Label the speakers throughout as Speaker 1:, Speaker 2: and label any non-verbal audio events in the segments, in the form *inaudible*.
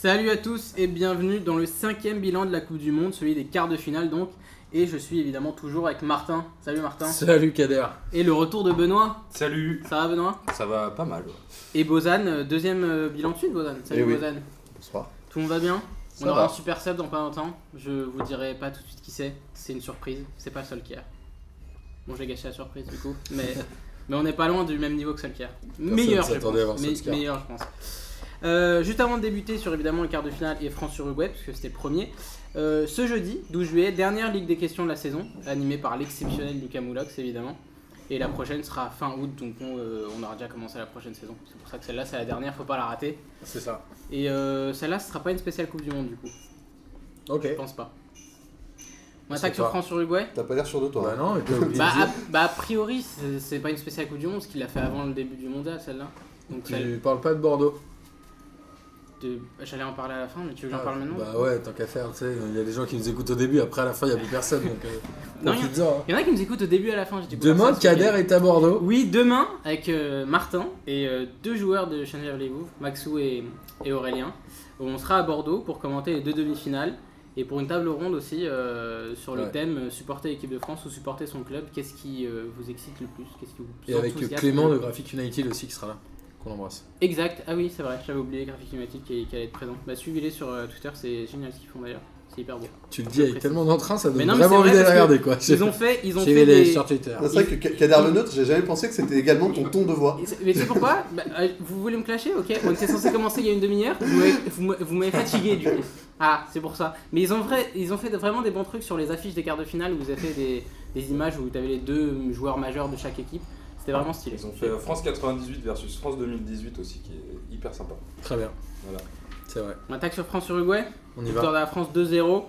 Speaker 1: Salut à tous et bienvenue dans le cinquième bilan de la Coupe du Monde, celui des quarts de finale donc. Et je suis évidemment toujours avec Martin. Salut Martin.
Speaker 2: Salut Kader.
Speaker 1: Et le retour de Benoît.
Speaker 3: Salut.
Speaker 1: Ça va Benoît
Speaker 3: Ça va pas mal.
Speaker 1: Et Bozan, euh, deuxième euh, bilan de suite Bozan. Salut
Speaker 2: Eh oui.
Speaker 1: Bozan.
Speaker 2: Bonsoir.
Speaker 1: Tout le monde va bien
Speaker 2: Ça
Speaker 1: On aura
Speaker 2: va.
Speaker 1: un super sub dans pas longtemps. Je vous dirai pas tout de suite qui c'est. C'est une surprise. C'est pas Solskjaer. Bon, j'ai gâché la surprise du coup.
Speaker 2: *laughs*
Speaker 1: Mais, mais on n'est pas loin du même niveau que Solskjaer. Meilleur, je pense.
Speaker 2: s'attendait à voir
Speaker 1: Me-
Speaker 2: Solskjaer.
Speaker 1: meilleur, je pense. Euh, juste avant de débuter sur évidemment le quart de finale et France-Uruguay, parce que c'était le premier, euh, ce jeudi 12 juillet, dernière Ligue des questions de la saison, animée par l'exceptionnel Lucas Moulox évidemment. Et la prochaine sera fin août, donc on, euh, on aura déjà commencé la prochaine saison. C'est pour ça que celle-là, c'est la dernière, faut pas la rater.
Speaker 2: C'est ça.
Speaker 1: Et euh, celle-là, ce sera pas une spéciale Coupe du Monde du coup.
Speaker 2: Ok.
Speaker 1: Je pense pas. On
Speaker 2: Je sais
Speaker 1: attaque sur
Speaker 2: pas.
Speaker 1: France-Uruguay
Speaker 4: T'as pas l'air sûr de toi.
Speaker 2: Bah
Speaker 4: hein.
Speaker 2: non, mais
Speaker 1: *laughs*
Speaker 2: t'as oublié.
Speaker 1: bah,
Speaker 2: de
Speaker 1: a,
Speaker 2: dire.
Speaker 1: bah, a priori, c'est c'est pas une spéciale Coupe du Monde, parce qu'il l'a fait avant le début du mondial celle-là. Donc celle
Speaker 2: Tu parles pas de Bordeaux.
Speaker 1: de- j'allais en parler à la fin, mais tu veux que j'en parle maintenant
Speaker 2: Bah ouais, tant qu'à faire, tu sais, il y a des gens qui nous écoutent au début, après à la fin, il y a plus personne. Donc, euh,
Speaker 1: *laughs* Non, il y a-
Speaker 2: profites-en, hein.
Speaker 1: Il y en a qui nous écoutent au début et à la fin, j'ai dit
Speaker 2: Demain,
Speaker 1: pourquoi ça, c'est
Speaker 2: Kader
Speaker 1: bien.
Speaker 2: est à Bordeaux.
Speaker 1: Oui, demain, avec euh, Martin et euh, deux joueurs de Chenève-les-Gouves, Maxou et, et Aurélien. Euh, On sera à Bordeaux pour commenter les deux demi-finales et pour une table ronde aussi euh, sur le
Speaker 2: Ouais.
Speaker 1: thème euh, supporter l'équipe de France ou supporter son club. Qu'est-ce qui euh, vous excite le plus Qu'est-ce qui vous
Speaker 2: Et avec
Speaker 1: enthousiasme
Speaker 2: Clément
Speaker 1: le
Speaker 2: de Graphic United aussi qui sera là. Qu'on embrasse.
Speaker 1: Exact, ah oui, c'est vrai, j'avais oublié Graphic Climatique qui, qui allait être présent. Bah, suivez-les sur euh, Twitter, c'est génial ce qu'ils font d'ailleurs. C'est hyper beau.
Speaker 2: Tu le dis avec
Speaker 1: Précis.
Speaker 2: tellement d'entrain, ça
Speaker 1: Mais
Speaker 2: donne
Speaker 1: non, mais
Speaker 2: vraiment
Speaker 1: c'est
Speaker 2: envie
Speaker 1: vrai,
Speaker 2: d'aller
Speaker 1: parce que
Speaker 2: regarder quoi.
Speaker 1: Ils ont fait, ils ont
Speaker 2: J'ai
Speaker 1: fait
Speaker 2: les
Speaker 1: des...
Speaker 2: sur Twitter.
Speaker 4: Non, C'est vrai que Ka- Kader le nôtre, j'ai jamais pensé que c'était également ton ton de voix.
Speaker 1: Et c'est- Mais tu sais pourquoi Bah, euh, Vous voulez me clasher Ok, on était censé commencer il y a une demi-heure. Vous m'avez- vous m'avez- vous m'avez fatigué du coup. Ah, c'est pour ça. Mais ils ont, vrai, ils ont fait de- vraiment des bons trucs sur les affiches des quarts de finale où vous avez fait des, des images où tu avais les deux joueurs majeurs de chaque équipe. C'était vraiment stylé.
Speaker 3: Ils ont fait euh, France 98 versus France 2018 aussi, qui est hyper sympa.
Speaker 2: Très bien.
Speaker 3: Voilà.
Speaker 2: C'est vrai.
Speaker 1: On attaque sur France-Uruguay.
Speaker 2: On y
Speaker 1: Victoire
Speaker 2: va.
Speaker 1: de la France 2-0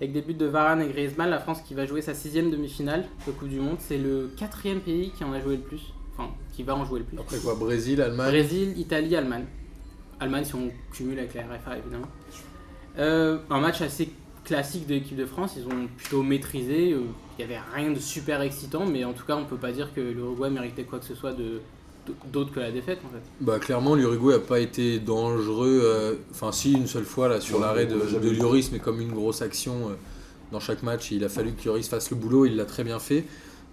Speaker 1: avec des buts de Varane et Griezmann. La France qui va jouer sa sixième demi-finale de Coupe du Monde. C'est le quatrième pays qui en a joué le plus. Enfin, qui va en jouer le plus.
Speaker 2: Après quoi Brésil, Allemagne.
Speaker 1: Brésil, Italie, Allemagne. Allemagne si on cumule avec la RFA évidemment. Euh, un match assez classique de l'équipe de France, ils ont plutôt maîtrisé, euh, il n'y avait rien de super excitant, mais en tout cas on peut pas dire que l'Uruguay méritait quoi que ce soit de de- d'autre que la défaite en fait.
Speaker 2: Bah clairement, l'Uruguay a pas été dangereux. euh, Enfin, si une seule fois là sur
Speaker 4: Ouais,
Speaker 2: l'arrêt de,
Speaker 4: on l'a jamais
Speaker 2: de
Speaker 4: vu.
Speaker 2: Lloris, mais comme une grosse action euh, dans chaque match, il a fallu que Lloris fasse le boulot. Il l'a très bien fait.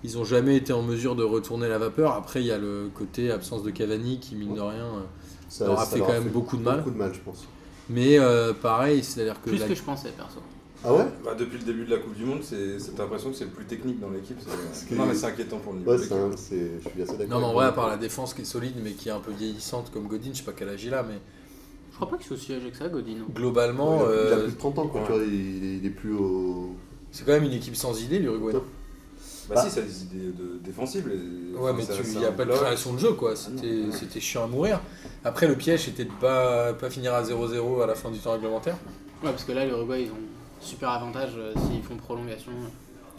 Speaker 2: Ils ont jamais été en mesure de retourner la vapeur. Après, il y a le côté absence de Cavani qui mine de rien euh,
Speaker 4: Ça
Speaker 2: leur a
Speaker 4: ça
Speaker 2: fait quand même beaucoup de mal.
Speaker 4: Beaucoup de mal, je pense.
Speaker 2: Mais euh, pareil, c'est-à-dire que
Speaker 1: Plus
Speaker 2: la-
Speaker 1: que je pensais perso.
Speaker 4: Ah ouais
Speaker 3: Bah, depuis le début de la Coupe du Monde, c'est cette impression que c'est le plus technique dans l'équipe. c'est-
Speaker 4: que-
Speaker 3: Non, mais c'est inquiétant pour le niveau.
Speaker 4: Ouais,
Speaker 3: de
Speaker 4: c'est
Speaker 3: l'équipe.
Speaker 4: un- c'est. Je suis assez d'accord.
Speaker 2: non, mais en vrai, à part la défense qui est solide, mais qui est un peu vieillissante comme Godin, je sais pas quel âge il a, mais
Speaker 1: Je crois pas que je suis aussi âgé que ça Godin. hein.
Speaker 2: globalement,
Speaker 4: Il a plus- il a
Speaker 2: euh,
Speaker 4: plus de 30 ans, quoi.
Speaker 2: ouais.
Speaker 4: Tu vois, il est- il est plus au.
Speaker 2: c'est quand même une équipe sans idée, l'Uruguay. non
Speaker 3: Bah, si, ça a des idées de- défensives. les-
Speaker 2: Ouais,
Speaker 3: enfin,
Speaker 2: mais
Speaker 3: ça-
Speaker 2: il
Speaker 3: ça
Speaker 2: n'y a pas de
Speaker 3: bloque.
Speaker 2: création de jeu, quoi.
Speaker 4: Ah
Speaker 2: C'était c'était chiant à mourir. Après, le piège, c'était de pas, pas finir à 0-0 à la fin du temps réglementaire.
Speaker 1: Ouais parce que là l'Uruguay ils ont super avantage euh, s'ils font prolongation.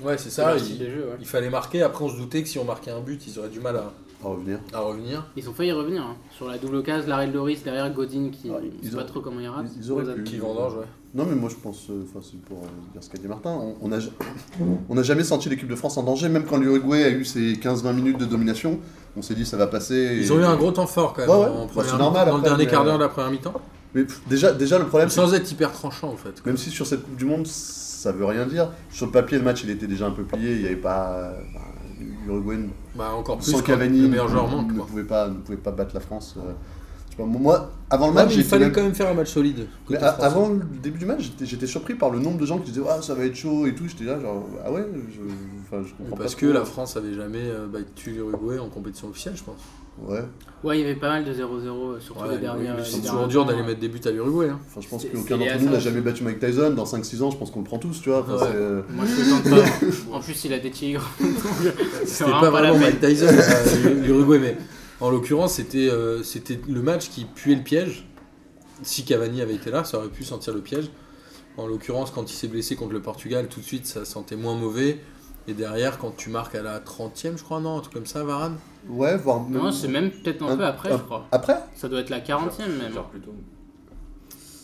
Speaker 2: Ouais, c'est
Speaker 1: C'est leur
Speaker 2: ça.
Speaker 1: style
Speaker 2: Il,
Speaker 1: de jeu, ouais.
Speaker 2: il fallait marquer. Après, on se doutait que si on marquait un but, ils auraient du mal à,
Speaker 4: À revenir.
Speaker 2: à revenir.
Speaker 1: Ils ont failli revenir hein. sur la double case, l'arrêt de Loris derrière Godin qui
Speaker 4: Ah,
Speaker 1: ne
Speaker 4: ils
Speaker 1: sait pas
Speaker 4: ont-
Speaker 1: trop comment il rate.
Speaker 4: ils- ils auraient pu.
Speaker 2: Qui vendange, ouais.
Speaker 4: Non, mais moi je pense, euh, enfin c'est pour euh, dire ce qu'a dit Martin, on- on n'a on a jamais senti l'équipe de France en danger, même quand l'Uruguay a eu ses 15-20 minutes de domination, on s'est dit ça va passer. et- euh,
Speaker 2: Ils ont eu un gros temps fort, quand même,
Speaker 4: Ouais, ouais.
Speaker 2: en
Speaker 4: Bah,
Speaker 2: première
Speaker 4: c'est normal,
Speaker 2: mi-temps, dans le
Speaker 4: après,
Speaker 2: dernier
Speaker 4: mais,
Speaker 2: quart
Speaker 4: euh,
Speaker 2: d'heure de la première mi-temps.
Speaker 4: Mais pff, déjà, déjà le problème, c'est
Speaker 2: Sans être hyper tranchant, en fait.
Speaker 4: Même si sur cette Coupe du Monde, ça veut rien dire. Sur le papier, le match, il était déjà un peu plié. Il n'y avait pas. ben, L'Uruguay,
Speaker 2: Bah, encore plus.
Speaker 4: sans
Speaker 2: quand
Speaker 4: Cavani,
Speaker 2: le meilleur joueur
Speaker 4: ne-
Speaker 2: manque,
Speaker 4: ne,
Speaker 2: quoi.
Speaker 4: pouvait pas, ne pouvait pas battre la France. euh. Je sais pas, moi, avant le
Speaker 2: Ouais,
Speaker 4: match,
Speaker 2: mais il
Speaker 4: j'étais
Speaker 2: fallait
Speaker 4: même-
Speaker 2: quand même faire un match solide.
Speaker 4: mais
Speaker 2: côté
Speaker 4: a-
Speaker 2: français.
Speaker 4: avant le début du match, j'étais- j'étais surpris par le nombre de gens qui disaient Ah, ça va être chaud et tout. J'étais là, genre, ah ouais, je, enfin, je
Speaker 2: Mais
Speaker 4: comprends
Speaker 2: Parce
Speaker 4: pas.
Speaker 2: que
Speaker 4: trop.
Speaker 2: la France avait jamais euh, battu l'Uruguay en compétition officielle, je pense.
Speaker 4: Ouais,
Speaker 1: Ouais, il y avait pas mal de 0-0, surtout
Speaker 2: Ouais,
Speaker 1: les dernières.
Speaker 2: mais
Speaker 1: les
Speaker 2: C'est
Speaker 1: dernières
Speaker 2: toujours dur d'aller
Speaker 1: temps.
Speaker 2: mettre des buts à l'Uruguay. hein.
Speaker 4: enfin, je pense
Speaker 1: C'est-
Speaker 4: qu'aucun
Speaker 1: c'est lié à
Speaker 4: d'entre nous
Speaker 1: ça
Speaker 4: n'a
Speaker 1: aussi.
Speaker 4: jamais battu Mike Tyson. Dans 5-6 ans, je pense qu'on le prend tous, tu vois. Enfin,
Speaker 2: Ouais.
Speaker 4: c'est, euh,
Speaker 1: Moi, je suis content. En plus, il a des tigres. *laughs* euh, C'est
Speaker 2: C'était pas vraiment Mike Tyson, euh, l'Uruguay, mais en l'occurrence, c'était euh, c'était le match qui puait le piège. Si Cavani avait été là, ça aurait pu sentir le piège. En l'occurrence, quand il s'est blessé contre le Portugal, tout de suite, ça sentait moins mauvais. Et derrière, quand tu marques à la 30e, je crois, non, un truc comme ça, Varane.
Speaker 4: Ouais, voire même.
Speaker 1: Non, c'est même peut-être un
Speaker 4: Un-
Speaker 1: peu après,
Speaker 4: un-
Speaker 1: je crois.
Speaker 4: Après
Speaker 1: Ça doit être la 40 e même.
Speaker 3: Genre plutôt.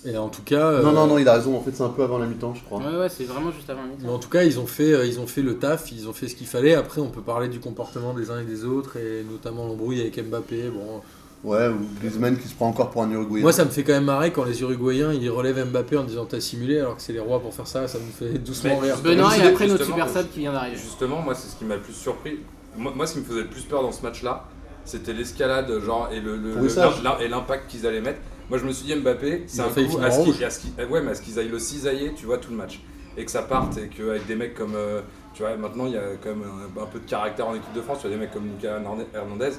Speaker 2: Et en tout cas, euh,
Speaker 4: Non, non, non, il a raison. En fait, c'est un peu avant la mi-temps, je crois.
Speaker 1: Ouais, ouais, c'est vraiment juste avant le
Speaker 2: mais en tout cas, ils ont fait, euh, ils ont fait le taf, ils ont fait ce qu'il fallait. Après, on peut parler du comportement des uns et des autres, et notamment l'embrouille avec Mbappé. Bon,
Speaker 4: Ouais, ou Griezmann qui se prend encore pour un Uruguayen.
Speaker 2: Moi, ça me fait quand même marrer quand les Uruguayens ils relèvent Mbappé en disant t'as simulé alors que c'est les rois pour faire ça. Ça me fait doucement
Speaker 3: Mais
Speaker 2: rire.
Speaker 1: Benoît et
Speaker 3: Justement,
Speaker 1: après notre super
Speaker 3: euh,
Speaker 1: sub qui vient d'arriver.
Speaker 3: Justement, moi, c'est ce qui m'a le plus surpris. Moi, moi, ce qui me faisait le plus peur dans ce match-là, c'était l'escalade genre, et le, le-
Speaker 4: Pourrissage.
Speaker 3: le- l'im- et l'impact qu'ils allaient mettre. Moi, je me suis dit, Mbappé,
Speaker 2: Il
Speaker 3: c'est
Speaker 2: a
Speaker 3: un
Speaker 2: failli
Speaker 3: coup
Speaker 2: finir
Speaker 3: à
Speaker 2: en
Speaker 3: ce qu'ils
Speaker 2: rouge.
Speaker 3: à ce qu'ils- ouais, mais à ce qu'ils aillent le cisailler, tu vois, tout le match. Et que ça parte, et qu'avec des mecs comme. euh, tu vois, maintenant, il y a quand même un, un peu de caractère en équipe de France. Tu as des mecs comme Lucas Hernandez- Hernandez.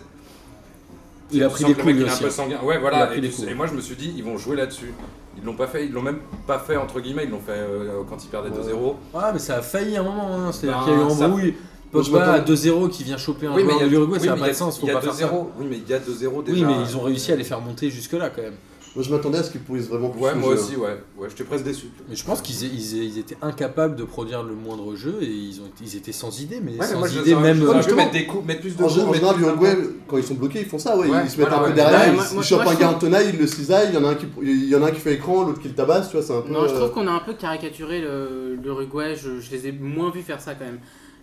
Speaker 2: Il a
Speaker 3: Tu
Speaker 2: pris
Speaker 3: sens
Speaker 2: des
Speaker 3: que le
Speaker 2: coups
Speaker 3: mec,
Speaker 2: lui
Speaker 3: il est un
Speaker 2: aussi.
Speaker 3: peu sanguin. Ouais,
Speaker 2: Il a
Speaker 3: voilà.
Speaker 2: pris
Speaker 3: Et,
Speaker 2: des
Speaker 3: tu-
Speaker 2: coups.
Speaker 3: et moi, je me suis dit, ils vont jouer là-dessus. Ils l'ont pas fait, ils l'ont même pas fait entre guillemets. Ils l'ont fait euh, quand ils perdaient
Speaker 2: Ouais.
Speaker 3: 2-0.
Speaker 2: Ah, mais ça a failli un moment. hein. C'est-à-dire
Speaker 3: Ben,
Speaker 2: qu'il y a eu
Speaker 3: ça-
Speaker 2: embrouille.
Speaker 4: Moi, je
Speaker 2: Pogba à
Speaker 4: m'attendais-
Speaker 2: 2-0 qui vient choper un
Speaker 3: Oui, mais
Speaker 2: joueur
Speaker 3: il y
Speaker 2: de
Speaker 3: a-
Speaker 2: l'Uruguay, ça
Speaker 3: oui, mais
Speaker 2: n'a
Speaker 3: il
Speaker 2: pas
Speaker 3: y a-
Speaker 2: de sens. Faut
Speaker 3: il y a
Speaker 2: pas faire ça.
Speaker 3: 2-0. Oui, mais il y a 2-0 déjà.
Speaker 2: Oui, mais ils ont réussi à les faire monter jusque-là quand même.
Speaker 4: Moi, je m'attendais à ce qu'ils pourrissent vraiment plus
Speaker 3: Ouais,
Speaker 4: le jeu.
Speaker 3: moi aussi, ouais. Ouais, j'étais presque déçu.
Speaker 2: Mais je pense qu'ils a- ils a- ils étaient incapables de produire le moindre jeu et ils, ont, ils étaient sans idée, mais
Speaker 3: Ouais, mais
Speaker 2: sans
Speaker 3: moi, je les
Speaker 2: idée
Speaker 3: aurais-
Speaker 2: même.
Speaker 3: je les aurais
Speaker 2: euh,
Speaker 3: vu mettre des coups, mettre plus de
Speaker 4: En,
Speaker 3: coups.
Speaker 4: gé- en
Speaker 3: mettre
Speaker 4: général,
Speaker 3: plus
Speaker 4: l'Uruguay,
Speaker 3: d'impact.
Speaker 4: quand ils sont bloqués, ils font ça, ouais.
Speaker 3: Ouais,
Speaker 4: ils se mettent
Speaker 3: voilà,
Speaker 4: un peu
Speaker 3: ouais.
Speaker 4: derrière,
Speaker 1: Ouais,
Speaker 4: ils-
Speaker 1: moi-
Speaker 4: ils
Speaker 1: moi-
Speaker 4: chopent
Speaker 1: moi,
Speaker 4: un
Speaker 1: je
Speaker 4: gars en
Speaker 1: trouve-
Speaker 4: tenaille, ils le cisaillent, il y en a un qui, il y en a un qui fait écran, l'autre qui le tabasse, tu vois, c'est un peu.
Speaker 1: Non, je
Speaker 4: euh,
Speaker 1: trouve qu'on a un peu caricaturé le- l'Uruguay, je, je les ai moins vus faire ça quand même.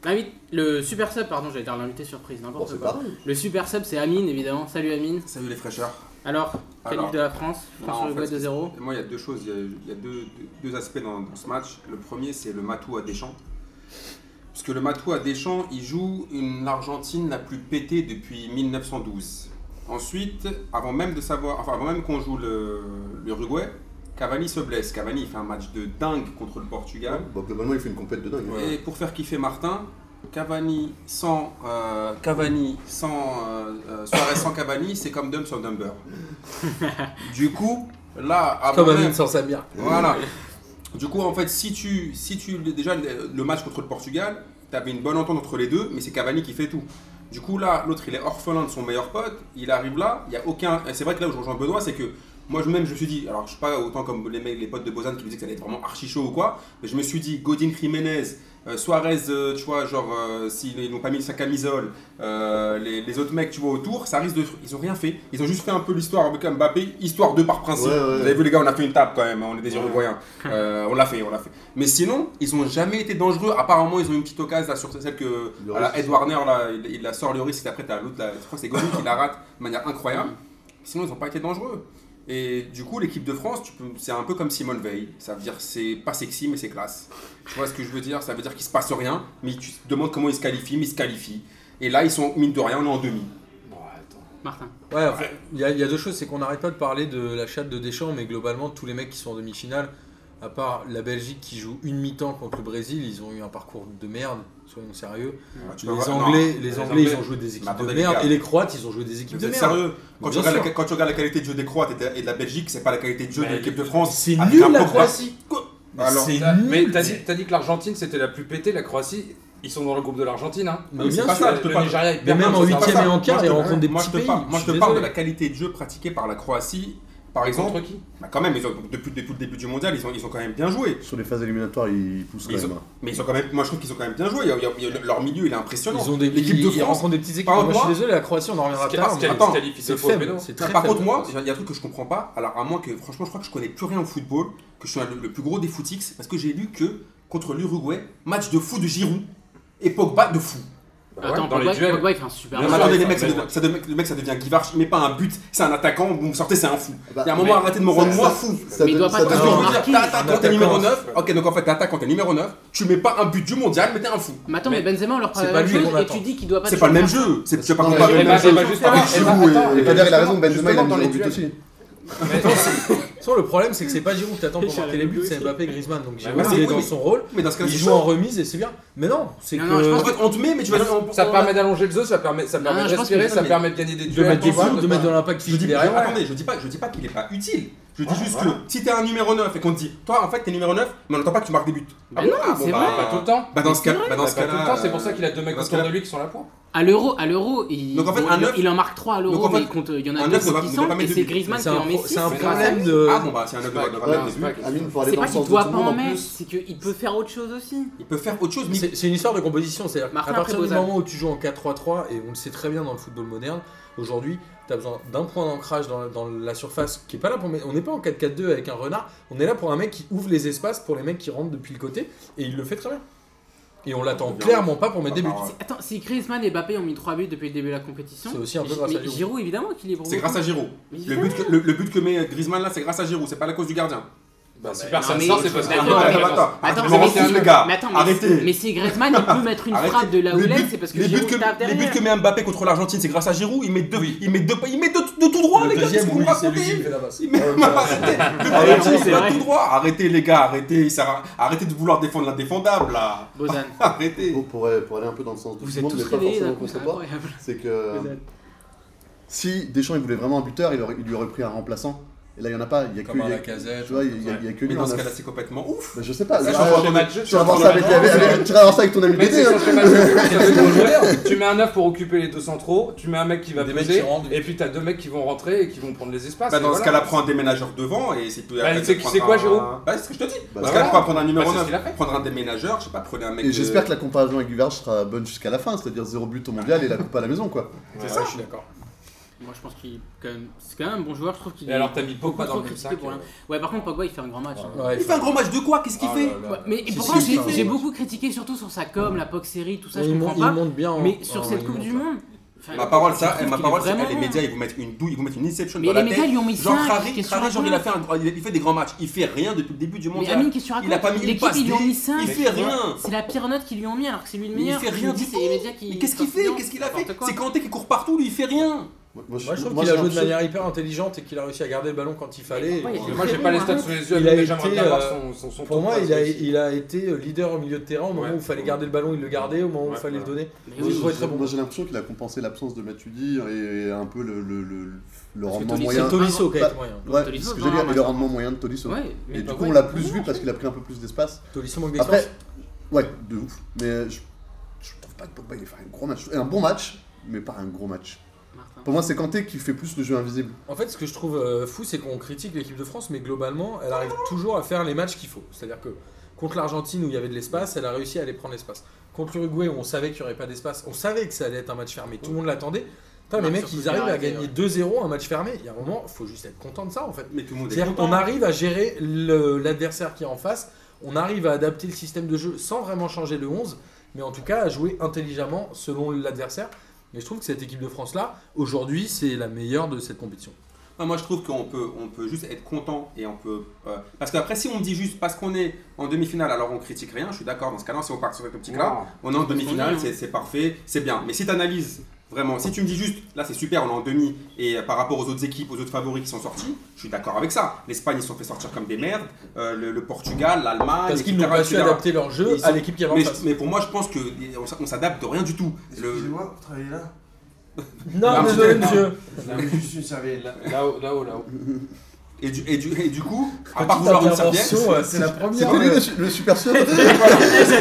Speaker 1: L'invite- le super sub, pardon, j'allais dire l'invité surprise,
Speaker 4: Bon,
Speaker 1: n'importe
Speaker 4: c'est
Speaker 1: quoi.
Speaker 4: pareil.
Speaker 1: Le super sub, c'est Amine, évidemment. Salut Amine.
Speaker 5: Salut les fraîcheurs.
Speaker 1: Alors, qualif
Speaker 5: Alors.
Speaker 1: de la France,
Speaker 5: Non,
Speaker 1: France
Speaker 5: en
Speaker 1: Uruguay
Speaker 5: fait,
Speaker 1: 2-0.
Speaker 5: Moi, il y a deux choses, il y a, il y a deux, deux- deux aspects dans, dans ce match. Le premier, c'est le Matou à Deschamps. Parce que le Matou à Deschamps, il joue une l'Argentine la plus pétée depuis 1912. Ensuite, avant même de savoir, enfin, avant même qu'on joue le- l'Uruguay, Cavani se blesse. Cavani il fait un match de dingue contre le Portugal.
Speaker 4: Bon, globalement, il fait une compète de dingue.
Speaker 5: Et pour faire kiffer Martin, Cavani sans euh, Cavani sans euh, euh, Suarez sans Cavani, c'est comme Dumb
Speaker 1: *laughs*
Speaker 5: sans Dumber. du coup, là, avant
Speaker 2: Comme Amine
Speaker 5: même-
Speaker 2: sans Samir.
Speaker 5: voilà. Du coup, en fait, si tu si tu déjà le le match contre le Portugal, t'avais une bonne entente entre les deux, mais c'est Cavani qui fait tout. Du coup, là, l'autre, il est orphelin de son meilleur pote. Il arrive là, il y a aucun. et C'est vrai que là où je rejoins Benoît, c'est que moi, je- même, je me suis dit, alors je suis pas autant comme les, mecs- les potes de Bozan qui me disaient que ça allait être vraiment archi chaud ou quoi, mais je me suis dit, Godin Jiménez, euh, Suarez, euh, tu vois, genre, euh, s'ils n'ont pas mis sa camisole, euh, les, les autres mecs, tu vois, autour, ça risque de. Ils ont rien fait. Ils ont juste fait un peu l'histoire avec Mbappé, histoire de par principe.
Speaker 4: Ouais, ouais.
Speaker 5: Vous avez vu, les gars, on a fait une table quand même, hein, on est des Uruguayens. Euh, on l'a fait, on l'a fait. Mais sinon, ils ont jamais été dangereux. Apparemment, ils ont eu une petite occasion là, sur celle que
Speaker 4: Lloris,
Speaker 5: à la
Speaker 4: c'est
Speaker 5: Ed
Speaker 4: ça.
Speaker 5: Warner, là, il, il la sort Lloris, et après, t'as l'autre, là, je crois que c'est Godin qui la rate de manière incroyable. Sinon, ils n'ont pas été dangereux. Et du coup, l'équipe de France, tu peux- c'est un peu comme Simone Veil. Ça veut dire c'est pas sexy, mais c'est classe. Tu vois ce que je veux dire Ça veut dire qu'il se passe rien, mais tu te demandes comment ils se qualifient, mais ils se qualifient. Et là, ils sont, mine de rien, on est en demi.
Speaker 1: Martin.
Speaker 2: Ouais, en fait, il y, a- il y a deux choses, c'est qu'on n'arrête pas de parler de la chatte de Deschamps, mais globalement, tous les mecs qui sont en demi-finale, à part la Belgique qui joue une mi-temps contre le Brésil, ils ont eu un parcours de merde, soyons sérieux.
Speaker 5: Tu
Speaker 2: Les
Speaker 5: peux voir-
Speaker 2: Anglais,
Speaker 5: non,
Speaker 2: les Anglais, ils
Speaker 5: Anglais.
Speaker 2: ont joué des équipes
Speaker 5: attendez,
Speaker 2: de
Speaker 5: les
Speaker 2: merde,
Speaker 5: gars.
Speaker 2: et les Croates, ils ont joué des équipes
Speaker 5: Vous
Speaker 2: de
Speaker 5: êtes
Speaker 2: merde.
Speaker 5: sérieux quand tu,
Speaker 2: Bien
Speaker 5: regardes la,
Speaker 2: sûr.
Speaker 5: quand tu regardes la qualité de jeu des Croates et de- et de la Belgique, c'est pas la qualité de jeu de
Speaker 3: Mais
Speaker 5: l'équipe de France.
Speaker 2: C'est
Speaker 5: Avec
Speaker 2: nul
Speaker 5: un
Speaker 2: la
Speaker 5: Pogba-
Speaker 2: Croatie
Speaker 5: Quoi
Speaker 2: Alors,
Speaker 5: Alors,
Speaker 2: C'est
Speaker 3: T'as- Mais
Speaker 2: nul
Speaker 3: t'as dit, t'as dit que l'Argentine c'était la plus pétée, la Croatie, ils sont dans le groupe de l'Argentine. Hein.
Speaker 2: Mais
Speaker 5: mais
Speaker 2: bien
Speaker 5: c'est pas
Speaker 2: sûr.
Speaker 5: ça, je te
Speaker 3: le
Speaker 5: parle.
Speaker 3: Nigeria, il
Speaker 2: Mais
Speaker 3: perd
Speaker 2: même
Speaker 3: contre
Speaker 2: en
Speaker 5: C'est pas
Speaker 3: ça.
Speaker 2: huitième
Speaker 5: ça.
Speaker 2: et en quart,
Speaker 5: Moi, je
Speaker 2: et
Speaker 5: te-
Speaker 2: on rencontre des
Speaker 5: moi, je te
Speaker 2: petits
Speaker 5: parle-
Speaker 2: pays,
Speaker 5: Moi,
Speaker 2: je
Speaker 5: je te
Speaker 2: suis
Speaker 5: parle de
Speaker 2: désolé.
Speaker 5: la qualité de jeu pratiquée par la Croatie. Par exemple,
Speaker 3: Contre qui
Speaker 5: bah, quand même, ils ont- depuis, depuis le début du mondial, ils ont, ils ont quand même bien joué.
Speaker 4: Sur les phases éliminatoires, ils poussent quand
Speaker 5: Ils
Speaker 4: même.
Speaker 5: ont- mais ils ont quand même, moi, je trouve qu'ils ont quand même bien joué. Il y a- il y a- il y a- leur milieu, il est impressionnant.
Speaker 2: Ils ont des
Speaker 5: L'équipe de
Speaker 2: ils
Speaker 5: France.
Speaker 2: rencontrent des petites équipes.
Speaker 5: Par
Speaker 2: Moi, je
Speaker 5: contre,
Speaker 2: suis
Speaker 5: moi-
Speaker 2: désolé, la Croatie, on en reviendra
Speaker 3: Parce que-
Speaker 2: tard.
Speaker 3: parce qu'elle
Speaker 2: mais
Speaker 5: attends,
Speaker 3: se qualifie
Speaker 2: C'est
Speaker 3: de faute, mais
Speaker 2: faible,
Speaker 3: non.
Speaker 2: c'est très
Speaker 5: Par
Speaker 2: faible.
Speaker 5: contre, moi, il y a- il y a un truc que je comprends pas. Alors, à moins que, franchement, je crois que je connais plus rien au football, que je sois le, le plus gros des footix, parce que j'ai lu que contre l'Uruguay, match de fou de Giroud et Pogba de fou.
Speaker 3: Bah ouais,
Speaker 1: Attends,
Speaker 3: dans les
Speaker 1: Pogba,
Speaker 3: duels.
Speaker 1: Pogba, il fait un super
Speaker 5: Non,
Speaker 3: sûr,
Speaker 5: mais
Speaker 1: match.
Speaker 5: attendez,
Speaker 3: il fait
Speaker 5: les mecs,
Speaker 3: un
Speaker 5: ça
Speaker 3: bon
Speaker 5: devient- ça devient- le mec, ça devient Guivarch, il met pas un but, c'est un attaquant, vous me sortez, c'est un fou.
Speaker 4: Bah,
Speaker 5: Il y a un moment,
Speaker 3: mais-
Speaker 5: arrêtez de me rendre moi fou.
Speaker 4: Ça
Speaker 1: Mais il
Speaker 4: donne-
Speaker 1: doit pas
Speaker 4: ça
Speaker 5: Parce
Speaker 1: te
Speaker 4: donne-
Speaker 5: que je
Speaker 1: Non,
Speaker 5: veux dire,
Speaker 1: marqué,
Speaker 5: t'attaques
Speaker 2: un
Speaker 5: quand t'es numéro
Speaker 2: attaquant.
Speaker 5: 9, ok, donc en fait, t'attaques quand t'es numéro 9, tu mets pas un but du mondial, mais t'es un fou.
Speaker 1: Mais attends, mais
Speaker 3: Mais-
Speaker 1: Benzema, on leur parle
Speaker 2: c'est
Speaker 1: la
Speaker 2: pas
Speaker 1: même
Speaker 2: lui
Speaker 1: chose
Speaker 2: qu'on
Speaker 1: et
Speaker 2: attend.
Speaker 1: tu dis qu'il doit pas
Speaker 5: C'est
Speaker 1: te
Speaker 5: pas le même
Speaker 1: faire
Speaker 5: jeu, c'est tu vas pas
Speaker 4: Non, mais
Speaker 5: comparer
Speaker 4: j'ai
Speaker 5: le même
Speaker 3: pas-
Speaker 5: jeu.
Speaker 3: j'ai pas juste
Speaker 5: Avec
Speaker 3: pas-
Speaker 5: Giroud
Speaker 3: j'ai pas-
Speaker 5: et-
Speaker 3: attends,
Speaker 4: Et Kader, il a raison, Benzema, il a
Speaker 5: Justement,
Speaker 4: mis
Speaker 5: dans les
Speaker 4: zéro but
Speaker 5: duels.
Speaker 4: aussi.
Speaker 2: Sur le problème, c'est que c'est pas Giroud
Speaker 1: *laughs*
Speaker 2: que t'attends pour
Speaker 1: J'avais
Speaker 2: marquer les buts,
Speaker 1: oublié
Speaker 2: c'est
Speaker 1: aussi.
Speaker 2: Mbappé Griezmann. Donc Giroud,
Speaker 5: Bah voilà,
Speaker 2: il est
Speaker 5: oui,
Speaker 2: dans
Speaker 5: mais-
Speaker 2: son rôle,
Speaker 5: Mais dans ce cas,
Speaker 2: il
Speaker 5: c'est
Speaker 2: joue
Speaker 5: chaud.
Speaker 2: en remise et c'est bien. Mais non, c'est que.
Speaker 1: Non, non, je pense
Speaker 5: En fait, on te met, mais tu vas
Speaker 3: Ça
Speaker 5: on-
Speaker 3: permet d'allonger le jeu, ça permet, ça
Speaker 1: Non,
Speaker 3: permet
Speaker 1: non, Ah, je
Speaker 3: de
Speaker 1: pense
Speaker 3: respirer,
Speaker 1: que-
Speaker 3: ça permet de gagner des
Speaker 2: de
Speaker 3: duels.
Speaker 2: mettre des
Speaker 3: Attends,
Speaker 2: fous, de mettre de l'impact
Speaker 5: Je
Speaker 2: physique
Speaker 5: dis, je-
Speaker 2: derrière.
Speaker 5: attendez, je dis pas, je dis pas qu'il est pas utile. Je dis juste que si t'es un numéro 9 et qu'on te dit, toi en fait t'es numéro 9, mais on n'entend pas que tu marques des buts.
Speaker 1: Mais non, c'est
Speaker 5: bah,
Speaker 3: Pas tout le temps.
Speaker 5: Bah dans ce cas, bah, dans
Speaker 3: Pas
Speaker 5: ce
Speaker 3: tout
Speaker 5: cas
Speaker 3: le temps, c'est pour ça qu'il a deux mecs
Speaker 5: dans ce
Speaker 3: autour de
Speaker 5: cas-là-
Speaker 3: lui qui sont là pour.
Speaker 1: À l'euro, à l'euro, il,
Speaker 5: Donc en fait,
Speaker 1: bon,
Speaker 5: un
Speaker 1: il-
Speaker 5: neuf-
Speaker 1: il en marque 3 à l'euro,
Speaker 5: Donc en fait,
Speaker 1: mais il compte- il y en a
Speaker 5: un
Speaker 1: 2
Speaker 5: neuf, on va-
Speaker 1: qui
Speaker 5: on
Speaker 1: sont
Speaker 5: va pas
Speaker 1: et
Speaker 5: mettre de
Speaker 1: c'est
Speaker 5: but.
Speaker 1: Griezmann
Speaker 2: C'est
Speaker 1: qui
Speaker 2: un
Speaker 1: en met
Speaker 2: pro- c'est
Speaker 1: 6.
Speaker 2: un
Speaker 1: grâce à
Speaker 2: problème
Speaker 1: lui.
Speaker 2: de.
Speaker 5: Ah bon bah c'est un autre on va
Speaker 4: Ouais,
Speaker 5: pas mettre des buts.
Speaker 4: Amine, faut aller
Speaker 1: C'est
Speaker 4: dans
Speaker 1: pas qu'il
Speaker 4: le sens de tout
Speaker 1: doit
Speaker 4: le
Speaker 1: pas
Speaker 4: monde
Speaker 1: en
Speaker 4: en
Speaker 1: mettre,
Speaker 4: plus.
Speaker 1: c'est qu'il peut faire autre chose aussi.
Speaker 5: Il peut faire autre chose, mais
Speaker 2: C'est c'est une histoire de composition, c'est-à-dire qu'à
Speaker 1: Martin
Speaker 2: partir du
Speaker 1: Prebosan.
Speaker 2: moment où tu joues en 4-3-3, et on le sait très bien dans le football moderne, aujourd'hui, tu as besoin d'un point d'ancrage dans, dans la surface qui est pas là pour. mettre- On n'est pas en 4-4-2 avec un renard, on est là pour un mec qui ouvre les espaces pour les mecs qui rentrent depuis le côté, et il le fait très bien. Et on l'attend clairement pas pour mettre des buts.
Speaker 5: Ah, ouais.
Speaker 1: Attends, si Griezmann et Mbappé ont mis 3 buts depuis le début de la compétition,
Speaker 2: C'est aussi un peu grâce
Speaker 1: mais
Speaker 2: à Giroud.
Speaker 1: Giroud évidemment qu'il est pour
Speaker 5: C'est grâce à Giroud.
Speaker 1: Mais
Speaker 5: Le but, que, le, le but que met Griezmann là, c'est grâce à Giroud, c'est pas la cause du gardien. Ah,
Speaker 3: Bah, si
Speaker 1: non,
Speaker 3: personne
Speaker 1: mais-
Speaker 3: sort, c'est parce
Speaker 1: mais
Speaker 3: qu'il
Speaker 1: attends,
Speaker 3: y a pas
Speaker 1: attends,
Speaker 3: d'urgence.
Speaker 5: attends.
Speaker 1: Attends,
Speaker 5: Argument
Speaker 1: mais
Speaker 5: rationnel,
Speaker 1: si-
Speaker 5: les gars.
Speaker 1: mais attends, mais
Speaker 5: Arrêtez.
Speaker 1: si- mais si Griezmann il peut mettre une
Speaker 5: Arrêtez.
Speaker 1: frappe de la
Speaker 5: Les buts-
Speaker 1: houlette, c'est parce que
Speaker 5: les buts
Speaker 1: Giroud
Speaker 5: que-
Speaker 1: tape
Speaker 5: les buts
Speaker 1: derrière.
Speaker 5: que met Mbappé contre l'Argentine, c'est grâce à Giroud. Il met deux, il met deux, il met deux- de tout droit, les gars. Qu'est-ce que vous me racontez Il met-
Speaker 1: ouais,
Speaker 5: Arrêtez. Le
Speaker 1: c'est
Speaker 5: Giroud, il met
Speaker 1: vrai.
Speaker 5: tout droit. Arrêtez, les gars, arrêtez. Il sert à- Arrêtez de vouloir défendre l'indéfendable là.
Speaker 1: Bozan,
Speaker 5: Arrêtez.
Speaker 4: Pour, pour aller pour aller un peu dans le sens de tout
Speaker 1: vous
Speaker 4: le
Speaker 1: êtes
Speaker 4: monde,
Speaker 1: tous
Speaker 4: mais pas
Speaker 1: réveillés
Speaker 4: forcément
Speaker 1: d'un
Speaker 4: qu'on
Speaker 1: coup,
Speaker 4: sait
Speaker 1: c'est
Speaker 4: pas,
Speaker 1: incroyable.
Speaker 4: c'est que euh,
Speaker 1: Bozan.
Speaker 4: si Deschamps il voulait vraiment un buteur, il, aurait- il lui aurait pris un remplaçant. Et là, il n'y en a pas. Il y a que
Speaker 2: Comme
Speaker 4: lui.
Speaker 2: à
Speaker 4: il y a-
Speaker 2: la casette.
Speaker 4: Tu vois, il y a, il y a que
Speaker 5: Mais
Speaker 4: lui.
Speaker 5: dans
Speaker 4: en
Speaker 5: ce
Speaker 4: neuf.
Speaker 5: cas-là, c'est complètement ouf.
Speaker 4: Bah, je sais pas.
Speaker 3: Ça
Speaker 4: j'ai-
Speaker 3: change
Speaker 4: ah,
Speaker 3: le match,
Speaker 4: Tu
Speaker 3: ça
Speaker 4: vas
Speaker 3: change
Speaker 4: voir
Speaker 3: le
Speaker 4: ça avec,
Speaker 3: match.
Speaker 4: avec, avec- tu vas voir ça avec ton ami
Speaker 3: Mais c'est
Speaker 4: BD. hein.
Speaker 3: sur ce match, c'est ce *laughs* qu'on gère. tu mets un 9 pour occuper les deux centraux, tu mets un mec qui va
Speaker 2: Des mecs
Speaker 3: poser,
Speaker 2: qui rendent.
Speaker 3: et puis t'as deux mecs qui vont rentrer et qui vont prendre les espaces.
Speaker 5: Bah,
Speaker 3: et
Speaker 5: dans ce
Speaker 3: voilà.
Speaker 5: cas-là, prends un déménageur devant et c'est tout.
Speaker 3: Bah,
Speaker 5: Après,
Speaker 3: c'est-
Speaker 5: prends
Speaker 3: c'est quoi,
Speaker 5: un-
Speaker 3: Giroud
Speaker 5: Bah, c'est ce que je te dis.
Speaker 4: Bah,
Speaker 5: Dans
Speaker 3: voilà.
Speaker 5: ce cas-là, prends- prendre un numéro
Speaker 3: Bah, c'est ce
Speaker 5: 9,
Speaker 3: qu'il a fait.
Speaker 5: prendre un déménageur, je sais pas, prenez un mec.
Speaker 4: Et
Speaker 5: de-
Speaker 4: j'espère que la comparaison avec Guvard sera bonne jusqu'à la fin, c'est-à-dire zéro but au mondial et la coupe à la maison quoi.
Speaker 5: C'est ça.
Speaker 3: je suis d'accord.
Speaker 1: Moi je pense qu'il quand même- c'est quand même un bon joueur, je trouve qu'il
Speaker 3: Et alors t'as mis
Speaker 1: beaucoup
Speaker 3: Pogba dans
Speaker 1: trop
Speaker 3: le même
Speaker 1: critiqué
Speaker 3: sac.
Speaker 1: pour
Speaker 3: euh,
Speaker 1: rien. Ouais, par contre Pogba il fait un grand match. hein.
Speaker 2: Ouais,
Speaker 5: Il fait un gros match de quoi Qu'est-ce qu'il
Speaker 3: oh
Speaker 5: fait
Speaker 3: là là.
Speaker 1: Ouais, mais
Speaker 2: Si,
Speaker 1: pourtant
Speaker 2: si,
Speaker 1: j'ai-
Speaker 2: enfin,
Speaker 1: j'ai
Speaker 2: ouais.
Speaker 1: beaucoup critiqué surtout sur sa com, la POC série, tout ça,
Speaker 2: Il
Speaker 1: je
Speaker 2: mon-
Speaker 1: comprends
Speaker 2: il
Speaker 1: pas.
Speaker 2: monte bien. en-
Speaker 1: Mais sur
Speaker 2: en-
Speaker 1: cette
Speaker 2: il
Speaker 1: Coupe
Speaker 2: monte.
Speaker 1: du Monde, enfin,
Speaker 5: Ma parole, ça,
Speaker 1: je trouve
Speaker 5: ma
Speaker 1: qu'il
Speaker 5: parole,
Speaker 1: est
Speaker 5: c'est eh,
Speaker 1: vraiment
Speaker 5: les
Speaker 1: bon.
Speaker 5: médias, ils vous mettent une douille, ils vous mettent une inception
Speaker 1: Mais
Speaker 5: dans
Speaker 1: les
Speaker 5: la
Speaker 1: médias
Speaker 5: tête.
Speaker 1: lui ont mis
Speaker 5: Genre,
Speaker 1: 5,
Speaker 5: Harry,
Speaker 1: qu'est-ce que tu
Speaker 5: Harry, genre, il a
Speaker 1: racontes
Speaker 5: fait un, grand- il fait des grands matchs. Il fait rien depuis le début du
Speaker 1: Mais
Speaker 5: mondial.
Speaker 1: Amine, qu'est-ce que tu racontes
Speaker 5: il a pas mis une
Speaker 1: L'équipe,
Speaker 5: passe.
Speaker 1: ils lui ont
Speaker 5: D,
Speaker 1: mis 5.
Speaker 5: Il fait rien.
Speaker 1: C'est la pire note qu'ils lui ont mis alors que c'est lui le
Speaker 5: Mais il
Speaker 1: meilleur.
Speaker 5: fait
Speaker 1: Je
Speaker 5: rien
Speaker 1: me dis,
Speaker 5: du
Speaker 1: c'est
Speaker 5: tout.
Speaker 1: les médias qui-
Speaker 5: Mais qu'est-ce qu'il fait Qu'est-ce qu'il a fait
Speaker 1: N'importe quoi.
Speaker 5: C'est Kanté qui court partout, lui, il fait rien.
Speaker 4: Moi,
Speaker 2: Moi, je trouve
Speaker 4: moi,
Speaker 2: qu'il a
Speaker 4: j'ai
Speaker 2: joué de
Speaker 4: l'impression-
Speaker 2: manière hyper intelligente et qu'il a réussi à garder le ballon quand il fallait.
Speaker 1: pourquoi il
Speaker 2: Et-
Speaker 1: était
Speaker 3: Moi j'ai
Speaker 1: Très
Speaker 3: pas
Speaker 1: bon,
Speaker 3: les stats
Speaker 1: hein.
Speaker 3: sous les yeux,
Speaker 2: Il a
Speaker 3: mais j'aimerais
Speaker 2: été,
Speaker 3: bien avoir
Speaker 2: euh,
Speaker 3: son, son, son
Speaker 2: Pour
Speaker 3: top
Speaker 2: moi,
Speaker 3: parce
Speaker 2: il a,
Speaker 3: que c'est-
Speaker 2: il a été euh, leader au milieu de terrain au moment
Speaker 3: Ouais.
Speaker 2: où il fallait garder le ballon, il le gardait. Au moment où
Speaker 3: Ouais,
Speaker 2: il fallait
Speaker 3: ouais.
Speaker 2: le donner,
Speaker 1: Mais
Speaker 2: Je
Speaker 1: oui.
Speaker 2: le trouvais très bon.
Speaker 4: Moi j'ai l'impression qu'il a compensé l'absence de Matuidi et et un peu le, le, le, le
Speaker 1: Parce que
Speaker 4: rendement
Speaker 1: Tolisso-
Speaker 4: moyen.
Speaker 2: C'est Tolisso qui a été moyen.
Speaker 4: Ouais,
Speaker 1: Tolisso,
Speaker 4: ce que
Speaker 1: non,
Speaker 4: j'allais dire,
Speaker 1: mais
Speaker 4: et le
Speaker 1: ça-
Speaker 4: rendement moyen de Tolisso.
Speaker 1: Ouais, mais
Speaker 4: et du
Speaker 1: Pogba,
Speaker 4: coup on
Speaker 1: il
Speaker 4: l'a
Speaker 1: est
Speaker 4: plus
Speaker 1: bon,
Speaker 4: vu
Speaker 1: hein.
Speaker 4: parce qu'il a pris un peu plus d'espace.
Speaker 2: Tolisso manque
Speaker 4: Après,
Speaker 2: d'expérience.
Speaker 4: ouais, de ouf. Mais je, je trouve pas que Pogba il a fait un gros match. Un bon match, mais pas un gros match.
Speaker 1: Martin.
Speaker 4: Pour moi c'est Kanté qui fait plus le jeu invisible.
Speaker 2: En fait, ce que je trouve euh, fou, c'est qu'on critique l'équipe de France, mais globalement, elle arrive toujours à faire les matchs qu'il faut. C'est-à-dire que contre l'Argentine, où il y avait de l'espace, elle a réussi à aller prendre l'espace. Contre l'Uruguay, où on savait qu'il n'y aurait pas d'espace, on savait que ça allait être un match fermé, tout le monde l'attendait. Putain, les
Speaker 1: Ouais,
Speaker 2: mecs,
Speaker 1: surtout
Speaker 2: ils arrivent à
Speaker 1: Ferrari,
Speaker 2: gagner
Speaker 1: ouais.
Speaker 2: 2-0 un match fermé. Il y a un moment, faut juste être content de ça, en fait.
Speaker 5: Mais tout le monde est
Speaker 2: C'est-à-dire
Speaker 5: content.
Speaker 2: qu'on arrive à gérer le- l'adversaire qui est en face, on arrive à adapter le système de jeu sans vraiment changer le 11, mais en tout cas à jouer intelligemment selon l'adversaire. Et je trouve que cette équipe de France-là, aujourd'hui, c'est la meilleure de cette compétition.
Speaker 5: Non, Ah, moi, je trouve qu'on peut, on peut juste être content et on peut. euh, parce qu'après, si on me dit juste parce qu'on est en demi-finale, alors on critique rien, je suis d'accord. Dans ce cas-là, si on part sur cette optique-là,
Speaker 3: Non.
Speaker 5: on est en demi-finale,
Speaker 1: qu'on est, hein.
Speaker 5: c'est c'est parfait, c'est bien. Mais si tu analyses vraiment, si tu me dis juste là, c'est super, on est en demi et euh, par rapport aux autres équipes, aux autres favoris qui sont sortis, je suis d'accord avec ça. L'Espagne, ils se sont fait sortir comme des merdes, euh, le, le Portugal, l'Allemagne.
Speaker 2: Parce qu'ils
Speaker 5: etc.,
Speaker 2: n'ont pas su
Speaker 5: etc..
Speaker 2: adapter leur jeu
Speaker 5: Ils
Speaker 2: à
Speaker 5: sont-
Speaker 2: l'équipe qui avait en
Speaker 5: Mais,
Speaker 2: face.
Speaker 5: mais pour moi, je pense qu'on s'adapte de rien du tout. Le-
Speaker 6: Excusez-moi, vous travaillez là
Speaker 2: Non,
Speaker 5: Non,
Speaker 2: désolé,
Speaker 5: non.
Speaker 2: monsieur.
Speaker 6: Non, mais juste une serviette.
Speaker 3: Là-haut, là-haut, là-haut.
Speaker 5: et, du, et, du, et du coup, à part
Speaker 2: Petite
Speaker 5: vouloir une serviette. *laughs*
Speaker 2: intervention, euh,
Speaker 6: C'est la première.
Speaker 4: C'était lui le, su- le super
Speaker 1: *laughs*
Speaker 4: sub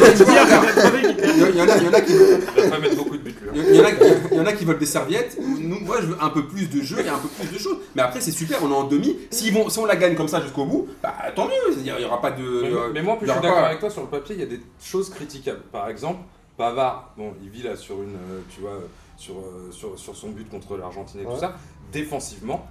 Speaker 5: Il y en- il y en a- il y en a qui
Speaker 3: Il va pas mettre beaucoup de buts lui. hein.
Speaker 5: Il y, en a qui- il y en a qui veulent des serviettes. Nous, moi, je veux un peu plus de jeu et un peu plus de choses. Mais après, c'est super, on est en demi. S'ils vont, si on la gagne comme ça jusqu'au bout, bah tant mieux. C'est-à-dire, il n'y aura pas de.
Speaker 3: Mais,
Speaker 5: euh,
Speaker 3: mais moi, en plus,
Speaker 5: il
Speaker 3: je suis
Speaker 5: y aura
Speaker 3: d'accord
Speaker 5: pas-
Speaker 3: avec toi sur le papier. Il y a des choses critiquables. Par exemple, Pavard, bon, il vit là sur une, euh, tu vois, euh, sur, euh, sur, sur son but contre l'Argentine et tout
Speaker 4: Ouais.
Speaker 3: ça. Défensivement,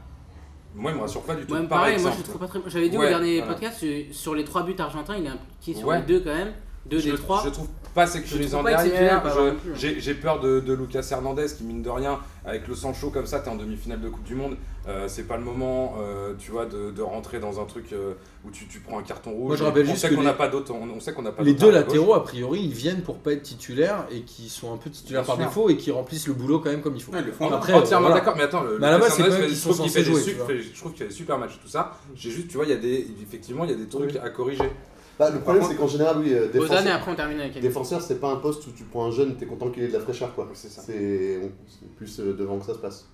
Speaker 3: moi, il me rassure pas du tout.
Speaker 1: Ouais, mais
Speaker 3: Par
Speaker 1: pareil, moi
Speaker 3: exemple.
Speaker 1: je le trouve pas très. J'avais dit au
Speaker 3: Ouais,
Speaker 1: dernier
Speaker 3: voilà.
Speaker 1: podcast sur- sur les trois buts argentins, il est impliqué sur
Speaker 3: Ouais.
Speaker 1: les deux quand même, deux
Speaker 3: je,
Speaker 1: des trois.
Speaker 3: je trouve pas
Speaker 1: Je
Speaker 3: sécurisant
Speaker 1: trouve pas exceptionnel,
Speaker 3: derrière.
Speaker 1: pas
Speaker 3: Je-
Speaker 1: vraiment plus.
Speaker 3: J'ai j'ai peur de, de Lucas Hernandez qui, mine de rien, avec le sang chaud comme ça, t'es en demi-finale de Coupe du Monde. Euh, c'est pas le moment, euh, tu vois, de, de rentrer dans un truc euh, où tu, tu prends un carton rouge.
Speaker 2: Moi, je rappelle
Speaker 3: on
Speaker 2: juste
Speaker 3: sait
Speaker 2: que
Speaker 3: qu'on
Speaker 2: les-
Speaker 3: n'a pas d'autre. On, on sait qu'on n'a pas
Speaker 2: Les
Speaker 3: d'autre
Speaker 2: deux
Speaker 3: à gauche.
Speaker 2: latéraux, a priori, ils viennent pour pas être titulaires et qui sont un peu titulaires
Speaker 3: Bien
Speaker 2: par
Speaker 3: sûr.
Speaker 2: défaut et qui remplissent le boulot quand même comme il faut.
Speaker 5: Ouais, le fond,
Speaker 2: Après,
Speaker 3: entièrement
Speaker 2: euh, voilà.
Speaker 3: d'accord, mais attends, le,
Speaker 2: Mais à la
Speaker 3: le
Speaker 2: base, c'est
Speaker 3: Fernandez,
Speaker 2: pas eux qui
Speaker 3: je
Speaker 2: sont
Speaker 3: trouve qu'il
Speaker 2: censés
Speaker 3: fait des
Speaker 2: jouer,
Speaker 3: su-
Speaker 2: tu vois.
Speaker 3: fait- Je trouve qu'il y a des super matchs, tout ça. J'ai juste, tu vois, il y a des, effectivement, il y a des trucs à corriger.
Speaker 4: Bah, le problème, c'est qu'en général, oui,
Speaker 1: Bozan
Speaker 4: euh,
Speaker 1: et
Speaker 4: défenseur,
Speaker 1: après on termine avec Amine.
Speaker 4: défenseur, c'est pas un poste où tu prends un jeune, t'es content qu'il ait de la fraîcheur, quoi.
Speaker 3: C'est ça.
Speaker 4: C'est on- c'est plus euh, devant que ça se passe.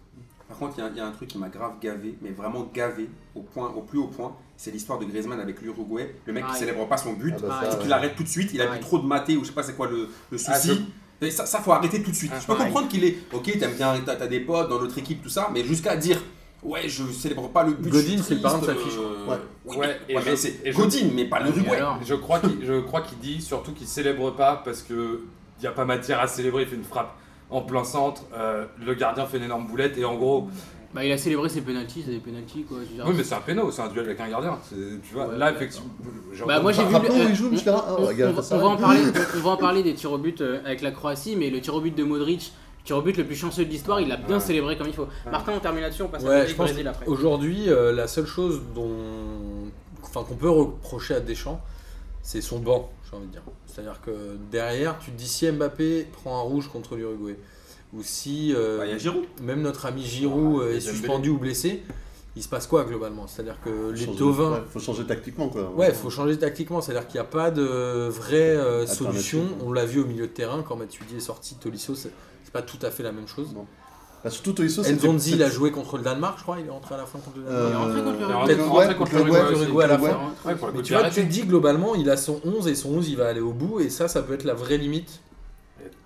Speaker 5: Par contre, il y a- il y, a un truc qui m'a grave gavé, mais vraiment gavé, au, point, au plus haut point. C'est l'histoire de Griezmann avec l'Uruguay. Le mec qui
Speaker 1: Aïe.
Speaker 5: célèbre pas son but.
Speaker 4: Ah
Speaker 5: Il
Speaker 4: bah,
Speaker 1: Ah,
Speaker 4: ça,
Speaker 1: est-ce
Speaker 4: ouais.
Speaker 5: qu'il arrête tout de suite, il a
Speaker 1: Aïe.
Speaker 5: plus trop de maté ou je sais pas c'est quoi le, le souci.
Speaker 3: Ah, je-
Speaker 5: Et ça, ça, faut arrêter tout de suite.
Speaker 3: Ah,
Speaker 5: je peux
Speaker 1: pareil.
Speaker 5: comprendre qu'il est ok, t'aimes bien, t'as t'as des potes dans l'autre équipe, tout ça, mais jusqu'à dire ouais, je célèbre pas le but.
Speaker 2: Godin,
Speaker 5: je suis
Speaker 2: c'est le parrain de sa
Speaker 5: triste,
Speaker 2: fiche,
Speaker 5: euh,
Speaker 4: Ouais.
Speaker 5: Oui,
Speaker 3: Ouais,
Speaker 5: mais-
Speaker 3: et
Speaker 5: ouais,
Speaker 3: je-
Speaker 5: mais c'est
Speaker 3: et je-
Speaker 5: Godin, mais pas l'Uruguay.
Speaker 1: alors
Speaker 3: Je crois qu'il je crois qu'il dit surtout qu'il célèbre pas parce que y a pas matière à célébrer. Il fait une frappe en plein centre, euh, le gardien fait une énorme boulette et en gros.
Speaker 1: Bah, il a célébré ses pénalties, c'est des pénalties quoi. je veux dire.
Speaker 3: Oui, mais c'est un péno, c'est un duel avec un gardien. C'est- Tu vois,
Speaker 1: Ouais,
Speaker 3: là,
Speaker 1: d'accord.
Speaker 3: effectivement. j'ai
Speaker 1: Bah,
Speaker 3: entendu
Speaker 1: moi j'ai
Speaker 4: Ra-
Speaker 1: vu.
Speaker 3: parler-
Speaker 4: Ah, rappelons,
Speaker 1: le-
Speaker 4: il joue
Speaker 1: on-
Speaker 4: jusqu'à là. Ah,
Speaker 1: on- on-
Speaker 4: regarde, ça,
Speaker 1: on va en
Speaker 4: ouais.
Speaker 1: parler.
Speaker 4: *laughs*
Speaker 1: on- On va en parler des tirs au but euh, avec la Croatie, mais le tir au but de Modric, le tir au but le plus chanceux de l'histoire, il l'a bien
Speaker 3: Ouais.
Speaker 1: célébré comme il faut. Martin, on termine là-dessus, on passe à
Speaker 2: Ouais,
Speaker 1: la
Speaker 2: je pense
Speaker 1: Brésil après.
Speaker 2: aujourd'hui euh, la seule chose dont, enfin qu'on peut reprocher à Deschamps, c'est son banc, j'ai envie de dire. C'est-à-dire que derrière, tu te dis si Mbappé prend un rouge contre l'Uruguay, ou si euh,
Speaker 5: Bah, il y a Giroud.
Speaker 2: même notre ami Giroud euh,
Speaker 3: Ouais,
Speaker 2: est
Speaker 3: Dembélé.
Speaker 2: suspendu ou blessé, il se passe quoi globalement C'est-à-dire que les
Speaker 4: Changer-
Speaker 2: Tovins,
Speaker 4: ouais, faut changer tactiquement quoi.
Speaker 2: Ouais, il faut changer tactiquement, c'est-à-dire qu'il n'y a pas de vraie euh,
Speaker 4: Alternative,
Speaker 2: solution.
Speaker 4: ouais.
Speaker 2: On l'a vu au milieu de terrain quand Matuidi est sorti, Tolisso, c'est c'est pas tout à fait la même chose.
Speaker 4: Bah, surtout Tolisso, c'est
Speaker 2: Enzonzi, il a joué contre le Danemark, je crois, il euh, est rentré à la fin contre le
Speaker 1: Il est
Speaker 4: Euh,
Speaker 2: Danemark.
Speaker 1: rentré contre
Speaker 3: Il
Speaker 1: le
Speaker 3: est
Speaker 1: Uruguay.
Speaker 3: rentré-
Speaker 4: Peut-être
Speaker 3: rentré
Speaker 4: ouais,
Speaker 3: contre
Speaker 4: contre
Speaker 3: l'Uruguay
Speaker 4: le
Speaker 3: aussi.
Speaker 2: Uruguay à la
Speaker 4: Ouais.
Speaker 2: fin.
Speaker 3: Ouais, pour le
Speaker 2: Mais
Speaker 3: coup, de
Speaker 2: tu
Speaker 3: pied
Speaker 2: vois, tu
Speaker 3: arrêté.
Speaker 2: te dis globalement, il a son 11 et son 11, il va aller au bout, et ça, ça peut être la vraie limite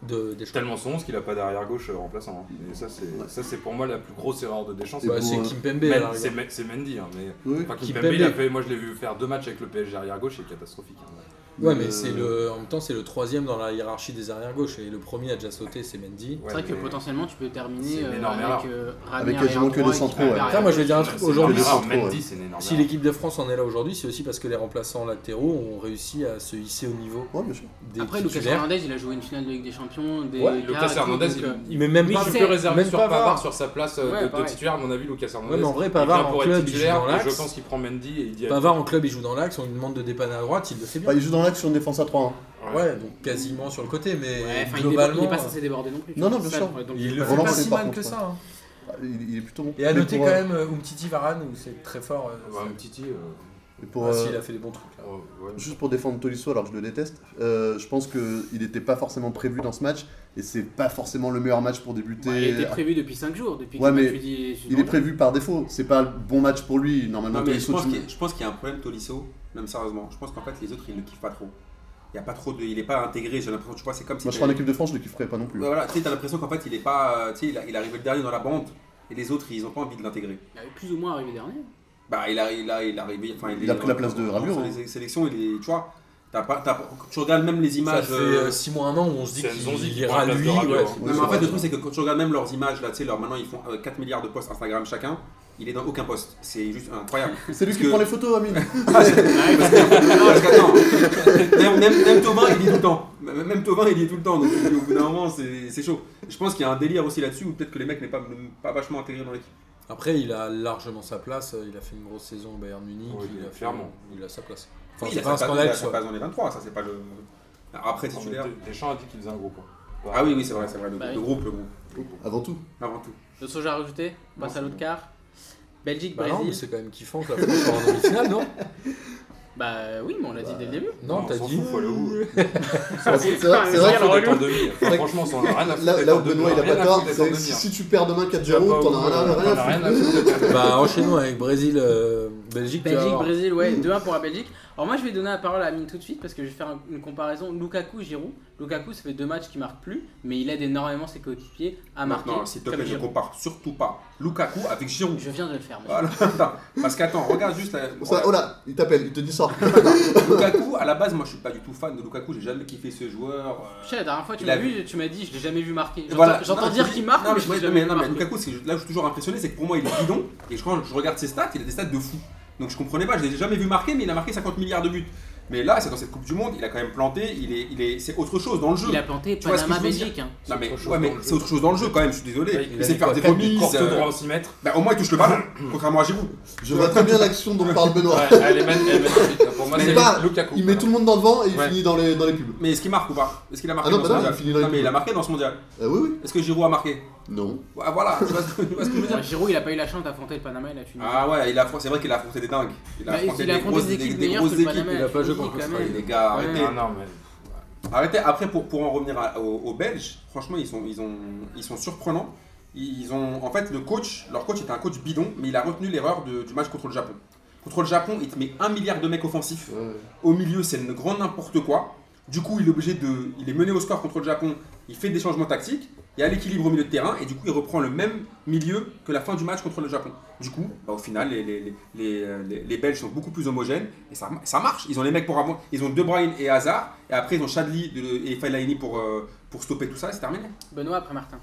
Speaker 2: de, des choses.
Speaker 3: tellement son 11 qu'il a pas d'arrière gauche euh, remplaçant. hein. Et ça, c'est ça, c'est pour moi la plus grosse erreur de Deschamps.
Speaker 4: Ouais,
Speaker 2: Bah, c'est
Speaker 4: bon,
Speaker 2: Kimpembe,
Speaker 3: Men-
Speaker 2: là,
Speaker 3: c'est Men- c'est Mendy, hein, mais
Speaker 4: Oui.
Speaker 3: enfin,
Speaker 2: Kimpembe.
Speaker 3: Kimpembe, il a fait- moi je l'ai vu faire deux matchs avec le PSG arrière gauche, c'est catastrophique. hein.
Speaker 2: Ouais, mais c'est le, en même temps, c'est le troisième dans la hiérarchie des arrières-gauches, et le premier a déjà sauté, c'est Mendy.
Speaker 3: Ouais,
Speaker 1: C'est vrai que
Speaker 3: mais-
Speaker 1: potentiellement tu peux terminer
Speaker 3: C'est une
Speaker 1: euh,
Speaker 3: énorme erreur.
Speaker 1: avec euh,
Speaker 4: Avec
Speaker 1: Ramier
Speaker 4: quasiment
Speaker 1: arrière
Speaker 4: que des
Speaker 1: droit et
Speaker 4: centraux,
Speaker 1: qui fait
Speaker 4: ouais.
Speaker 1: arrière
Speaker 2: Après, moi, je vais dire un
Speaker 3: C'est
Speaker 2: truc,
Speaker 3: une
Speaker 2: aujourd'hui,
Speaker 3: erreur.
Speaker 4: c'est-
Speaker 3: Mendy, c'est une énorme
Speaker 2: Si
Speaker 3: erreur.
Speaker 2: l'équipe de France en est là aujourd'hui, c'est aussi parce que les remplaçants latéraux ont réussi à se hisser au niveau
Speaker 4: Ouais, bien sûr.
Speaker 2: des
Speaker 1: Après, Lucas
Speaker 2: titulaires.
Speaker 1: Hernandez, il a joué une finale de Ligue des Champions. Des
Speaker 2: Ouais,
Speaker 1: gars et
Speaker 3: Lucas
Speaker 1: tout,
Speaker 3: Hernandez,
Speaker 1: donc,
Speaker 3: il-
Speaker 1: euh,
Speaker 2: Il met même
Speaker 1: Oui,
Speaker 2: pas
Speaker 3: je
Speaker 1: c'est-
Speaker 3: suis plus réservé
Speaker 2: même
Speaker 3: sur
Speaker 2: pas
Speaker 3: Pavard
Speaker 2: Var.
Speaker 3: sur sa place euh,
Speaker 1: Ouais,
Speaker 3: de- de,
Speaker 1: pareil.
Speaker 3: titulaire, à mon avis, Lucas Hernandez.
Speaker 2: Ouais, mais en vrai,
Speaker 3: il
Speaker 2: Pavard,
Speaker 3: vient
Speaker 2: en
Speaker 3: pour
Speaker 2: club,
Speaker 3: être
Speaker 2: il joue
Speaker 3: titulaire,
Speaker 2: dans
Speaker 3: et je
Speaker 2: l'axe.
Speaker 3: pense qu'il prend Mendy et il dit à-
Speaker 2: Pavard en club, il joue dans l'axe, on lui demande de dépanner à droite, il le fait bien.
Speaker 4: Bah, il joue dans l'axe sur une défense à 3. hein.
Speaker 2: Ouais, donc quasiment sur le côté, mais
Speaker 1: Ouais, enfin, il déborde-
Speaker 2: globalement, euh,
Speaker 1: il est pas censé déborder non plus. tu
Speaker 4: Non,
Speaker 1: vois,
Speaker 4: non, bien
Speaker 1: c'est ça,
Speaker 4: sûr.
Speaker 1: ouais, donc,
Speaker 2: il
Speaker 1: euh,
Speaker 2: le
Speaker 4: Faut
Speaker 2: fait pas
Speaker 4: lancer,
Speaker 2: si
Speaker 4: par
Speaker 2: mal
Speaker 4: contre,
Speaker 2: que
Speaker 4: ouais.
Speaker 2: ça. hein.
Speaker 4: Bah, Il, il est plutôt bon.
Speaker 2: Et à
Speaker 4: Mais
Speaker 2: noter
Speaker 4: pour,
Speaker 2: quand
Speaker 4: euh,
Speaker 2: même euh, Umtiti Varane, où c'est très fort. euh,
Speaker 3: Bah,
Speaker 2: c'est-
Speaker 3: Umtiti, euh,
Speaker 4: et pour,
Speaker 2: Ah,
Speaker 4: euh,
Speaker 2: si, il a fait les bons trucs. là.
Speaker 3: ouais, ouais.
Speaker 4: Juste pour défendre Tolisso, alors que je le déteste, euh, je pense qu'il n'était pas forcément prévu dans ce match et c'est pas forcément le meilleur match pour débuter.
Speaker 1: bon, il était prévu depuis 5 jours, depuis
Speaker 4: Ouais,
Speaker 1: que
Speaker 4: mais
Speaker 1: Matuidi est
Speaker 4: Il est
Speaker 1: suspendu.
Speaker 4: prévu par défaut, c'est pas le bon match pour lui. Normalement,
Speaker 5: Non, mais je
Speaker 4: Tolisso,
Speaker 5: pense
Speaker 4: tu-
Speaker 5: qu'il y a- je pense qu'il y a un problème Tolisso, même sérieusement. Je pense qu'en fait les autres ils le kiffent pas trop. Il y a pas trop de, il est pas intégré. J'ai l'impression, tu vois, c'est comme si.
Speaker 4: Moi, je
Speaker 5: t'avais-
Speaker 4: prends l'équipe de France, je le kifferais pas non plus.
Speaker 5: Ouais, voilà, tu sais, t'as l'impression qu'en fait il est pas, euh, tu sais, il, a- il est arrivé le dernier dans la bande et les autres ils ont pas envie de l'intégrer.
Speaker 1: Il avait plus ou moins arrivé dernier.
Speaker 5: Bah, il a, il a, il est arrivé. Enfin,
Speaker 4: Il
Speaker 5: est-
Speaker 4: a pris la place de Rabiot,
Speaker 5: Sur
Speaker 4: hein.
Speaker 5: les sélections, il est, tu vois, t'as pas, t'as, tu regardes même les
Speaker 2: Ça euh,
Speaker 5: images. euh,
Speaker 2: fait 6 mois, 1 an où on se dit
Speaker 3: c'est Nzonzi
Speaker 2: qu'il
Speaker 3: qui prend
Speaker 2: ira
Speaker 3: la place de
Speaker 2: lui.
Speaker 3: Rabiot,
Speaker 2: ouais.
Speaker 3: hein.
Speaker 5: non, mais
Speaker 4: c'est
Speaker 5: en fait,
Speaker 4: vrai,
Speaker 5: le truc, c'est que quand tu regardes même leurs images, là, tu sais, leur, maintenant, ils font euh, 4 milliards de posts Instagram chacun. Il est dans aucun post. C'est juste incroyable.
Speaker 4: *laughs* C'est lui
Speaker 5: Parce
Speaker 4: qui
Speaker 5: que- Ah,
Speaker 4: prend les photos, Amine.
Speaker 5: Parce que, attends, *laughs* même, même, même Thauvin, il y est tout le temps. Même même Thauvin, il y est tout le temps. Donc, au bout d'un moment, c'est c'est chaud. Je pense qu'il y a un délire aussi là-dessus où peut-être que les mecs n'est pas, pas vachement intégrés dans l'équipe.
Speaker 2: Après, il a largement sa place. euh, Il a fait une grosse saison au Bayern Munich.
Speaker 3: Oui,
Speaker 2: il a fait-
Speaker 3: clairement.
Speaker 2: Il a sa place. Enfin,
Speaker 5: Oui, il
Speaker 2: c'est pas
Speaker 5: a sa
Speaker 2: un
Speaker 5: place-
Speaker 2: scandale.
Speaker 5: il a
Speaker 2: que ce
Speaker 5: sa
Speaker 2: soit-
Speaker 5: place dans les 23, ça, c'est pas le. Après titulaire.
Speaker 3: Deschamps a dit qu'ils faisaient un gros point.
Speaker 5: Ah oui, oui, c'est vrai, c'est vrai. Le,
Speaker 1: Ah, Bah
Speaker 5: le
Speaker 1: oui.
Speaker 5: groupe, le groupe.
Speaker 4: Avant tout.
Speaker 5: Avant tout.
Speaker 1: D'autres choses à rajouter On passe à l'autre quart. Belgique,
Speaker 2: Bah non, mais
Speaker 1: Brésil.
Speaker 2: c'est quand même kiffant que la France soit en demi-finale,
Speaker 3: *laughs*
Speaker 2: non
Speaker 1: Bah oui, mais on l'a dit dès le début.
Speaker 2: Non,
Speaker 3: Non,
Speaker 2: t'as
Speaker 3: on s'en
Speaker 2: dit.
Speaker 3: fout, faut aller au bout.
Speaker 4: C'est vrai, c'est vrai,
Speaker 1: Ah,
Speaker 4: c'est
Speaker 1: mais
Speaker 4: vrai
Speaker 1: regarde,
Speaker 4: que-
Speaker 3: Faut
Speaker 1: relou.
Speaker 3: être en demi. Enfin, Franchement, ça en a rien à foutre.
Speaker 4: Là,
Speaker 3: d'être
Speaker 4: là
Speaker 3: en
Speaker 4: où
Speaker 3: demi,
Speaker 4: Benoît il a
Speaker 3: rien
Speaker 4: pas
Speaker 3: à
Speaker 4: tort,
Speaker 3: foutre d'être en
Speaker 4: c'est
Speaker 3: demi,
Speaker 4: si
Speaker 3: hein.
Speaker 4: si tu perds demain 4-0, t'en as rien- rien à foutre.
Speaker 3: Rien à
Speaker 2: *laughs*
Speaker 3: foutre.
Speaker 2: Bah enchaînons avec Brésil, euh, Belgique. tu vas
Speaker 1: Belgique,
Speaker 2: voir.
Speaker 1: Brésil, ouais,
Speaker 5: Mm.
Speaker 1: 2-1 pour la Belgique. Alors moi je vais donner la parole à Amine tout de suite parce que je vais faire un- une comparaison Lukaku Giroud. Lukaku ça fait deux matchs qu'il marque plus, mais il aide énormément ses coéquipiers à marquer.
Speaker 5: Non, s'il te
Speaker 1: comme
Speaker 5: plaît, je
Speaker 1: Giroud.
Speaker 5: compare surtout pas Lukaku avec Giroud.
Speaker 1: Je viens de le faire. monsieur.
Speaker 5: Voilà, *laughs* attends. Parce qu'attends, regarde juste. euh,
Speaker 4: Ça, oh là, il t'appelle, il te dit sort.
Speaker 5: Lukaku, à la base, moi je suis pas du tout fan de Lukaku, j'ai jamais kiffé ce joueur. euh,
Speaker 1: Michel, la dernière fois tu
Speaker 5: Il
Speaker 1: m'as
Speaker 5: a
Speaker 1: vu, tu m'as dit je l'ai jamais vu marquer. J'entends
Speaker 5: Voilà.
Speaker 1: j'entends
Speaker 5: Non,
Speaker 1: dire
Speaker 5: je-
Speaker 1: qu'il marque,
Speaker 5: non,
Speaker 1: mais
Speaker 5: mais,
Speaker 1: je
Speaker 5: moi,
Speaker 1: l'ai
Speaker 5: non,
Speaker 1: jamais
Speaker 5: mais,
Speaker 1: vu
Speaker 5: non, mais
Speaker 1: marquer.
Speaker 5: Lukaku, c'est- là où je suis toujours impressionné, c'est que pour moi il est bidon. Et je, quand je regarde ses stats, il a des stats de fou. Donc je comprenais pas, je l'ai jamais vu marquer, mais il a marqué 50 milliards de buts. Mais là, c'est dans cette Coupe du Monde, il a quand même planté, il est, il est, c'est autre chose dans le jeu.
Speaker 1: Il a planté
Speaker 5: Tu vois ce que je
Speaker 1: Panama
Speaker 5: veux dire
Speaker 1: Belgique. hein.
Speaker 5: Non, mais,
Speaker 3: C'est autre chose
Speaker 5: ouais, mais
Speaker 3: dans le
Speaker 5: c'est
Speaker 3: jeu.
Speaker 5: autre chose dans le jeu quand même, je suis désolé.
Speaker 3: Il
Speaker 5: Il
Speaker 3: a
Speaker 5: sait
Speaker 3: mis
Speaker 5: faire
Speaker 3: quoi,
Speaker 5: des
Speaker 3: quatre
Speaker 5: remises.
Speaker 3: courtes
Speaker 5: euh,
Speaker 3: droit en 6 mètres.
Speaker 5: bah, au moins il touche le ballon,
Speaker 1: *clears throat*
Speaker 5: contrairement à Giroud.
Speaker 4: Je vois très bien l'action dont parle Benoît.
Speaker 3: Ouais, elle est man- elle est magnifique. Pour moi,
Speaker 4: Mais
Speaker 3: c'est
Speaker 4: pas-
Speaker 3: Lukaku.
Speaker 4: Il met tout le monde dans le vent et il
Speaker 5: Ouais.
Speaker 4: finit dans les, dans les pubs.
Speaker 5: Mais est-ce qu'il marque ou pas Est-ce qu'il a marqué
Speaker 4: Ah non,
Speaker 5: dans
Speaker 4: bah
Speaker 5: ce
Speaker 4: non,
Speaker 5: mondial
Speaker 4: il finit dans les
Speaker 5: mais il a
Speaker 4: coups.
Speaker 5: marqué dans ce mondial.
Speaker 4: Euh, oui, oui.
Speaker 5: Est-ce que Giroud a marqué
Speaker 4: Non.
Speaker 5: Ouais, Voilà, tu vois ce que tu vois ce que je veux
Speaker 1: *laughs*
Speaker 5: dire
Speaker 1: Ouais, Euh, Giroud il a pas eu la chance d'affronter le Panama et la Tunisie.
Speaker 5: Ah ouais, il a affron- c'est vrai qu'il a affronté des dingues. Il a
Speaker 1: Bah,
Speaker 5: affronté
Speaker 1: il a
Speaker 5: des
Speaker 1: affronté
Speaker 5: grosses
Speaker 1: des
Speaker 5: des-
Speaker 1: équipes
Speaker 5: des
Speaker 1: meilleures
Speaker 5: grosses
Speaker 1: que le
Speaker 5: équipes.
Speaker 1: Panama et
Speaker 2: il a
Speaker 1: la
Speaker 2: pas joué
Speaker 1: Tunisie,
Speaker 2: contre
Speaker 1: quand
Speaker 2: l'Australie,
Speaker 5: Ouais,
Speaker 1: même.
Speaker 5: les gars,
Speaker 1: Ouais.
Speaker 5: arrêtez.
Speaker 3: Non, non, mais.
Speaker 5: Arrêtez. Après, pour, pour en revenir à- aux, aux Belges, franchement, ils sont, ils ont, ils sont surprenants. Ils ont, en fait, le coach, leur coach était un coach bidon, mais il a retenu l'erreur de- du match contre le Japon. Contre le Japon, il te met un milliard de mecs offensifs. Au milieu, c'est une grande n'importe quoi. Du coup, il est obligé de, il est mené au score contre le Japon. Il fait des changements tactiques. Il y a l'équilibre au milieu de terrain et du coup, il reprend le même milieu que la fin du match contre le Japon. Du coup, bah, au final, les, les, les- les- les- les Belges sont beaucoup plus homogènes et ça, ça marche. Ils ont les mecs pour avant, ils ont De Bruyne et Hazard et après ils ont Chadli de- et Fellaini pour euh, pour stopper tout ça et c'est terminé.
Speaker 1: Benoît après Martin.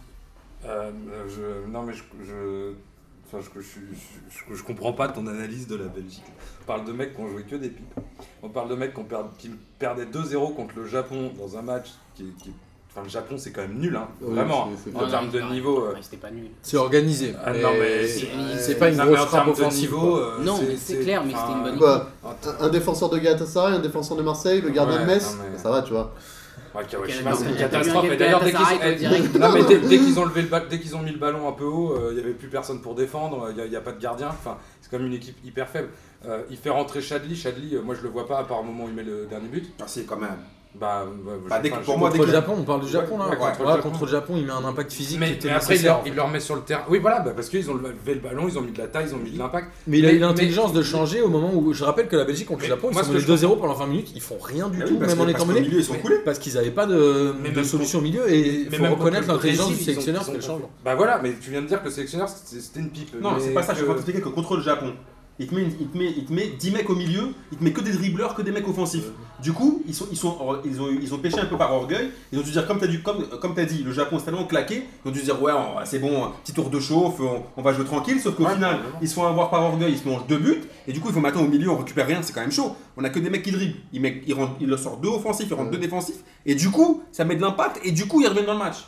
Speaker 3: Euh, je- non mais je, je- Enfin, je, je, je- je- je comprends pas ton analyse de la Belgique. On parle de mecs qui ont joué que des pipes. On parle de mecs qui, ont per- qui perdaient 2-0 contre le Japon dans un match qui. qui- Enfin, le Japon, c'est quand même nul, hein.
Speaker 2: Ouais,
Speaker 3: Vraiment.
Speaker 2: c'est- c'est-
Speaker 3: En termes de niveau. euh,
Speaker 1: Ouais, c'était pas nul.
Speaker 2: C'est organisé.
Speaker 3: Ah non, mais c'est-
Speaker 2: c'est pas une
Speaker 3: non, mais
Speaker 2: grosse
Speaker 3: en termes
Speaker 2: frappe
Speaker 3: de
Speaker 2: offensive.
Speaker 3: niveau.
Speaker 2: quoi.
Speaker 3: euh,
Speaker 1: Non, mais c'est clair, mais c'était une bonne
Speaker 3: enfin,
Speaker 4: Quoi Un- Un défenseur de Galatasaray, un défenseur de Marseille, le gardien
Speaker 3: Ouais,
Speaker 4: de Metz,
Speaker 3: non, mais-
Speaker 4: ça va, tu vois.
Speaker 3: Ouais, Kawashima,
Speaker 1: Kawashima,
Speaker 3: c'est une
Speaker 1: il y a
Speaker 3: catastrophe.
Speaker 1: eu un
Speaker 3: Et d'ailleurs, dès
Speaker 1: Galatasaray
Speaker 3: qu'ils-
Speaker 1: direct.
Speaker 3: eh, non, mais dès- dès qu'ils ont levé le bal- dès qu'ils ont mis le ballon un peu haut, euh, il n'y avait plus personne pour défendre. euh, Il n'y a, pas de gardien. Enfin, c'est comme une équipe hyper faible. Euh, il fait rentrer Chadli. Chadli, euh, moi je le vois pas à part au moment où il met le dernier but.
Speaker 5: Ah, si, quand même.
Speaker 3: Bah, ouais, je
Speaker 5: Bah,
Speaker 3: sais
Speaker 5: dès
Speaker 3: pas,
Speaker 5: que-
Speaker 3: je-
Speaker 5: pour moi,
Speaker 2: Contre
Speaker 5: dès
Speaker 2: le
Speaker 5: que-
Speaker 2: Japon, on parle du Japon là.
Speaker 5: Ouais,
Speaker 2: contre,
Speaker 3: contre le
Speaker 2: ouais, contre le Japon, il met un impact physique qui
Speaker 3: mais,
Speaker 2: était
Speaker 3: mais après, il leur,
Speaker 2: nécessaire.
Speaker 3: il leur met sur le terrain. Oui, voilà, bah, parce qu'ils ont levé le ballon, ils ont mis de la taille, ils ont mis de l'impact.
Speaker 2: Mais il a
Speaker 3: Mais-
Speaker 2: eu l'intelligence de changer au moment où je rappelle que la Belgique contre le
Speaker 3: Mais
Speaker 2: Japon, ils
Speaker 3: moi,
Speaker 2: sont
Speaker 3: ce que
Speaker 2: menés
Speaker 3: je Ah
Speaker 2: 2-0 pendant 20 minutes, ils font rien du
Speaker 5: Bah oui,
Speaker 2: tout,
Speaker 5: parce
Speaker 2: même
Speaker 5: que-
Speaker 2: en
Speaker 5: parce
Speaker 2: étant
Speaker 5: qu'au
Speaker 2: menés.
Speaker 5: milieu, ils sont coulés.
Speaker 2: Parce qu'ils n'avaient pas de,
Speaker 3: Mais
Speaker 2: de
Speaker 3: même
Speaker 2: solution au milieu et il
Speaker 3: Mais
Speaker 2: faut
Speaker 3: même
Speaker 2: reconnaître
Speaker 3: contre le
Speaker 2: l'intelligence du
Speaker 3: Brésil, ils ont-
Speaker 2: sélectionneur,
Speaker 3: ils ont-
Speaker 2: c'était le changement.
Speaker 3: Bah voilà, mais tu viens de dire que le sélectionneur c'était c'était une pipe.
Speaker 5: Non,
Speaker 3: Mais
Speaker 5: c'est pas ça, je
Speaker 3: que-
Speaker 5: vais pas t'expliquer que contre le Japon, il te, met une- il, te met, il te met 10 mecs au milieu, il te met que des dribbleurs, que des mecs offensifs.
Speaker 3: Euh.
Speaker 5: Du coup, ils, sont, ils, sont, ils, ont, ils ont pêché un peu par orgueil, ils ont dû dire, comme t'as dû- comme, comme t'as dit, le Japon s'est tellement claqué, ils ont dû dire, ouais, on- c'est bon, petit tour de chauffe, on, on va jouer tranquille, sauf qu'au
Speaker 3: Ouais,
Speaker 5: final,
Speaker 3: vraiment.
Speaker 5: ils se font avoir par orgueil, ils se mangent deux buts, et du coup, il faut maintenant au milieu, on récupère rien, c'est quand même chaud. On a que des mecs qui dribblent, ils, mettent- ils, rentrent- ils leur sortent deux offensifs, ils
Speaker 3: Euh.
Speaker 5: rentrent deux défensifs, et du coup, ça met de l'impact, et du coup, ils reviennent dans le match.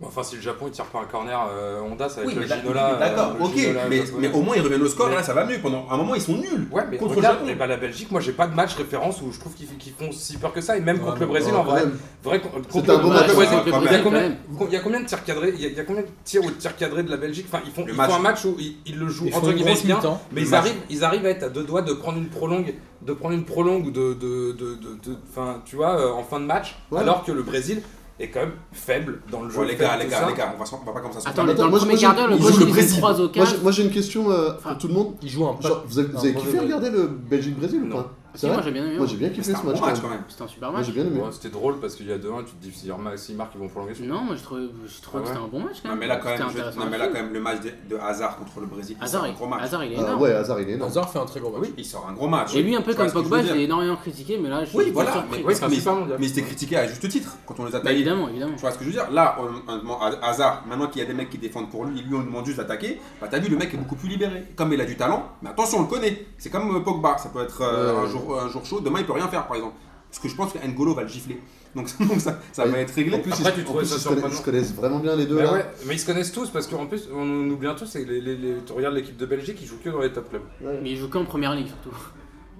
Speaker 3: Bon, enfin, si le Japon il tire pas un corner, euh, Honda ça va
Speaker 5: Oui,
Speaker 3: être
Speaker 5: mais
Speaker 3: le
Speaker 5: d'ac-
Speaker 3: Ginola. euh,
Speaker 5: d'accord,
Speaker 3: le
Speaker 5: ok,
Speaker 3: Ginola
Speaker 5: mais,
Speaker 3: japonais.
Speaker 5: mais au moins ils reviennent au score,
Speaker 3: Mais-
Speaker 5: là ça va mieux. Pendant un moment ils sont nuls.
Speaker 3: Ouais, mais
Speaker 5: Contre
Speaker 3: contre
Speaker 5: le
Speaker 3: regarde,
Speaker 5: Japon.
Speaker 3: eh ben, la Belgique, moi j'ai pas de match référence où je trouve qu'ils qu'ils font si peur que ça, et même
Speaker 2: Ouais,
Speaker 3: contre
Speaker 2: mais
Speaker 3: le Brésil
Speaker 4: ouais,
Speaker 3: en
Speaker 4: quand
Speaker 3: vrai.
Speaker 4: même.
Speaker 3: vrai con- contre
Speaker 4: un
Speaker 3: le
Speaker 4: Ah, bon
Speaker 3: Brésil,
Speaker 4: match,
Speaker 3: ouais,
Speaker 5: contre
Speaker 3: c'est- il
Speaker 5: le
Speaker 3: y a
Speaker 1: Brésil,
Speaker 3: combien-
Speaker 1: quand même.
Speaker 3: con- Il y a combien de tirs cadrés Il y a- il y a combien de tirs ou de tirs cadrés de la Belgique Enfin, ils font,
Speaker 5: Le
Speaker 3: ils
Speaker 5: match.
Speaker 3: font un match où ils, ils le jouent
Speaker 2: Ils font
Speaker 3: entre
Speaker 2: une
Speaker 3: guillemets
Speaker 2: grosse
Speaker 3: bien,
Speaker 2: mi-temps.
Speaker 3: mais
Speaker 5: Le
Speaker 3: ils
Speaker 5: match.
Speaker 3: arrivent, ils arrivent à être à deux doigts de prendre une prolongue, de prendre une prolongue ou de, de, de, de- de- enfin, tu vois, euh, en fin de match,
Speaker 4: Ouais.
Speaker 3: alors que le Brésil est quand même faible dans le jeu.
Speaker 5: Ouais, les gars,
Speaker 3: faible,
Speaker 5: les
Speaker 3: tout
Speaker 5: gars,
Speaker 3: ça.
Speaker 5: les gars, on va, s'en- on va pas comme ça se
Speaker 1: Attends,
Speaker 4: mais
Speaker 5: faire.
Speaker 1: mais dans
Speaker 4: moi,
Speaker 1: le
Speaker 4: je-
Speaker 1: premier
Speaker 4: moi,
Speaker 1: quart
Speaker 4: je-
Speaker 1: d'heure, le
Speaker 4: ils jouent le
Speaker 1: Brésil, ils
Speaker 4: Brésil.
Speaker 1: font 3 au
Speaker 4: Moi,
Speaker 1: 4.
Speaker 4: j'ai- Moi, j'ai une question euh, pour tout le monde.
Speaker 2: Ils jouent un peu.
Speaker 4: Genre, vous avez, vous avez
Speaker 2: Ah,
Speaker 4: kiffé
Speaker 2: ouais,
Speaker 4: regarder le Belgique-Brésil ou
Speaker 3: Non.
Speaker 4: pas
Speaker 1: Si,
Speaker 4: C'est
Speaker 1: moi
Speaker 4: vrai
Speaker 1: j'ai bien aimé.
Speaker 4: Moi,
Speaker 1: ouais.
Speaker 4: j'ai bien
Speaker 5: Mais
Speaker 4: kiffé
Speaker 5: C'était un
Speaker 4: ce match.
Speaker 5: bon
Speaker 4: quand
Speaker 5: match
Speaker 4: même.
Speaker 5: quand même.
Speaker 1: C'était un super
Speaker 4: Moi,
Speaker 1: match.
Speaker 4: j'ai bien aimé.
Speaker 3: Ouais, C'était drôle parce qu'il y a 2-1, tu te dis s'ils remarquent, s'ils marquent, ils vont prolonger.
Speaker 1: Non, moi je trouve, je trouve que
Speaker 3: Ah ouais
Speaker 1: c'était un bon match quand
Speaker 5: Non
Speaker 1: même.
Speaker 5: mais là quand même,
Speaker 1: C'était
Speaker 5: je-
Speaker 1: intéressant
Speaker 5: non,
Speaker 1: à
Speaker 5: mais là,
Speaker 1: suivre.
Speaker 5: quand même, le match de, de Hazard contre le Brésil, il sort
Speaker 1: Hazard,
Speaker 5: un gros
Speaker 1: il-
Speaker 5: match.
Speaker 1: Hazard, il est
Speaker 4: Ah
Speaker 1: énorme.
Speaker 4: Ouais, Hazard, il est énorme.
Speaker 2: Hazard fait un très gros match.
Speaker 5: Oui, il sort un gros match.
Speaker 1: Et lui, un peu
Speaker 5: Tu vois
Speaker 1: comme
Speaker 5: ce que je
Speaker 1: Pogba,
Speaker 5: veux
Speaker 1: je
Speaker 5: dire
Speaker 1: l'ai énormément critiqué, mais là je
Speaker 5: Oui,
Speaker 1: je
Speaker 5: voilà,
Speaker 1: suis
Speaker 5: mais,
Speaker 1: surpris.
Speaker 3: oui, c'est un
Speaker 5: mais,
Speaker 3: super mondial.
Speaker 5: mais c'était critiqué à juste titre quand on les
Speaker 1: Bah,
Speaker 5: attaquait.
Speaker 1: Évidemment, évidemment.
Speaker 5: Tu vois ce que je veux dire Là, on, on demande à Hazard, maintenant qu'il y a des mecs qui défendent pour lui, lui on demande juste d'attaquer, bah t'as vu, le mec est beaucoup plus libéré. Comme il a du talent, mais attention, on le connaît. C'est comme euh, Pogba, ça peut être euh,
Speaker 4: Ouais.
Speaker 5: un, jour, un jour chaud, demain il peut rien faire par exemple. Parce que je pense que N'Golo va le gifler. Donc, *laughs* donc ça, ça
Speaker 4: Ouais.
Speaker 5: va être
Speaker 4: En
Speaker 5: réglé.
Speaker 4: plus,
Speaker 3: Après,
Speaker 4: ils-
Speaker 3: tu
Speaker 4: en
Speaker 3: trouvais
Speaker 4: plus,
Speaker 3: ça
Speaker 4: ils se connaissent-
Speaker 3: surprenant.
Speaker 4: ils se connaissent vraiment bien les deux.
Speaker 3: Mais,
Speaker 4: là.
Speaker 3: ouais, mais ils se connaissent tous parce qu'en plus, on oublie un tous, c'est que les, les, les- tu regardes l'équipe de Belgique, ils jouent que dans les top clubs.
Speaker 1: Mais il joue qu'en première ligue surtout.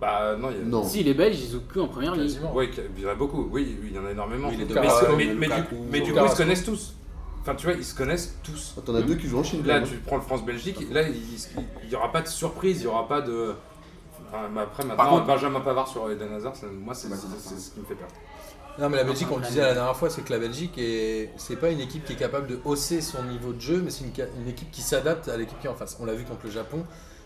Speaker 3: Bah non, il y a.
Speaker 4: Non.
Speaker 1: Si les Belges, ils jouent plus en première ligue.
Speaker 2: Quasiment.
Speaker 3: Ouais, il y en a beaucoup, oui, oui, il y en a énormément.
Speaker 5: Oui, les
Speaker 3: mais,
Speaker 5: deux
Speaker 3: mais-
Speaker 5: Carrasco,
Speaker 3: mais-
Speaker 5: le
Speaker 3: mais
Speaker 5: Lukaku,
Speaker 3: du, mais du coup, ils
Speaker 2: Carrasco.
Speaker 3: se connaissent tous. Enfin, tu vois, ils se connaissent tous.
Speaker 4: T'en as deux qui jouent en Chine.
Speaker 3: Là,
Speaker 4: quand
Speaker 3: tu prends le France-Belgique, là, il n'y aura pas de surprise, il n'y aura pas de. Enfin, mais après, maintenant,
Speaker 5: Par contre-
Speaker 3: Benjamin Pavard sur Eden Hazard, ça- moi, c'est
Speaker 5: Bah,
Speaker 3: c'est-
Speaker 5: c'est
Speaker 3: c'est ce qui me fait peur.
Speaker 2: Non mais la Belgique, on le disait la dernière fois, c'est que la Belgique est, c'est pas une équipe qui est capable de hausser son niveau de jeu, mais c'est une, ca- une équipe qui s'adapte à l'équipe qui est en face. On l'a vu contre le Japon.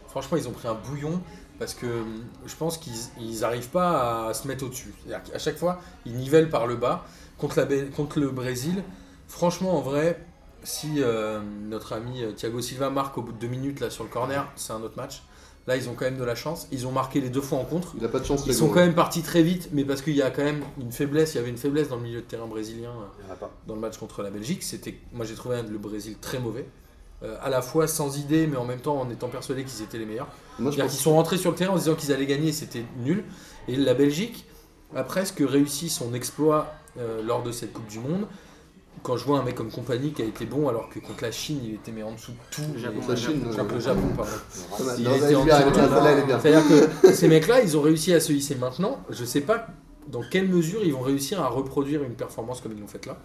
Speaker 2: Franchement, ils ont pris un bouillon parce que hum, je pense qu'ils ils arrivent pas à se mettre au-dessus. C'est-à-dire qu'à chaque fois, ils nivellent par le bas. Contre, la, Bé- contre le Brésil, franchement, en vrai, si euh, notre ami euh, Thiago Silva marque au bout de deux minutes là sur le corner, c'est un autre match. Là, ils ont quand même de la chance. Ils ont marqué les deux fois en contre.
Speaker 4: même. Il a pas de chance.
Speaker 2: Ils
Speaker 4: les
Speaker 2: sont
Speaker 4: gars.
Speaker 2: quand même partis très vite, mais parce qu'il y a quand même une faiblesse, il y avait une faiblesse dans le milieu de terrain brésilien euh,
Speaker 3: Il y en a pas.
Speaker 2: dans le match contre la Belgique. C'était, moi j'ai trouvé un- le Brésil très mauvais, Euh, à la fois sans idée, mais en même temps en étant persuadé qu'ils étaient les meilleurs.
Speaker 4: Moi, je
Speaker 2: C'est-à-dire qu'ils
Speaker 4: pense.
Speaker 2: sont rentrés sur le terrain en se disant qu'ils allaient gagner, c'était nul. Et la Belgique a presque réussi son exploit euh, lors de cette Coupe du Monde. Quand je vois un mec comme Compagnie qui a été bon, alors que contre la Chine il était mais en dessous de tout.
Speaker 1: Le Japon,
Speaker 4: Contre la Chine,
Speaker 2: Contre le
Speaker 4: euh,
Speaker 2: Japon, pardon.
Speaker 4: Non,
Speaker 2: Il
Speaker 4: non,
Speaker 2: était
Speaker 4: elle est
Speaker 2: en
Speaker 4: bien,
Speaker 2: dessous
Speaker 4: elle est bien,
Speaker 2: de-
Speaker 4: celle-là, elle est bien. *laughs*
Speaker 2: C'est-à-dire que ces mecs-là, ils ont réussi à se hisser maintenant. Je sais pas dans quelle mesure ils vont réussir à reproduire une performance comme ils l'ont faite là.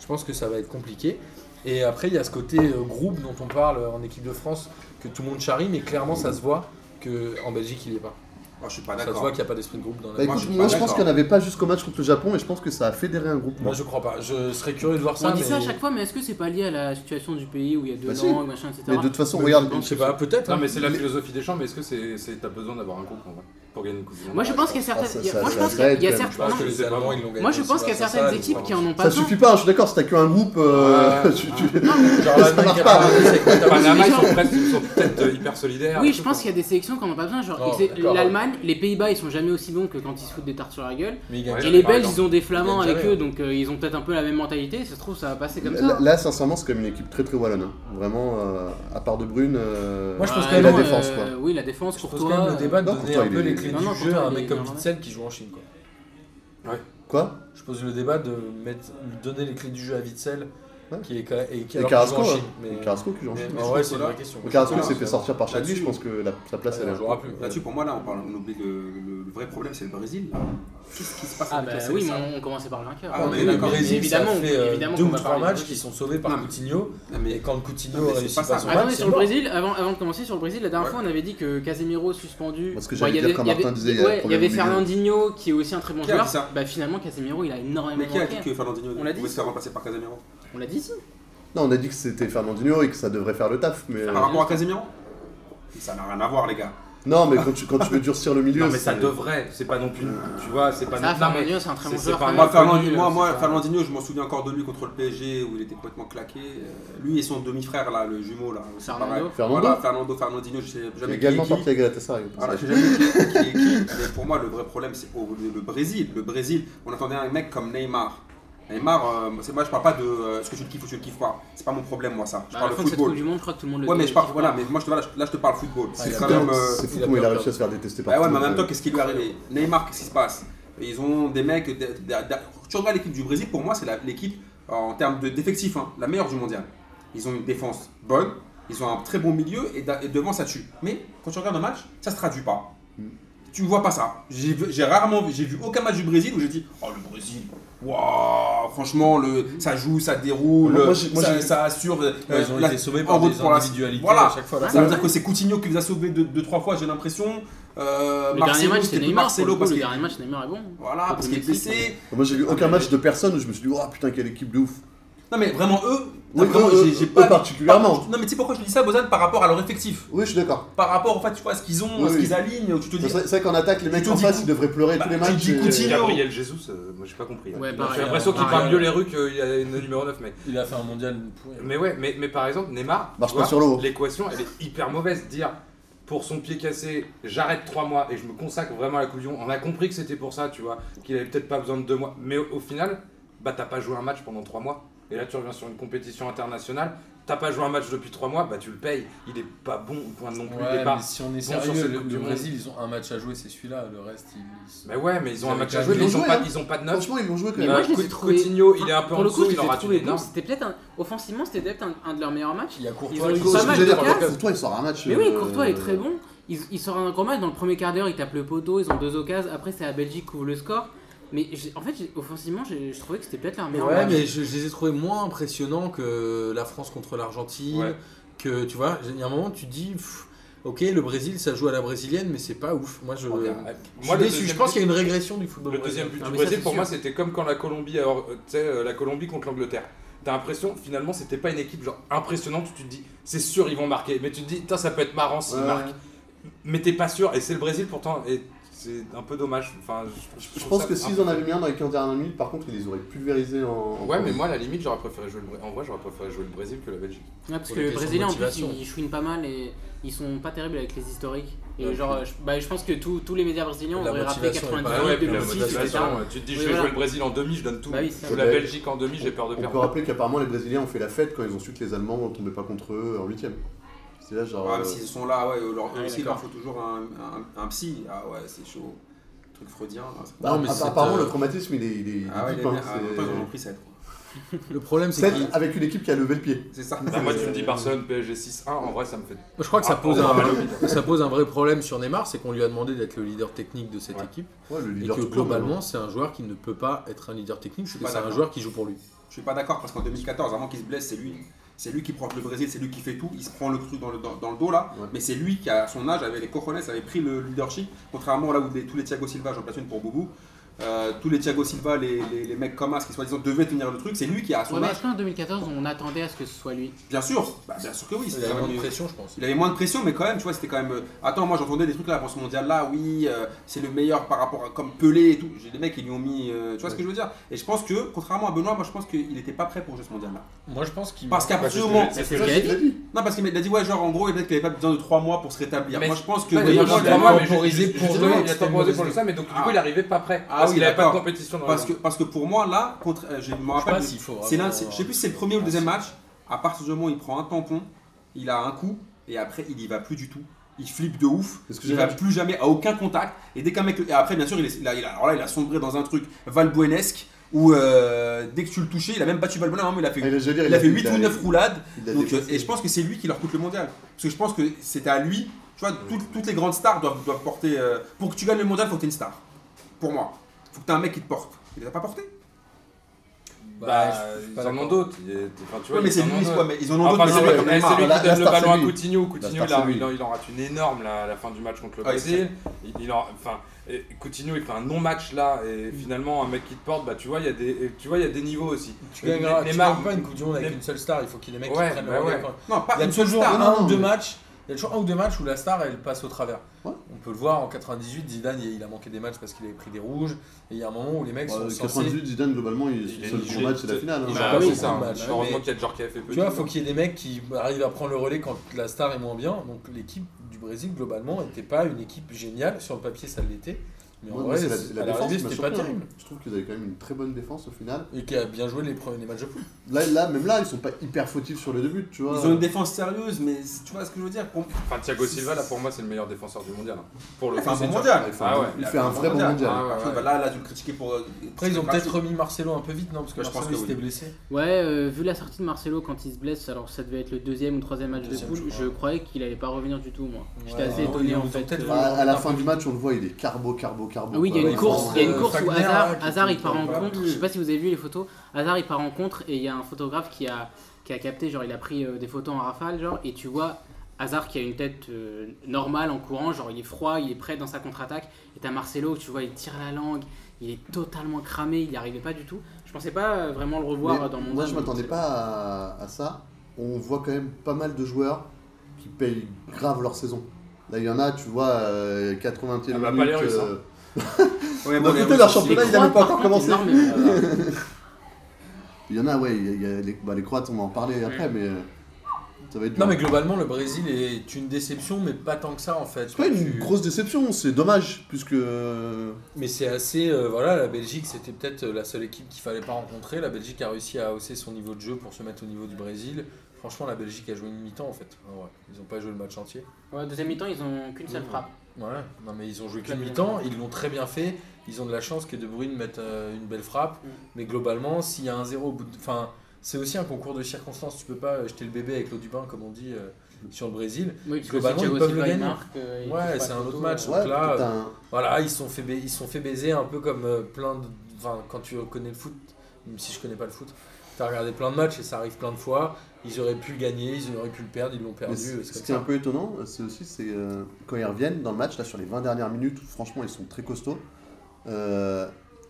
Speaker 2: Je pense que ça va être compliqué. Et après, il y a ce côté euh, groupe dont on parle en équipe de France, que tout le monde charrie, mais clairement, ça se voit qu'en Belgique, il n'y est pas.
Speaker 5: Oh, je suis pas
Speaker 2: Ça se
Speaker 5: d'accord.
Speaker 2: voit qu'il n'y a pas d'esprit de groupe dans
Speaker 4: Bah,
Speaker 2: la
Speaker 5: Moi,
Speaker 4: écoute,
Speaker 5: je suis pas
Speaker 4: moi je pense
Speaker 5: d'accord.
Speaker 4: qu'il n'y en avait pas jusqu'au match contre le Japon et je pense que ça a fédéré un groupe.
Speaker 2: Moi, je crois pas. Je serais curieux de voir ça.
Speaker 1: On dit ça à
Speaker 2: mais-
Speaker 1: chaque fois, mais est-ce que c'est pas lié à la situation du pays où il y a deux
Speaker 4: Bah si.
Speaker 1: langues, machin, etc.
Speaker 4: Mais de toute façon,
Speaker 2: Mais
Speaker 4: regarde,
Speaker 2: Je sais pas, peut-être.
Speaker 3: Non,
Speaker 2: hein.
Speaker 3: mais c'est la philosophie des champs, mais est-ce que c'est c'est- t'as besoin d'avoir un groupe en vrai, pour gagner une Coupe du Monde
Speaker 1: Moi je pense qu'il y a
Speaker 4: ça-
Speaker 1: certaines. il y a-
Speaker 4: ça-
Speaker 1: Moi je
Speaker 4: ça
Speaker 1: pense qu'il y a-
Speaker 4: aide
Speaker 1: il y a
Speaker 4: quand même.
Speaker 2: Je pense que
Speaker 1: certaines.
Speaker 2: les Allemands, ils l'ont gagné
Speaker 1: Moi je pense
Speaker 2: aussi
Speaker 1: qu'il y a
Speaker 2: grâce à
Speaker 1: certaines
Speaker 2: ça,
Speaker 1: équipes qui
Speaker 2: donc,
Speaker 1: en ont pas Ah,
Speaker 4: ça
Speaker 1: besoin.
Speaker 4: suffit pas, hein, je suis d'accord, si t'as qu'un groupe, euh,
Speaker 3: Ouais,
Speaker 4: *laughs* tu-
Speaker 3: ouais.
Speaker 4: tu-
Speaker 2: Genre, l'Allemagne
Speaker 4: marche
Speaker 2: qui a
Speaker 4: pas.
Speaker 2: pas
Speaker 4: *laughs*
Speaker 2: réussi, c'est quoi, t'as-
Speaker 3: Panama, ils
Speaker 1: gens-
Speaker 3: sont presque- ils sont peut-être euh, hyper solidaires.
Speaker 1: Oui, je pense qu'il y a des sélections qui n'en ont pas besoin. Genre,
Speaker 2: Non,
Speaker 1: et c'est-
Speaker 2: d'accord,
Speaker 1: l'Allemagne. Les Pays-Bas, ils sont jamais aussi bons que quand ils se foutent des tartes sur la gueule.
Speaker 2: Mais il gagne.
Speaker 3: Ouais,
Speaker 1: Et les
Speaker 3: par
Speaker 1: Belges,
Speaker 3: exemple,
Speaker 1: ils ont des Flamands
Speaker 2: gagnent
Speaker 1: avec
Speaker 2: jamais,
Speaker 1: eux, donc euh, ils ont peut-être un peu la même mentalité. Ça se trouve, ça va passer comme ça.
Speaker 4: Là, là, sincèrement, c'est quand même une équipe très très wallonne. hein. Vraiment, euh, à part de Brune. euh,
Speaker 2: Moi, je pense
Speaker 1: Ah,
Speaker 2: quand même
Speaker 1: non,
Speaker 4: la défense,
Speaker 1: euh, Oui, la défense,
Speaker 2: Je
Speaker 1: pour
Speaker 2: pense quand même
Speaker 1: toi. euh,
Speaker 2: le débat de
Speaker 4: Non,
Speaker 2: donner
Speaker 4: pourtant,
Speaker 2: un
Speaker 4: il
Speaker 2: peu
Speaker 4: est-
Speaker 2: les clés
Speaker 1: Non,
Speaker 2: du
Speaker 1: non,
Speaker 2: jeu
Speaker 1: pourtant,
Speaker 2: à un
Speaker 1: il
Speaker 2: mec
Speaker 1: est
Speaker 2: comme
Speaker 1: néerlandais.
Speaker 2: Witzel qui joue en Chine. Quoi.
Speaker 4: Quoi
Speaker 2: Je pose le débat de mettre, donner les clés du jeu à Witzel
Speaker 4: Ouais.
Speaker 2: qui est quand- et qui
Speaker 4: Et
Speaker 2: alors qu'il joue
Speaker 4: Carrasco,
Speaker 2: en
Speaker 4: hein.
Speaker 2: Chine. Mais,
Speaker 4: Et Carrasco qui joue en
Speaker 2: mais-
Speaker 4: Chine.
Speaker 2: mais en vrai, c'est une vraie question.
Speaker 4: Le Carrasco il s'est
Speaker 5: Ah,
Speaker 4: fait
Speaker 5: ça-
Speaker 4: sortir par Chadli,
Speaker 5: là-dessus-
Speaker 4: je pense que la- sa place elle est
Speaker 2: Elle
Speaker 4: à
Speaker 2: jouera plus.
Speaker 5: Là-dessus, pour moi, là, on, parle, on oublie le, le- le vrai problème, c'est le Brésil. là. Qu'est-ce qui se passe
Speaker 1: Ah,
Speaker 5: avec
Speaker 1: bah
Speaker 5: la
Speaker 1: oui,
Speaker 5: sélection
Speaker 1: mais on commençait par le vainqueur.
Speaker 5: Ah,
Speaker 2: Mais
Speaker 5: mais
Speaker 2: le
Speaker 5: d'accord.
Speaker 2: Brésil,
Speaker 1: Évidemment,
Speaker 2: ça fait euh,
Speaker 1: évidemment
Speaker 2: deux
Speaker 1: qu'on
Speaker 2: ou
Speaker 1: va
Speaker 2: trois
Speaker 1: parler
Speaker 2: matchs
Speaker 1: du
Speaker 2: qui sont sauvés par
Speaker 5: Non, mais-
Speaker 2: Coutinho.
Speaker 5: Non, mais-
Speaker 2: Et quand
Speaker 5: Non,
Speaker 2: Coutinho
Speaker 5: mais c'est
Speaker 2: réussit
Speaker 5: pas
Speaker 2: pas
Speaker 5: ça.
Speaker 2: son match,
Speaker 1: Attendez,
Speaker 2: c'est
Speaker 1: sur le
Speaker 2: mort.
Speaker 1: Brésil, avant, avant de commencer sur le Brésil, la dernière
Speaker 5: Ouais.
Speaker 1: fois on avait dit que Casemiro suspendu.
Speaker 4: Parce que
Speaker 1: Bon,
Speaker 4: j'allais
Speaker 1: il y
Speaker 4: dire
Speaker 1: avait-
Speaker 4: comme
Speaker 1: il y avait-
Speaker 4: Martin disait, il y a un
Speaker 1: ouais, il y
Speaker 4: problème
Speaker 1: avait
Speaker 4: au milieu.
Speaker 1: Fernandinho qui est aussi un très bon
Speaker 5: Qui a dit
Speaker 1: joueur.
Speaker 5: ça
Speaker 1: Bah finalement, Casemiro il a énormément
Speaker 5: Mais qui a dit
Speaker 1: manqué.
Speaker 5: que Fernandinho
Speaker 1: On l'a dit.
Speaker 5: pouvait se faire remplacer par Casemiro
Speaker 1: On l'a dit si.
Speaker 4: Non, on a dit que c'était Fernandinho et que ça devrait faire le taf, mais. euh,
Speaker 5: Par rapport à Casemiro Ça n'a rien à voir, les gars.
Speaker 4: Non, mais quand tu, quand tu veux durcir le milieu.
Speaker 3: Non, mais ça
Speaker 4: c'est-
Speaker 3: devrait, c'est pas non plus. Tu vois, c'est pas
Speaker 1: Ça,
Speaker 3: non plus.
Speaker 1: Fernandinho Ah, c'est hein, un très bon
Speaker 3: c'est
Speaker 1: joueur.
Speaker 3: pas
Speaker 1: quand
Speaker 5: Moi,
Speaker 1: même.
Speaker 3: Fernandinho,
Speaker 5: Fernandinho, moi,
Speaker 3: c'est
Speaker 5: moi,
Speaker 3: pas-
Speaker 5: Fernandinho, je m'en souviens encore de lui contre le PSG où il était complètement claqué. Euh, lui et son demi-frère, là, le jumeau, là. c'est
Speaker 1: Fernando.
Speaker 5: pareil.
Speaker 4: Fernando
Speaker 5: Voilà, Fernando, Fernandinho, je sais
Speaker 4: Il est
Speaker 5: jamais qui
Speaker 4: également
Speaker 5: est qui.
Speaker 4: parti à Galatasaray. au
Speaker 5: Voilà,
Speaker 4: passage.
Speaker 5: je sais jamais qui est- qui est qui, mais pour moi, le vrai problème, c'est au- le, le Brésil. Le Brésil, on attendait un mec comme Neymar. Neymar, euh, c'est moi, je parle pas de euh, est-ce que tu le kiffes ou tu le kiffes pas. C'est pas mon problème, moi, ça. Je
Speaker 1: Bah, à la
Speaker 5: parle de
Speaker 1: fin de cette Coupe du
Speaker 5: football.
Speaker 1: Monde, je crois que tout le monde le
Speaker 5: Ouais, mais
Speaker 1: dit.
Speaker 5: je parle, voilà, mais euh, moi, je te, là, je- là, je te parle football.
Speaker 2: il
Speaker 5: C'est
Speaker 2: a
Speaker 5: quand
Speaker 2: perdu.
Speaker 5: même. euh,
Speaker 4: C'est fou
Speaker 2: il a
Speaker 4: comment il a
Speaker 2: peur,
Speaker 4: réussi à
Speaker 2: peur.
Speaker 4: se faire détester par
Speaker 5: bah ouais,
Speaker 4: tout
Speaker 5: mais en
Speaker 4: le
Speaker 5: même
Speaker 4: monde.
Speaker 5: temps, qu'est-ce qui lui est arrivé Neymar, qu'est-ce qui se passe Ils ont des mecs. de- de- de- tu regardes l'équipe du Brésil, pour moi, c'est la- l'équipe euh, en termes de- d'effectifs, hein, la meilleure du mondial. Ils ont une défense bonne, ils ont un très bon milieu et, da- et devant, ça tue. Mais quand tu regardes un match, ça se traduit pas.
Speaker 4: Hmm.
Speaker 5: Tu vois pas ça. J'ai vu- j'ai rarement vu, j'ai vu aucun match du Brésil où j'ai dit Oh, le Brésil, waouh, franchement, le, ça joue, ça déroule,
Speaker 4: Moi, j'ai- moi,
Speaker 5: ça,
Speaker 4: j'ai-
Speaker 5: ça assure. euh,
Speaker 2: Ouais, Ils ont
Speaker 5: la-
Speaker 2: été sauvés
Speaker 5: en
Speaker 2: par
Speaker 5: route
Speaker 2: des
Speaker 5: pour la-
Speaker 2: individualités
Speaker 5: Voilà.
Speaker 2: à chaque fois. là.
Speaker 5: Ça veut dire que c'est Coutinho qui les a sauvés deux, deux trois fois, j'ai l'impression. Euh,
Speaker 1: Le
Speaker 5: Marcelo,
Speaker 1: dernier match
Speaker 5: c'était
Speaker 1: c'est
Speaker 5: plus
Speaker 1: Neymar. pour le
Speaker 5: Marcelo
Speaker 1: coup,
Speaker 5: parce
Speaker 1: Le
Speaker 5: que-
Speaker 1: dernier match Neymar est bon.
Speaker 5: Voilà, parce qu'il est blessé.
Speaker 4: Moi, j'ai vu aucun
Speaker 5: mais-
Speaker 4: match de personne où je me suis dit, oh putain, quelle équipe de ouf.
Speaker 5: Non, mais vraiment, eux,
Speaker 4: Oui,
Speaker 5: vraiment,
Speaker 4: eux, eux,
Speaker 5: j'ai- j'ai
Speaker 4: eux
Speaker 5: pas.
Speaker 4: particulièrement.
Speaker 5: Non, mais tu sais pourquoi je dis ça, Bozan, par rapport à leur effectif
Speaker 4: Oui, je suis d'accord.
Speaker 5: Par rapport, en fait, tu vois, à ce qu'ils ont,
Speaker 4: Oui,
Speaker 5: à ce
Speaker 4: oui.
Speaker 5: qu'ils alignent, tu te
Speaker 4: C'est
Speaker 5: dis.
Speaker 4: vrai c'est vrai qu'en attaque, les mecs
Speaker 5: te
Speaker 4: en
Speaker 5: dis-
Speaker 4: face, ils devraient pleurer
Speaker 5: Bah,
Speaker 4: tous les
Speaker 5: tu
Speaker 4: matchs.
Speaker 5: dis
Speaker 4: et-
Speaker 5: Coutinho.
Speaker 3: Gabriel Jesus, euh, moi j'ai pas compris.
Speaker 1: Ouais,
Speaker 3: J'ai
Speaker 1: pareil, euh,
Speaker 3: l'impression qu'il
Speaker 1: pareil.
Speaker 3: parle mieux les rues qu'il y a une numéro 9, mec.
Speaker 2: Il a fait un mondial pourri.
Speaker 3: Mais ouais, mais, mais par exemple, Neymar, tu
Speaker 4: Marche pas
Speaker 3: vois,
Speaker 4: sur l'eau.
Speaker 3: l'équation elle est hyper mauvaise. Dire pour son pied cassé, j'arrête 3 mois et je me consacre vraiment à la Coupe du Monde. On a compris que c'était pour ça, tu vois, qu'il avait peut-être pas besoin de 2 mois. Mais au, au final, bah t'as pas joué un match pendant 3 mois. Et là tu reviens sur une compétition internationale, t'as pas joué un match depuis 3 mois, bah tu le payes. Il est pas bon au point de non plus
Speaker 2: Ouais,
Speaker 3: départ.
Speaker 2: mais si on est
Speaker 3: sur
Speaker 2: sérieux,
Speaker 3: cette
Speaker 2: le,
Speaker 3: Coupe
Speaker 2: le
Speaker 3: du Monde.
Speaker 2: Brésil, ils ont un match à jouer, c'est celui-là. Le reste, ils. ils se-
Speaker 3: Mais ouais, mais ils
Speaker 2: Ils
Speaker 3: ont un
Speaker 2: avaient
Speaker 3: match
Speaker 2: quand
Speaker 3: à jouer,
Speaker 2: même
Speaker 3: mais ils
Speaker 4: joué,
Speaker 3: ont pas,
Speaker 4: hein.
Speaker 3: ils ont pas de neuf.
Speaker 4: Franchement, ils l'ont joué quand
Speaker 1: Mais
Speaker 4: même.
Speaker 1: moi
Speaker 3: Ouais,
Speaker 1: je les ai
Speaker 3: Coutinho,
Speaker 1: trouvés.
Speaker 3: il est un peu
Speaker 1: euh, Pour
Speaker 3: en
Speaker 1: le coup,
Speaker 3: dessous,
Speaker 1: je
Speaker 3: il
Speaker 1: les ai
Speaker 3: aura tué
Speaker 1: trouvés
Speaker 3: des nains.
Speaker 1: bons. C'était peut-être un- offensivement, c'était peut-être un, un de leurs meilleurs matchs.
Speaker 2: Il y a
Speaker 1: Ils ont
Speaker 2: Courtois
Speaker 1: eu
Speaker 2: qui
Speaker 1: pas
Speaker 4: C'est ce que
Speaker 1: mal
Speaker 4: j'allais
Speaker 1: de
Speaker 4: dire,
Speaker 1: cases.
Speaker 4: Courtois, Courtois, il sort un match.
Speaker 1: Mais oui,
Speaker 4: euh,
Speaker 1: Courtois il est très bon. Ils, ils sortent un grand match dans le premier quart d'heure, ils tapent le poteau, ils ont deux occasions. Après, c'est la Belgique qui ouvre le score. Mais j'ai- en fait, j'ai- offensivement, j'ai- je trouvais que c'était peut-être leur meilleur
Speaker 2: Ouais,
Speaker 1: match.
Speaker 2: mais je, je les ai trouvés moins impressionnants que la France contre l'Argentine.
Speaker 3: Ouais.
Speaker 2: Que tu vois, il y a un moment, tu dis, pff, ok, le Brésil, ça joue à la brésilienne, mais c'est pas ouf. Moi, je,
Speaker 3: Ouais,
Speaker 2: je suis
Speaker 3: moi,
Speaker 2: déçu.
Speaker 3: le deuxième
Speaker 2: Je pense
Speaker 3: but-
Speaker 2: qu'il y a une régression du football
Speaker 3: Le deuxième
Speaker 2: brésilien.
Speaker 3: but
Speaker 1: Ah,
Speaker 3: du
Speaker 1: mais ça,
Speaker 3: Brésil,
Speaker 1: c'est
Speaker 3: pour
Speaker 1: sûr.
Speaker 3: moi, c'était comme quand la Colombie, a or- euh, tu sais, euh, la Colombie contre l'Angleterre. T'as l'impression, finalement, c'était pas une équipe genre impressionnante. où Tu te dis, c'est sûr, ils vont marquer. Mais tu te dis, putain, ça peut être marrant s'ils
Speaker 4: Ouais,
Speaker 3: marquent. Mais t'es pas sûr. Et c'est le Brésil pourtant. Et c'est un peu dommage. Enfin, je,
Speaker 4: Je
Speaker 3: trouve
Speaker 4: pense
Speaker 3: ça
Speaker 4: que
Speaker 3: un
Speaker 4: s'ils
Speaker 3: peu-
Speaker 4: en avaient mis un dans les 15 dernières minutes, par contre, ils les auraient pulvérisés en.
Speaker 3: Ouais, mais moi, à la limite, j'aurais préféré jouer le Brésil. En vrai, j'aurais préféré jouer le Brésil que la Belgique.
Speaker 1: Ouais, parce
Speaker 2: Pour
Speaker 1: que
Speaker 2: les
Speaker 1: les
Speaker 2: questions de
Speaker 1: Brésiliens en plus
Speaker 2: motivation.
Speaker 1: ils chouinent pas mal et ils sont pas terribles avec les historiques. Et
Speaker 2: Ouais,
Speaker 1: genre, je, bah, je pense que tous tous les médias brésiliens
Speaker 2: La
Speaker 1: auraient rappelé
Speaker 2: motivation est pas-
Speaker 1: 98,
Speaker 2: Ah ouais, puis la
Speaker 1: 2006,
Speaker 2: motivation,
Speaker 1: etc.
Speaker 3: ouais. tu te dis,
Speaker 1: Oui,
Speaker 3: je vais
Speaker 1: voilà.
Speaker 3: jouer le Brésil en demi, je donne tout.
Speaker 1: Bah oui,
Speaker 3: je
Speaker 1: c'est
Speaker 3: joue
Speaker 1: vrai.
Speaker 3: la Belgique en demi, j'ai peur de
Speaker 4: On
Speaker 3: perdre.
Speaker 4: peut rappeler qu'à apparemment les Brésiliens ont fait la fête quand ils ont su que les Allemands ne tombaient pas contre eux en 8ème. C'est là genre.
Speaker 5: Ah, mais
Speaker 4: euh,
Speaker 5: s'ils sont là, ouais, leur, eux
Speaker 1: Ouais,
Speaker 5: aussi, il leur
Speaker 1: d'accord.
Speaker 5: faut toujours un, un- un psy. Ah ouais, c'est chaud. Truc freudien. là.
Speaker 4: bah,
Speaker 2: Non, mais
Speaker 4: appa-
Speaker 2: c'est,
Speaker 4: apparemment,
Speaker 2: euh,
Speaker 4: le traumatisme, il est. Il est, il est
Speaker 5: Ah ouais, les
Speaker 4: deep, hein,
Speaker 5: mecs, ah,
Speaker 4: c'est-
Speaker 5: pourquoi ils ont pris cette
Speaker 2: Le problème, c'est
Speaker 4: Peut-être
Speaker 2: que
Speaker 4: avec une équipe qui a levé le pied.
Speaker 5: C'est ça.
Speaker 3: Bah, moi, tu me dis Barcelone, PSG 6-1. En vrai, ça me fait.
Speaker 2: je crois que ça
Speaker 3: Ah,
Speaker 2: pose,
Speaker 3: on va mal au
Speaker 2: un, ça pose un vrai problème sur Neymar, c'est qu'on lui a demandé d'être le leader technique de cette
Speaker 3: Ouais.
Speaker 2: équipe
Speaker 4: Ouais, le
Speaker 2: et
Speaker 4: leader
Speaker 2: que
Speaker 4: tout court,
Speaker 2: globalement, c'est un joueur qui ne peut pas être un leader technique,
Speaker 5: suis
Speaker 2: c'est
Speaker 5: pas
Speaker 2: un
Speaker 5: d'accord.
Speaker 2: joueur qui joue pour lui.
Speaker 5: Je suis pas d'accord parce qu'en 2014, avant qu'il se blesse, c'est lui. C'est lui qui prend le Brésil, c'est lui qui fait tout. Il se prend le truc dans le, dans, dans le dos là.
Speaker 4: Ouais.
Speaker 5: Mais c'est lui qui, à son âge, avait les cojones, avait pris le leadership. Contrairement là où les- tous les Thiago Silva, j'en place une pour Boubou. euh, tous les Thiago Silva, les, les, les mecs comme As qui soi-disant devaient tenir le truc, c'est lui qui a à son
Speaker 1: Ouais, mais
Speaker 5: âge.
Speaker 1: est-ce qu'en 2014, on attendait à ce que ce soit lui
Speaker 5: Bien sûr, bah, bien sûr que oui.
Speaker 2: Il
Speaker 5: c'est
Speaker 2: y a
Speaker 5: quand
Speaker 2: moins
Speaker 5: même-
Speaker 2: de pression, je pense.
Speaker 5: il avait moins de pression, mais quand même, tu vois, c'était quand même. euh, Attends, moi j'entendais des trucs là avant ce mondial là, oui, euh, c'est le meilleur par rapport à comme Pelé et tout. J'ai des mecs qui lui ont mis. euh, tu vois ce que je veux dire Et je pense que, contrairement à Benoît, moi je pense qu'il n'était pas prêt pour jouer ce mondial là.
Speaker 2: Moi, je pense qu'il.
Speaker 5: Parce qu'à
Speaker 3: Bah, c'est
Speaker 5: partir
Speaker 3: ce
Speaker 5: du
Speaker 3: que
Speaker 5: moment.
Speaker 3: j'ai-
Speaker 1: C'est
Speaker 3: c'est
Speaker 1: ce qu'il a dit.
Speaker 5: Non, parce qu'il m'a dit, ouais, genre en gros, peut-être qu'il avait pas besoin de 3 mois pour se rétablir.
Speaker 3: Mais-
Speaker 5: moi je pense que.
Speaker 3: Ouais,
Speaker 5: oui,
Speaker 3: mais
Speaker 5: moi,
Speaker 3: moi,
Speaker 5: je-
Speaker 3: je
Speaker 2: vraiment
Speaker 3: mais
Speaker 2: pour
Speaker 3: ju-
Speaker 2: aider pour jouer,
Speaker 3: justement,
Speaker 2: c'était
Speaker 3: il a
Speaker 2: une
Speaker 3: temporisé
Speaker 2: mauvaise
Speaker 3: pour le
Speaker 2: idée.
Speaker 3: ça, mais donc du
Speaker 5: Ah.
Speaker 3: coup il arrivait pas prêt.
Speaker 5: Ah
Speaker 3: parce
Speaker 5: oui,
Speaker 3: qu'il avait pas de
Speaker 5: d'accord.
Speaker 3: compétition dans
Speaker 5: Parce
Speaker 3: la-
Speaker 5: que, parce que pour moi, là, contre, euh, je me
Speaker 2: Je sais
Speaker 5: rappelle,
Speaker 2: pas s'il faut.
Speaker 5: c'est l'un,
Speaker 2: vraiment-
Speaker 5: c'est- je sais plus si c'est le premier ou le deuxième match. À partir du moment où il prend un tampon, il a un coup, et après, il y va plus du tout. Il flippe de ouf,
Speaker 4: Parce que
Speaker 5: il
Speaker 4: j'ai
Speaker 5: va
Speaker 4: vu-
Speaker 5: plus jamais à aucun contact. Et dès qu'un mec. Et après, bien sûr, il, est- il a, il a- alors là, il a sombré dans un truc valbuenesque où euh, dès que tu le touchais, il a même pas tué Valbuena, non, mais il a fait,
Speaker 4: Ah, il a- j'allais dire,
Speaker 5: il a fait
Speaker 4: il
Speaker 5: 8 ou 9 roulades.
Speaker 4: il a
Speaker 5: Donc, euh,
Speaker 4: dépassé.
Speaker 5: et je pense que c'est lui qui leur coûte le mondial. Parce que je pense que c'était à lui. Tu vois, tout- toutes les grandes stars doivent, doivent porter. euh, pour que tu gagnes le mondial, faut que tu une star. Pour moi. Faut que tu un mec qui te porte. Il les a pas portés.
Speaker 3: Bah,
Speaker 2: Ouais, je suis pas
Speaker 3: ils en ont
Speaker 2: d'accord.
Speaker 3: d'autres. Il est- Enfin, tu vois,
Speaker 5: Ouais, mais
Speaker 3: ils
Speaker 5: c'est
Speaker 3: en euh, ont
Speaker 5: lui,
Speaker 3: d'autres.
Speaker 5: quoi, mais ils en ont
Speaker 3: Enfin,
Speaker 5: d'autres, mais
Speaker 3: c'est
Speaker 5: c'est
Speaker 3: lui,
Speaker 5: lui qui en a
Speaker 3: mais c'est
Speaker 5: marre.
Speaker 3: lui qui
Speaker 4: La- la
Speaker 3: donne le
Speaker 4: star,
Speaker 3: ballon
Speaker 4: c'est
Speaker 3: à
Speaker 4: lui.
Speaker 3: Coutinho.
Speaker 4: La
Speaker 3: Coutinho,
Speaker 4: star,
Speaker 3: il, a-
Speaker 4: c'est lui.
Speaker 3: il en, il en rate une énorme là, à la fin du match contre le
Speaker 5: Ouais,
Speaker 3: Brésil. Il, il en- enfin, et Coutinho, il fait un non-match là, et finalement, un mec qui te porte, bah, tu vois, il y a des, et tu vois, il y a des niveaux aussi.
Speaker 2: Tu gagneras tu
Speaker 3: Neymar-
Speaker 2: gagneras pas une Coupe du Monde avec
Speaker 3: Ne-
Speaker 2: une seule star. Il faut qu'il y ait des mecs
Speaker 3: Ouais,
Speaker 2: qui prennent
Speaker 3: bah
Speaker 2: le relais.
Speaker 3: ouais.
Speaker 2: quand-
Speaker 5: Non, pas
Speaker 2: Il y a
Speaker 5: une seule
Speaker 2: toujours
Speaker 5: star.
Speaker 2: un
Speaker 4: non,
Speaker 2: ou deux
Speaker 4: mais-
Speaker 2: matchs. Il y a toujours un ou deux matchs où la star elle passe au travers.
Speaker 4: Ouais.
Speaker 2: On peut le voir en 98, Zidane il il a manqué des matchs parce qu'il avait pris des rouges. Et il y a un moment où les mecs
Speaker 4: Ouais,
Speaker 2: sont censés.
Speaker 4: 98, Zidane, globalement, il-
Speaker 3: Il
Speaker 4: son
Speaker 3: a
Speaker 4: seul
Speaker 3: dit,
Speaker 4: gros
Speaker 3: j'ai-
Speaker 4: match, c'est la finale. hein.
Speaker 2: il
Speaker 3: Bah,
Speaker 2: joue pas
Speaker 3: oui,
Speaker 2: beaucoup
Speaker 3: ça,
Speaker 2: de matchs,
Speaker 3: Heureusement
Speaker 2: mais-
Speaker 3: qu'il y a Djorkaeff et Petit.
Speaker 2: Tu vois, faut qu'il y ait des mecs qui arrivent à prendre le relais quand la star est moins bien. Donc l'équipe du Brésil globalement n'était pas une équipe géniale. Sur le papier ça l'était. Mais en
Speaker 4: Ouais,
Speaker 2: vrai,
Speaker 4: mais c'est
Speaker 2: c'est-
Speaker 4: la,
Speaker 2: à
Speaker 4: la défense
Speaker 2: l'arrivée,
Speaker 4: qui m'a
Speaker 2: c'était pas
Speaker 4: surpris, hein.
Speaker 2: terrible.
Speaker 4: Je trouve qu'ils avaient quand même une très bonne défense au final.
Speaker 2: Et qui a bien joué les premiers les matchs de poule.
Speaker 4: Là, là, même là, ils sont pas hyper fautifs sur les deux buts, tu vois.
Speaker 5: Ils ont une défense sérieuse, mais c'est- tu vois ce que je veux dire pour-
Speaker 3: Enfin, Thiago Silva, là, pour moi, c'est le meilleur défenseur du mondial. hein. Pour le
Speaker 5: Il fait un
Speaker 3: coup,
Speaker 5: bon
Speaker 3: c'est
Speaker 5: mondial.
Speaker 3: Djorkaeff. Ah ouais.
Speaker 4: Il fait un vrai bon mondial.
Speaker 3: Ah ouais,
Speaker 5: Par contre,
Speaker 3: ouais.
Speaker 5: bah Là, là, tu le critiquais pour. euh,
Speaker 2: Après ils ont
Speaker 5: critiquer
Speaker 2: peut-être
Speaker 5: Marseille.
Speaker 2: remis Marcelo un peu vite, non Parce que
Speaker 5: Ouais, je pense
Speaker 2: Marcelo
Speaker 5: que
Speaker 2: il s'était
Speaker 5: oui.
Speaker 2: blessé.
Speaker 1: Ouais, euh, vu la sortie de Marcelo quand il se blesse, alors ça devait être le deuxième ou troisième match de
Speaker 2: Deuxième,
Speaker 1: poule,
Speaker 2: je
Speaker 1: je,
Speaker 2: crois.
Speaker 1: croyais qu'il allait pas revenir du tout, moi. J'étais
Speaker 2: Ouais,
Speaker 1: assez
Speaker 2: non,
Speaker 1: étonné
Speaker 2: ils
Speaker 1: en
Speaker 2: ont
Speaker 1: fait.
Speaker 2: peut-être
Speaker 1: euh,
Speaker 2: voulu
Speaker 4: Bah, à la fin du match, on le voit, il est carbo, carbo, carbo.
Speaker 1: Ah oui, il y a
Speaker 4: quoi.
Speaker 1: une
Speaker 2: Ouais,
Speaker 1: course, il y a une
Speaker 2: euh,
Speaker 1: course où
Speaker 2: Fagner,
Speaker 1: Hazard,
Speaker 2: ouais, qui
Speaker 1: Hazard, il
Speaker 2: était
Speaker 1: part en
Speaker 2: pas
Speaker 1: contre.
Speaker 2: plus.
Speaker 1: Je sais pas si vous avez vu les photos. Hazard il part en contre et il y a un photographe qui a qui a capté, genre il a pris euh, des photos en rafale, genre et tu vois Hazard qui a une tête euh, normale en courant, genre il est froid, il est prêt dans sa contre-attaque. Et t'as Marcelo, tu vois, il tire la langue, il est totalement cramé, il n'y arrivait pas du tout. Je pensais pas euh, vraiment le revoir
Speaker 4: Mais
Speaker 1: dans mon.
Speaker 4: Moi, je m'attendais pas à, à ça. On voit quand même pas mal de joueurs qui payent grave leur saison. Là, il y en a, tu vois, euh, 80 e
Speaker 3: Ah bah,
Speaker 4: minute.
Speaker 3: pas les Russes,
Speaker 4: euh, D'un
Speaker 5: Ouais, bon, les
Speaker 4: côté,
Speaker 5: Russes,
Speaker 4: leur
Speaker 5: c'est-
Speaker 4: championnat,
Speaker 1: Les
Speaker 4: il n'avait
Speaker 1: Croates,
Speaker 4: pas encore
Speaker 1: par
Speaker 4: commencé.
Speaker 1: contre, énorme.
Speaker 2: *laughs*
Speaker 4: Il y en a, ouais, il y a- il y a les, bah, les Croates, on va en parler après, mais euh, ça va être.
Speaker 2: Non
Speaker 4: dur.
Speaker 2: mais globalement le Brésil est une déception mais pas tant que ça en fait.
Speaker 4: C'est pas une
Speaker 2: Tu-
Speaker 4: grosse déception, c'est dommage, puisque. euh,
Speaker 2: Mais c'est assez. euh, voilà, la Belgique, c'était peut-être euh, la seule équipe qu'il fallait pas rencontrer. La Belgique a réussi à hausser son niveau de jeu pour se mettre au niveau du Brésil. Franchement, la Belgique a joué une mi-temps en fait. En vrai. Ils ont pas joué le match entier.
Speaker 1: Ouais, deuxième mi-temps, ils ont qu'une seule
Speaker 3: Ouais.
Speaker 1: frappe.
Speaker 2: Voilà. Non, mais ils ont joué
Speaker 1: Très
Speaker 2: qu'une
Speaker 1: bien.
Speaker 2: mi-temps. Ils l'ont très bien fait. Ils ont de la chance que De Bruyne mette euh, une belle frappe.
Speaker 1: Mm.
Speaker 2: Mais globalement, s'il y a un zéro au bout de. Enfin, c'est aussi un concours de circonstances. Tu peux pas euh, jeter le bébé avec l'eau du bain, comme on dit, euh, sur le Brésil.
Speaker 1: Oui, parce que
Speaker 2: Globalement,
Speaker 1: si Thiago
Speaker 2: ils peuvent
Speaker 1: Silva,
Speaker 2: le
Speaker 1: il
Speaker 2: gagner.
Speaker 1: marque, euh, il
Speaker 2: Ouais,
Speaker 1: touche pas
Speaker 2: c'est
Speaker 1: le
Speaker 2: un
Speaker 1: poteau,
Speaker 2: autre match.
Speaker 1: euh,
Speaker 2: Donc
Speaker 4: Ouais,
Speaker 2: là,
Speaker 4: peut-être un-
Speaker 2: Voilà, ils se sont fait, ba- ils se sont fait baiser un peu comme euh, plein de. Enfin, quand tu connais le foot, même si je connais pas le foot, t'as regardé plein de matchs et ça arrive plein de fois. Ils auraient pu le gagner, ils auraient pu le perdre, ils l'ont
Speaker 4: Mais
Speaker 2: perdu.
Speaker 4: c-
Speaker 2: c'est
Speaker 4: ce
Speaker 2: comme
Speaker 4: qui est
Speaker 2: ça.
Speaker 4: un peu étonnant, euh, c'est aussi c'est euh, quand ils reviennent dans le match, là sur les 20 dernières minutes, où franchement ils sont très costauds. euh,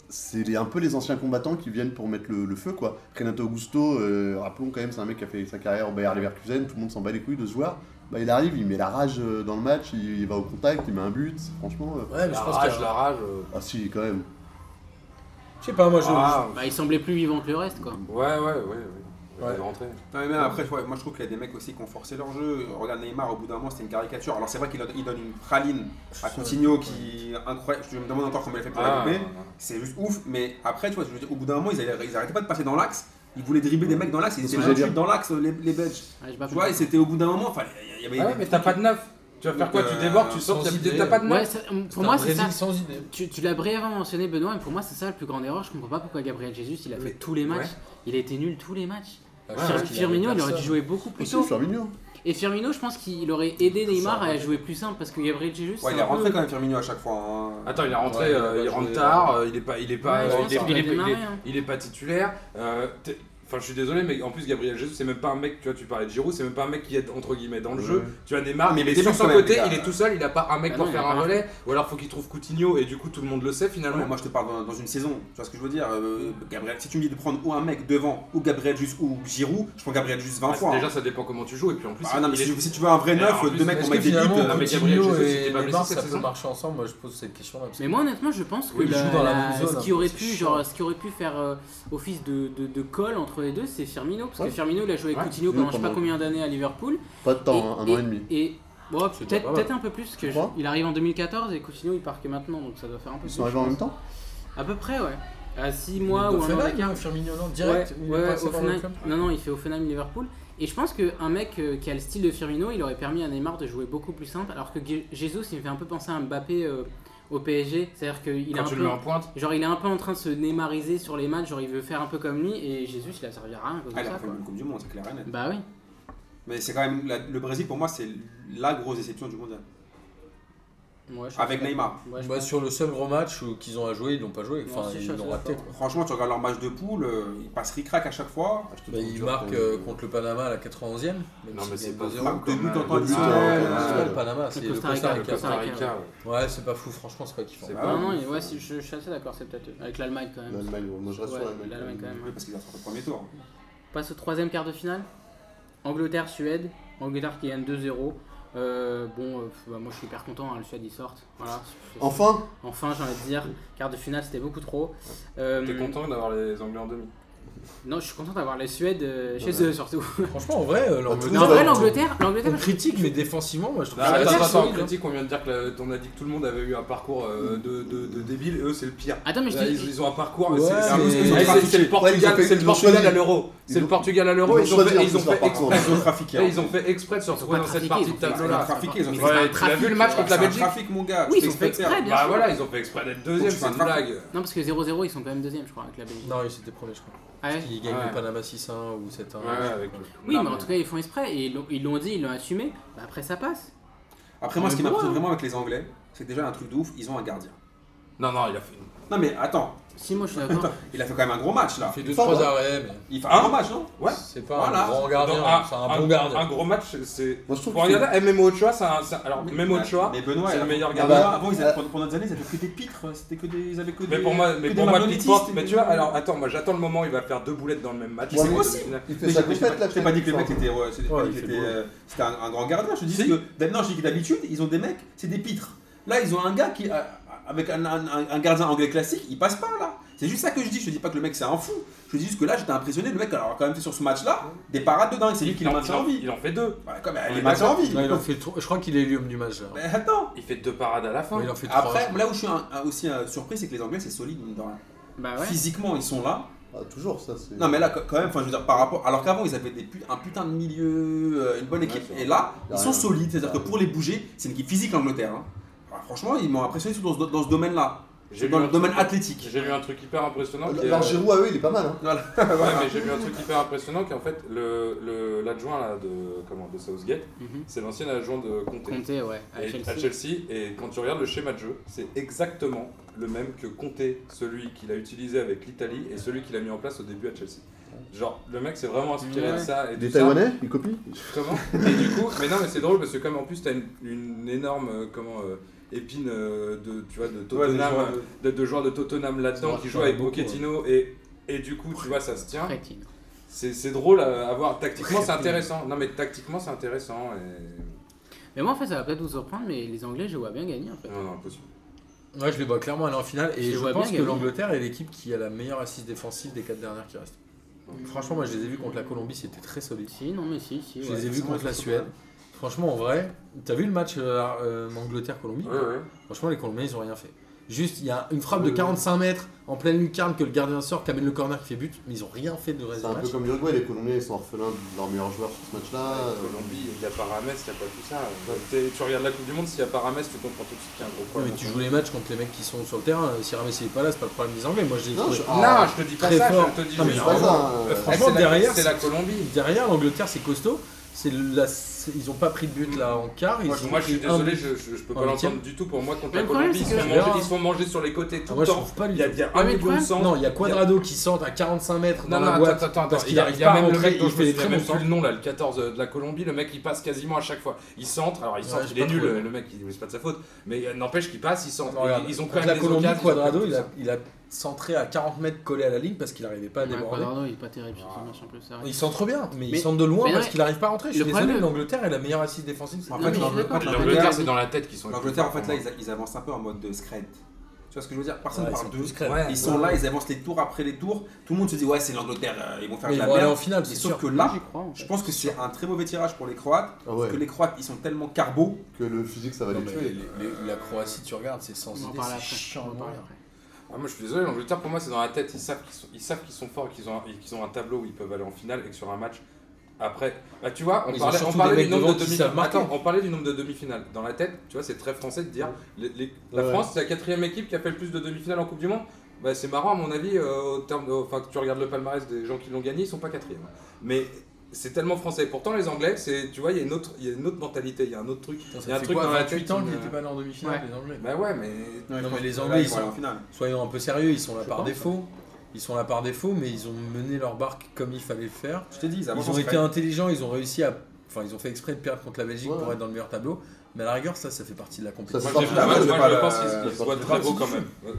Speaker 4: c'est les- un peu les anciens combattants qui viennent pour mettre le, le feu quoi. Renato Augusto, euh, rappelons quand même, c'est un mec qui a fait sa carrière au Bayer Leverkusen, tout le monde s'en bat les couilles de ce joueur. Bah, il arrive, il met la rage euh, dans le match, il, il va au contact, il met un but, franchement. euh,
Speaker 2: Ouais, mais
Speaker 3: La
Speaker 2: je pense
Speaker 3: rage,
Speaker 2: que.
Speaker 3: la rage. euh,
Speaker 4: Ah si, quand même.
Speaker 2: Je sais pas, moi je.
Speaker 3: ah,
Speaker 1: Bah, il semblait plus vivant que le reste, quoi.
Speaker 3: Ouais, ouais, ouais. ouais. Il
Speaker 2: Ouais.
Speaker 3: est rentré.
Speaker 5: Non, mais même après, ouais, moi je trouve qu'il y a des mecs aussi qui ont forcé leur jeu. Regarde Neymar, au bout d'un moment, c'était une caricature. Alors c'est vrai qu'il donne- il donne une praline à Coutinho qui est incroyable. Je me demande encore comment il a fait pour la
Speaker 3: Ah,
Speaker 5: couper. C'est juste ouf, mais après, tu vois, je veux dire, au bout d'un moment, ils, allaient- ils arrêtaient pas de passer dans l'axe. Ils voulaient dribbler des mecs dans l'axe, ils étaient
Speaker 4: ce que j'allais
Speaker 5: 28
Speaker 4: dire.
Speaker 5: dans l'axe, les, les Belges.
Speaker 1: Ouais, j'ai pas
Speaker 5: Tu vois, et
Speaker 1: compris.
Speaker 5: c'était au bout d'un moment, fallait- il y avait.
Speaker 3: ouais, Ah ouais, mais t'as pas de neuf. Tu vas faire
Speaker 5: Donc,
Speaker 3: quoi Tu
Speaker 5: euh,
Speaker 3: débordes, tu sors,
Speaker 2: sans
Speaker 3: t'as-
Speaker 2: idée.
Speaker 3: t'as pas de neuf.
Speaker 1: Ouais, ça- pour
Speaker 2: un
Speaker 1: moi, c'est
Speaker 2: Brésil
Speaker 1: ça.
Speaker 2: sans idée. Ah,
Speaker 1: Tu, tu l'as brièvement mentionné, Benoît, mais pour moi, c'est ça la plus grande erreur. Je comprends pas pourquoi Gabriel Jesus, il a fait
Speaker 5: Mais-
Speaker 1: tous les matchs.
Speaker 5: ouais.
Speaker 1: Il a été nul tous les matchs.
Speaker 2: Ah, je
Speaker 1: Fir-
Speaker 2: pense qu'il
Speaker 1: Firmino,
Speaker 2: avait
Speaker 1: il aurait dû
Speaker 2: personne.
Speaker 1: jouer beaucoup plus
Speaker 4: Aussi,
Speaker 1: tôt.
Speaker 4: Firmino.
Speaker 1: Et Firmino, je pense qu'il aurait aidé Neymar à jouer plus simple parce que Gabriel Jesus.
Speaker 5: Ouais,
Speaker 1: c'est
Speaker 5: il est
Speaker 1: un peu-
Speaker 5: rentré quand même Firmino à chaque fois. hein.
Speaker 3: Attends, il
Speaker 2: Ouais,
Speaker 3: est rentré,
Speaker 2: il a
Speaker 3: euh,
Speaker 2: pas
Speaker 3: il
Speaker 2: joué,
Speaker 3: rentre
Speaker 2: ouais.
Speaker 3: tard, euh, il est pas, il est pas,
Speaker 1: Ouais, je
Speaker 3: euh,
Speaker 1: pense
Speaker 3: il, est,
Speaker 1: qu'il
Speaker 3: il
Speaker 1: a
Speaker 3: est- il est-
Speaker 1: démarré, hein.
Speaker 3: il est pas titulaire. euh, t'es- Enfin, je suis désolé, mais en plus, Gabriel Jesus, c'est même pas un mec, tu vois, tu parlais de Giroud, c'est même pas un mec qui est entre guillemets dans le
Speaker 4: Ouais.
Speaker 3: jeu. Tu as Neymar,
Speaker 5: Mais
Speaker 3: mais il
Speaker 5: il est
Speaker 3: est sur
Speaker 5: sûr
Speaker 3: son
Speaker 5: quand même, les
Speaker 3: côté,
Speaker 5: gars.
Speaker 3: il est tout seul, il a pas un mec
Speaker 1: Bah
Speaker 3: pour
Speaker 1: non, il
Speaker 3: faire
Speaker 1: a
Speaker 3: un
Speaker 1: pas un-
Speaker 3: relais, ou alors faut qu'il trouve Coutinho, et du coup, tout le monde le sait
Speaker 5: Non,
Speaker 3: finalement.
Speaker 5: mais moi je te parle dans, dans une saison, tu vois ce que je veux dire euh, Gabriel, Si tu me dis de prendre ou un mec devant, ou Gabriel juste ou Giroud, je prends Gabriel juste 20
Speaker 3: Ah,
Speaker 5: fois.
Speaker 3: Déjà,
Speaker 5: hein.
Speaker 3: ça dépend comment tu joues, et puis en plus,
Speaker 5: Ah non, mais
Speaker 3: il est-
Speaker 5: si, si tu veux un vrai
Speaker 3: Mais
Speaker 5: neuf,
Speaker 3: en plus,
Speaker 5: deux mecs
Speaker 2: Est-ce
Speaker 5: on
Speaker 2: que
Speaker 5: met des buts.
Speaker 2: finalement,
Speaker 5: euh,
Speaker 3: mais Gabriel
Speaker 2: Coutinho
Speaker 3: Jesus, il
Speaker 2: et
Speaker 3: était pas blessé
Speaker 2: Neymar,
Speaker 3: cette
Speaker 2: ça peut
Speaker 3: saison
Speaker 2: marcher ensemble Moi, je pose cette question-là. parce que-
Speaker 1: Mais moi honnêtement je pense que
Speaker 2: Oui, mais
Speaker 1: la-
Speaker 2: joue dans la
Speaker 1: la-
Speaker 2: même zone,
Speaker 1: ce qui
Speaker 2: hein,
Speaker 1: aurait
Speaker 2: c'est
Speaker 1: pu
Speaker 2: chiant.
Speaker 1: genre ce qui aurait pu faire euh, office de, de, de colle entre les deux c'est Firmino parce
Speaker 4: Ouais.
Speaker 1: que Firmino il a joué avec
Speaker 4: Ouais,
Speaker 1: Coutinho
Speaker 4: Firmino
Speaker 1: pendant je sais pas
Speaker 4: pendant-
Speaker 1: combien d'années à Liverpool
Speaker 4: Pas de temps, hein, un an et demi.
Speaker 1: et bon
Speaker 2: C'est déjà
Speaker 1: peut-être
Speaker 2: pas mal.
Speaker 1: peut-être un peu plus parce que
Speaker 4: Tu
Speaker 1: je-
Speaker 4: crois
Speaker 1: il arrive en 2014 et Coutinho il part que maintenant donc ça doit faire un peu
Speaker 4: Ils
Speaker 1: plus,
Speaker 4: sont
Speaker 1: je
Speaker 4: arrivés en même
Speaker 1: pense.
Speaker 4: temps
Speaker 1: à peu près ouais à 6
Speaker 2: Il
Speaker 1: mois
Speaker 2: est
Speaker 1: ou un an
Speaker 2: d'Offenheim,
Speaker 1: d'écart
Speaker 2: hein, Firmino, non, direct.
Speaker 1: Ouais,
Speaker 2: il est
Speaker 1: ouais,
Speaker 2: passé par le
Speaker 1: Hoffenheim-
Speaker 2: club.
Speaker 1: non, non, il fait Hoffenheim Liverpool. Et je pense qu'un mec euh, qui a le style de Firmino, il aurait permis à Neymar de jouer beaucoup plus simple. Alors que Ge- Jesus, il me fait un peu penser à Mbappé euh, au PSG. C'est-à-dire qu'il est
Speaker 3: quand
Speaker 1: un
Speaker 3: tu
Speaker 1: peu.
Speaker 3: le mets en pointe,
Speaker 1: Genre, il est un peu en train de se némariser sur les matchs. Genre, il veut faire un peu comme lui. Et Jesus, il a servi à rien à cause de
Speaker 5: Ah, il
Speaker 1: ça.
Speaker 5: a pris
Speaker 1: quoi.
Speaker 5: une Coupe du Monde, c'est clair et net.
Speaker 1: Bah oui.
Speaker 5: Mais c'est quand même. la- le Brésil, pour moi, c'est la grosse déception du mondial.
Speaker 1: Ouais, je-
Speaker 5: Avec Neymar.
Speaker 1: ouais, je
Speaker 2: Bah, sur le seul gros match où- qu'ils ont à jouer, ils l'ont pas joué.
Speaker 1: Non,
Speaker 2: Enfin,
Speaker 1: si, je
Speaker 2: ils
Speaker 1: suis
Speaker 2: l'ont
Speaker 1: assez
Speaker 2: raté.
Speaker 1: d'accord.
Speaker 2: quoi.
Speaker 5: Franchement, tu regardes leur match de poule, euh, ils passent ric-rac à chaque fois.
Speaker 4: Ah, je te
Speaker 2: Bah,
Speaker 4: trouve
Speaker 2: ils
Speaker 4: dur,
Speaker 2: marquent
Speaker 4: quand
Speaker 2: euh,
Speaker 4: même.
Speaker 2: contre le Panama à la 91e.
Speaker 3: Non,
Speaker 2: s'ils
Speaker 3: mais c'est
Speaker 2: gagnent
Speaker 3: pas
Speaker 2: 2-0.
Speaker 3: fou. Ah,
Speaker 5: Deux buts en temps
Speaker 4: Deux buts en
Speaker 5: additionnel.
Speaker 4: temps
Speaker 2: C'est pas le
Speaker 4: Ouais.
Speaker 2: Panama, c'est
Speaker 1: Le
Speaker 2: le
Speaker 1: Costa Rica,
Speaker 2: Costa
Speaker 1: le
Speaker 2: Rica.
Speaker 3: Costa Rica,
Speaker 2: Ouais, c'est pas fou, franchement, c'est pas kiffant.
Speaker 3: C'est
Speaker 5: Ah,
Speaker 1: Ah
Speaker 3: pas
Speaker 1: non, et ouais, si- je, je suis assez d'accord, c'est peut-être eux. Avec l'Allemagne
Speaker 2: euh,
Speaker 1: quand même.
Speaker 4: L'Allemagne, moi je reste
Speaker 1: Ouais,
Speaker 4: sur l'Allemagne.
Speaker 1: l'Allemagne, quand même.
Speaker 5: Oui, parce qu'ils ont sorti au premier tour.
Speaker 1: On passe au troisième quart de finale. Angleterre-Suède. Angleterre qui gagne 2-0. Euh, bon, euh, bah, moi je suis hyper content, hein, le Suède ils sortent. Voilà.
Speaker 4: Enfin
Speaker 1: Enfin, j'ai envie de dire, quart de finale c'était beaucoup trop. Euh,
Speaker 3: T'es content d'avoir les Anglais en demi
Speaker 1: Non, je suis content d'avoir les Suèdes euh, chez
Speaker 4: Ouais.
Speaker 1: eux surtout.
Speaker 2: Franchement, en vrai, euh, l'Angleterre-
Speaker 1: Mais en vrai,
Speaker 4: Tout-
Speaker 1: l'Angleterre,
Speaker 2: on
Speaker 1: l'Angleterre,
Speaker 2: critique, mais défensivement, moi je trouve
Speaker 3: Non,
Speaker 2: ça
Speaker 3: attends,
Speaker 2: assez
Speaker 3: attends,
Speaker 2: solide,
Speaker 3: en
Speaker 2: hein.
Speaker 3: critique, on vient de dire que la- on a dit que tout le monde avait eu un parcours euh, de, de, de débile, eux c'est le pire.
Speaker 1: Attends, mais je
Speaker 3: Là,
Speaker 1: te-
Speaker 3: ils, ils ont un parcours,
Speaker 2: Ouais,
Speaker 3: c'est- c'est un
Speaker 2: mais-
Speaker 3: peu ce que
Speaker 2: Ouais,
Speaker 3: ils ont
Speaker 2: c'est-
Speaker 3: fait. c'est le
Speaker 4: ouais, ils
Speaker 3: Portugal,
Speaker 4: ont fait-
Speaker 3: c'est
Speaker 4: ils
Speaker 3: le
Speaker 4: ont
Speaker 3: Portugal
Speaker 4: choisi.
Speaker 3: à l'euro.
Speaker 4: Ils
Speaker 3: C'est le
Speaker 4: ont-
Speaker 3: Portugal à l'euro,
Speaker 4: Ils
Speaker 3: ils
Speaker 4: ont
Speaker 3: ont fait
Speaker 4: choisi,
Speaker 3: ils
Speaker 4: en plus,
Speaker 3: ont fait
Speaker 4: leur
Speaker 3: exprès.
Speaker 4: parcours.
Speaker 5: Ils ont trafiqué. hein.
Speaker 3: Et Ils ont fait exprès de se retrouver
Speaker 1: pas
Speaker 3: dans cette
Speaker 1: trafiqués,
Speaker 3: partie de
Speaker 1: ils ont fait
Speaker 5: Ils ont
Speaker 3: tableau-là.
Speaker 5: trafiqué, ils ont
Speaker 1: Ils
Speaker 5: fait
Speaker 1: ont
Speaker 5: un
Speaker 3: Ouais,
Speaker 1: fait
Speaker 3: tu l'as vu le match contre la
Speaker 5: trafic.
Speaker 3: Belgique
Speaker 5: trafic, mon gars.
Speaker 1: Oui,
Speaker 5: tu
Speaker 1: ils ont fait
Speaker 5: t'expectes
Speaker 1: exprès, bien
Speaker 3: Bah
Speaker 1: sûr.
Speaker 3: voilà, ils ont fait exprès d'être deuxième,
Speaker 5: Faut que
Speaker 3: c'est
Speaker 5: tu
Speaker 3: une
Speaker 5: fasses un
Speaker 3: blague.
Speaker 1: Non, parce que 0-0, ils sont quand même deuxième, je crois, avec la
Speaker 3: Bah,
Speaker 1: Belgique.
Speaker 2: Non, c'était premier, je crois.
Speaker 1: Ah ouais
Speaker 2: Ils gagnent
Speaker 3: Ouais.
Speaker 2: le Panama 6-1 ou 7-1.
Speaker 3: Ouais, avec le-
Speaker 1: Oui,
Speaker 3: Non,
Speaker 1: mais en tout cas, ils font exprès. Et ils l'ont- ils l'ont dit, ils l'ont assumé. Bah, après, ça passe.
Speaker 5: Après, moi, ce qui
Speaker 1: Mais
Speaker 5: m'impressionne
Speaker 1: ouais.
Speaker 5: vraiment avec les Anglais, c'est que déjà un truc de ouf, ils ont un gardien.
Speaker 3: Non, non, il a fait une
Speaker 5: Non, mais attends,
Speaker 1: Si, moi, je suis d'accord.
Speaker 5: il a fait quand même un gros match là.
Speaker 2: Il fait
Speaker 4: Fort,
Speaker 2: 2-3
Speaker 4: hein.
Speaker 2: arrêts, mais
Speaker 5: Il fait
Speaker 3: Hein
Speaker 5: un gros match, non
Speaker 3: Ouais.
Speaker 2: c'est pas
Speaker 5: Voilà.
Speaker 2: un grand gardien,
Speaker 3: Dans-
Speaker 2: c'est un bon gardien.
Speaker 3: Un gros match, c'est.
Speaker 4: Moi je trouve
Speaker 3: Pour
Speaker 4: que-
Speaker 3: regarder, MM Ochoa, c'est un- c'est un- alors même Ochoa,
Speaker 5: Mais Benoît,
Speaker 3: c'est
Speaker 5: il a-
Speaker 3: le meilleur
Speaker 4: bah,
Speaker 3: gardien.
Speaker 5: Avant, ils avaient- pendant- pendant des années, ils avaient que des pitres. C'était que des. Ils avaient que des.
Speaker 3: Mais pour moi, mais pour
Speaker 5: que des
Speaker 3: moi
Speaker 5: marionnettes,
Speaker 3: Pickford,
Speaker 5: c'était-
Speaker 3: mais tu vois, alors attends, moi j'attends le moment où il va faire deux boulettes dans le même match.
Speaker 4: Ouais,
Speaker 3: C'est
Speaker 4: mais-
Speaker 3: possible.
Speaker 4: Il fait
Speaker 5: Mais
Speaker 4: sa
Speaker 5: j'ai- j'ai pas-
Speaker 4: compète là,
Speaker 5: j'ai pas dit que les mecs étaient. ouais, j'ai pas
Speaker 2: Ouais,
Speaker 5: dit
Speaker 2: il
Speaker 5: que
Speaker 2: fait
Speaker 5: c'était,
Speaker 2: beau.
Speaker 5: euh, C'était un, un grand gardien. Je dis
Speaker 3: Si.
Speaker 5: que. d'hab- Non, je dis que d'habitude, ils ont des mecs, c'est des pitres. Là, ils ont un gars qui. a- Avec un, un- un- un gardien anglais classique, il passe pas là. C'est juste ça que je dis. Je te dis pas que le mec c'est un fou. Je te dis juste que là, j'étais impressionné. Le mec, alors quand même, fait sur ce match-là, des parades de dingue. C'est lui qui
Speaker 3: Il
Speaker 5: l'a
Speaker 3: en-
Speaker 5: maintenu
Speaker 3: il
Speaker 5: en
Speaker 3: en-
Speaker 5: vie.
Speaker 3: Il en fait deux.
Speaker 5: Ouais, comme,
Speaker 3: On
Speaker 5: il
Speaker 3: est
Speaker 5: est maintenu en
Speaker 3: d'accord.
Speaker 5: vie.
Speaker 2: Ouais, il en fait tro- Je crois qu'il est l'homme du match. là.
Speaker 5: Mais attends.
Speaker 3: Il fait deux parades à la fin.
Speaker 2: Ouais, il en fait trois.
Speaker 5: Après, là où je suis un- un- aussi euh, surpris, c'est que les Anglais, c'est solide. mine de rien.
Speaker 2: Ah
Speaker 1: Bah, ouais.
Speaker 5: Physiquement, ils sont là.
Speaker 4: Ah, toujours ça, c'est.
Speaker 5: Non mais là quand même, enfin je veux dire par rapport, alors qu'avant ils avaient des pu- un putain de milieu, euh, une bonne
Speaker 3: Ouais,
Speaker 5: équipe,
Speaker 3: c'est vrai.
Speaker 5: et là ils
Speaker 4: Ouais.
Speaker 5: sont solides, c'est-à-dire que pour les bouger, c'est une équipe physique l'Angleterre. hein. Enfin, franchement ils m'ont impressionné surtout dans ce, dans ce domaine-là,
Speaker 3: J'ai
Speaker 5: dans
Speaker 3: lu
Speaker 5: le
Speaker 3: un
Speaker 5: domaine
Speaker 3: truc-
Speaker 5: athlétique.
Speaker 3: J'ai lu un truc hyper impressionnant. qui est-
Speaker 4: Leur Euh, Giroud à eux, il est pas mal. Hein.
Speaker 5: Voilà.
Speaker 3: Ouais, mais j'ai vu un truc hyper impressionnant qui est en fait le- le- l'adjoint là de comment de Southgate,
Speaker 1: Mhm.
Speaker 3: c'est l'ancien adjoint de Conte.
Speaker 1: Comptez, ouais. à
Speaker 3: Et-
Speaker 1: Chelsea.
Speaker 3: à Chelsea et quand tu regardes le schéma de jeu, c'est exactement le même que Conte, celui qu'il a utilisé avec l'Italie et celui qu'il a mis en place au début à Chelsea. Genre le mec s'est vraiment inspiré de
Speaker 1: Ouais.
Speaker 3: ça et
Speaker 4: Des
Speaker 3: tout ça.
Speaker 4: Taïwanais, ils copient *laughs*
Speaker 3: Comment Et du coup, mais non, mais c'est drôle parce que comme en plus t'as une, une énorme euh, comment euh, épine euh, de tu vois de Tottenham,
Speaker 5: joueurs
Speaker 3: de, de joueurs de Tottenham là-dedans
Speaker 2: Ça
Speaker 3: qui
Speaker 2: marche
Speaker 3: jouent
Speaker 2: pas
Speaker 3: avec
Speaker 2: beaucoup,
Speaker 3: Pochettino et et du coup tu vois ça se tient.
Speaker 1: Frétine.
Speaker 3: C'est c'est drôle à, à voir. Tactiquement c'est intéressant. Non mais tactiquement c'est intéressant. Et...
Speaker 1: Mais moi, en fait, ça va peut-être vous surprendre, mais les Anglais, je vois bien gagner, en fait.
Speaker 2: Ah,
Speaker 3: Non non impossible.
Speaker 2: Ouais, je les vois clairement aller en finale.
Speaker 1: Je
Speaker 2: Et
Speaker 1: les
Speaker 2: je
Speaker 1: vois
Speaker 2: pense
Speaker 1: bien
Speaker 2: que
Speaker 1: gagner.
Speaker 2: l'Angleterre est l'équipe qui a la meilleure assise défensive des quatre dernières qui restent. Franchement, moi je les ai vus contre la Colombie, c'était très solide.
Speaker 1: Si, non, mais si, si.
Speaker 2: Je
Speaker 1: ouais.
Speaker 2: les ai vus contre la Suède. Franchement, en vrai, t'as vu le match euh, euh, Angleterre-Colombie
Speaker 3: Ouais, ouais.
Speaker 2: Franchement, les Colombiens, ils ont rien fait. Juste, il y a une frappe de 45 mètres en pleine lucarne que le gardien sort, qui amène le corner, qui fait but, mais ils ont rien fait de reste
Speaker 4: C'est
Speaker 2: du
Speaker 4: un peu
Speaker 2: match.
Speaker 4: comme l'Uruguay, les Colombiens, ils sont orphelins de leur meilleur joueur sur ce match-là. euh,
Speaker 3: La Colombie, il y a pas Rames, il n'y a pas tout ça. T'es- Tu regardes la Coupe du Monde, s'il n'y a pas Rames, tu comprends tout de suite qu'il y a un gros
Speaker 2: Non,
Speaker 3: problème.
Speaker 2: mais tu joues les matchs contre les mecs qui sont sur le terrain. euh, Si Rames il est pas là, c'est pas le problème des Anglais. Moi, je les ai
Speaker 4: Non,
Speaker 2: trouvés
Speaker 4: je-
Speaker 3: Non, je te dis pas
Speaker 2: Très
Speaker 3: ça,
Speaker 2: fort.
Speaker 3: je te dis
Speaker 2: Non, mais
Speaker 3: juste-
Speaker 4: C'est pas ça.
Speaker 3: Euh,
Speaker 4: hein.
Speaker 2: Franchement,
Speaker 3: c'est la-
Speaker 2: derrière,
Speaker 3: c'est la Colombie.
Speaker 2: Derrière, l'Angleterre, c'est costaud. C'est la c'est- ils ont pas pris de but là en quart. Ils
Speaker 3: Moi, je-
Speaker 2: ont
Speaker 3: moi, je suis
Speaker 2: pris un
Speaker 3: désolé,
Speaker 2: but.
Speaker 3: je, je, je peux
Speaker 2: En
Speaker 3: pas
Speaker 2: huitième.
Speaker 3: l'entendre du tout. Pour moi, contre la
Speaker 1: Mais le problème,
Speaker 3: Colombie, ils,
Speaker 1: c'est
Speaker 3: se font
Speaker 2: que-
Speaker 3: manger-
Speaker 2: Verra.
Speaker 3: ils se font manger sur les côtés tout
Speaker 2: Ah, moi,
Speaker 3: le
Speaker 2: je
Speaker 3: temps.
Speaker 2: trouve pas
Speaker 3: Il
Speaker 2: lui.
Speaker 3: y a, il y a
Speaker 1: Ah, mais
Speaker 3: un
Speaker 1: le
Speaker 3: million de
Speaker 1: problème-
Speaker 3: sens.
Speaker 2: Non, il y a Quadrado qui sort à 45 mètres dans
Speaker 3: Non, non,
Speaker 2: la
Speaker 3: attends,
Speaker 2: boîte.
Speaker 3: attends, attends,
Speaker 2: parce
Speaker 3: il
Speaker 2: qu'il
Speaker 3: y a-
Speaker 2: arrive
Speaker 3: il y a
Speaker 2: pas à
Speaker 3: même le
Speaker 2: rentrer,
Speaker 3: mec dont
Speaker 2: il
Speaker 3: je
Speaker 2: fait
Speaker 3: me
Speaker 2: des
Speaker 3: souviens
Speaker 2: très
Speaker 3: même
Speaker 2: bons
Speaker 3: plus
Speaker 2: centres.
Speaker 3: le nom là, le 14 de la Colombie, le mec il passe quasiment à chaque fois. Il centre, alors il
Speaker 2: Ouais,
Speaker 3: centre,
Speaker 2: j'ai
Speaker 3: il est
Speaker 2: pas
Speaker 3: nul,
Speaker 2: trouvé.
Speaker 3: le mec, il- c'est pas de sa faute, mais euh, n'empêche qu'il passe, il centre.
Speaker 2: Non, regarde,
Speaker 3: Ils- ils ont quand
Speaker 2: contre
Speaker 3: même
Speaker 2: la
Speaker 3: des
Speaker 2: Colombie,
Speaker 3: occasions,
Speaker 2: Quadrado,
Speaker 3: tout
Speaker 2: il
Speaker 3: ça.
Speaker 2: a, il a centré à 40 mètres collé à la ligne parce qu'il n'arrivait pas à Ah. déborder.
Speaker 1: Quadrado, il est pas terrible sur son match en plus. c'est vrai.
Speaker 2: il centre bien, mais, il
Speaker 1: Mais-
Speaker 2: centre de loin
Speaker 1: mais non,
Speaker 2: parce qu'il n'arrive pas à rentrer. Je suis
Speaker 1: le problème-
Speaker 2: désolé, l'Angleterre est la meilleure assise défensive. c'est
Speaker 5: En
Speaker 1: Non,
Speaker 5: fait,
Speaker 1: mais je suis d'accord.
Speaker 5: l'Angleterre,
Speaker 3: L'Angleterre, c'est dans la tête qu'ils sont.
Speaker 5: l'Angleterre, en fait, là, ils, ils avancent un peu en mode de scred. Tu vois ce que je veux dire Personne
Speaker 2: Ouais, ils
Speaker 5: ne parle
Speaker 2: sont
Speaker 5: d'eux.
Speaker 2: tous crèves.
Speaker 3: Ouais.
Speaker 5: Ils sont là, ils avancent les tours après les tours. Tout le monde se dit, ouais, c'est l'Angleterre, euh, ils vont faire
Speaker 2: Mais
Speaker 5: de
Speaker 2: ils
Speaker 5: la
Speaker 2: vont aller en
Speaker 5: merde.
Speaker 2: finale, c'est
Speaker 5: Sauf
Speaker 2: sûr.
Speaker 5: que
Speaker 1: Moi,
Speaker 5: là,
Speaker 1: j'y crois. en fait.
Speaker 5: je pense que c'est un très mauvais tirage pour les Croates.
Speaker 4: Ah ouais,
Speaker 5: Parce que les Croates, ils sont tellement carbo.
Speaker 4: que le physique ça va
Speaker 2: Non,
Speaker 4: les
Speaker 2: mais
Speaker 4: tuer.
Speaker 2: les- les- la Croatie, tu regardes, c'est sans
Speaker 1: On en
Speaker 2: idée,
Speaker 1: parle
Speaker 2: c'est
Speaker 1: après.
Speaker 2: chiant.
Speaker 1: On en parle
Speaker 2: à
Speaker 1: après.
Speaker 3: Ah, moi je suis désolé, l'Angleterre pour moi c'est dans la tête, ils savent qu'ils sont, ils savent qu'ils sont forts, qu'ils ont, et qu'ils ont un tableau où ils peuvent aller en finale et que sur un match après. Bah tu vois, on
Speaker 2: Ils ont
Speaker 3: parlait, on
Speaker 2: surtout
Speaker 3: parlait
Speaker 2: des
Speaker 3: du
Speaker 2: mecs
Speaker 3: nombre de
Speaker 2: devant qui
Speaker 3: demi
Speaker 2: savent marquer.
Speaker 3: Attends, on parlait du nombre de demi-finales. Dans la tête, tu vois, c'est très français de dire les- les- la
Speaker 4: Ouais.
Speaker 3: France c'est la quatrième équipe qui a fait le plus de demi-finales en Coupe du Monde. Bah, c'est marrant à mon avis, euh, au terme de- enfin que tu regardes le palmarès des gens qui l'ont gagné, ils sont pas quatrième. Mais c'est tellement français. Et Pourtant les Anglais, c'est tu vois, il y a une autre, il y a une autre mentalité, il y a un autre truc.
Speaker 2: Putain,
Speaker 3: Il y a
Speaker 2: Ça
Speaker 3: un
Speaker 2: fait
Speaker 3: truc
Speaker 2: quoi,
Speaker 3: dans la
Speaker 2: 28
Speaker 3: tête
Speaker 2: ans
Speaker 3: qui
Speaker 2: qu'ils
Speaker 3: me-
Speaker 2: n'étaient pas allés en demi-finale,
Speaker 1: Ouais.
Speaker 2: les Anglais
Speaker 3: Bah ouais, mais
Speaker 2: Non, mais les
Speaker 5: Là,
Speaker 2: Anglais, ils
Speaker 5: vont aller
Speaker 2: sont,
Speaker 5: en finale.
Speaker 2: soyons un peu sérieux, ils sont là par
Speaker 1: pense.
Speaker 2: défaut. Ils sont là par défaut, mais ils ont mené leur barque comme il fallait le faire.
Speaker 5: Je te dis, ils avancent
Speaker 2: Ils ont
Speaker 5: en
Speaker 2: été
Speaker 5: scred.
Speaker 2: intelligents, ils ont réussi à. Enfin, ils ont fait exprès de perdre contre la Belgique
Speaker 4: Ouais.
Speaker 2: pour être dans le meilleur tableau. Mais à la rigueur, ça, ça fait partie de la compétition.
Speaker 4: Ça,
Speaker 3: Moi,
Speaker 4: c'est
Speaker 3: j'ai vu
Speaker 4: pas
Speaker 3: le match,
Speaker 4: mal,
Speaker 3: moi,
Speaker 5: c'est pas
Speaker 3: je pense
Speaker 5: la-
Speaker 3: qu'ils se
Speaker 4: c'est
Speaker 3: voient
Speaker 4: pas
Speaker 3: très
Speaker 4: le
Speaker 3: beau
Speaker 4: parti.
Speaker 3: quand même.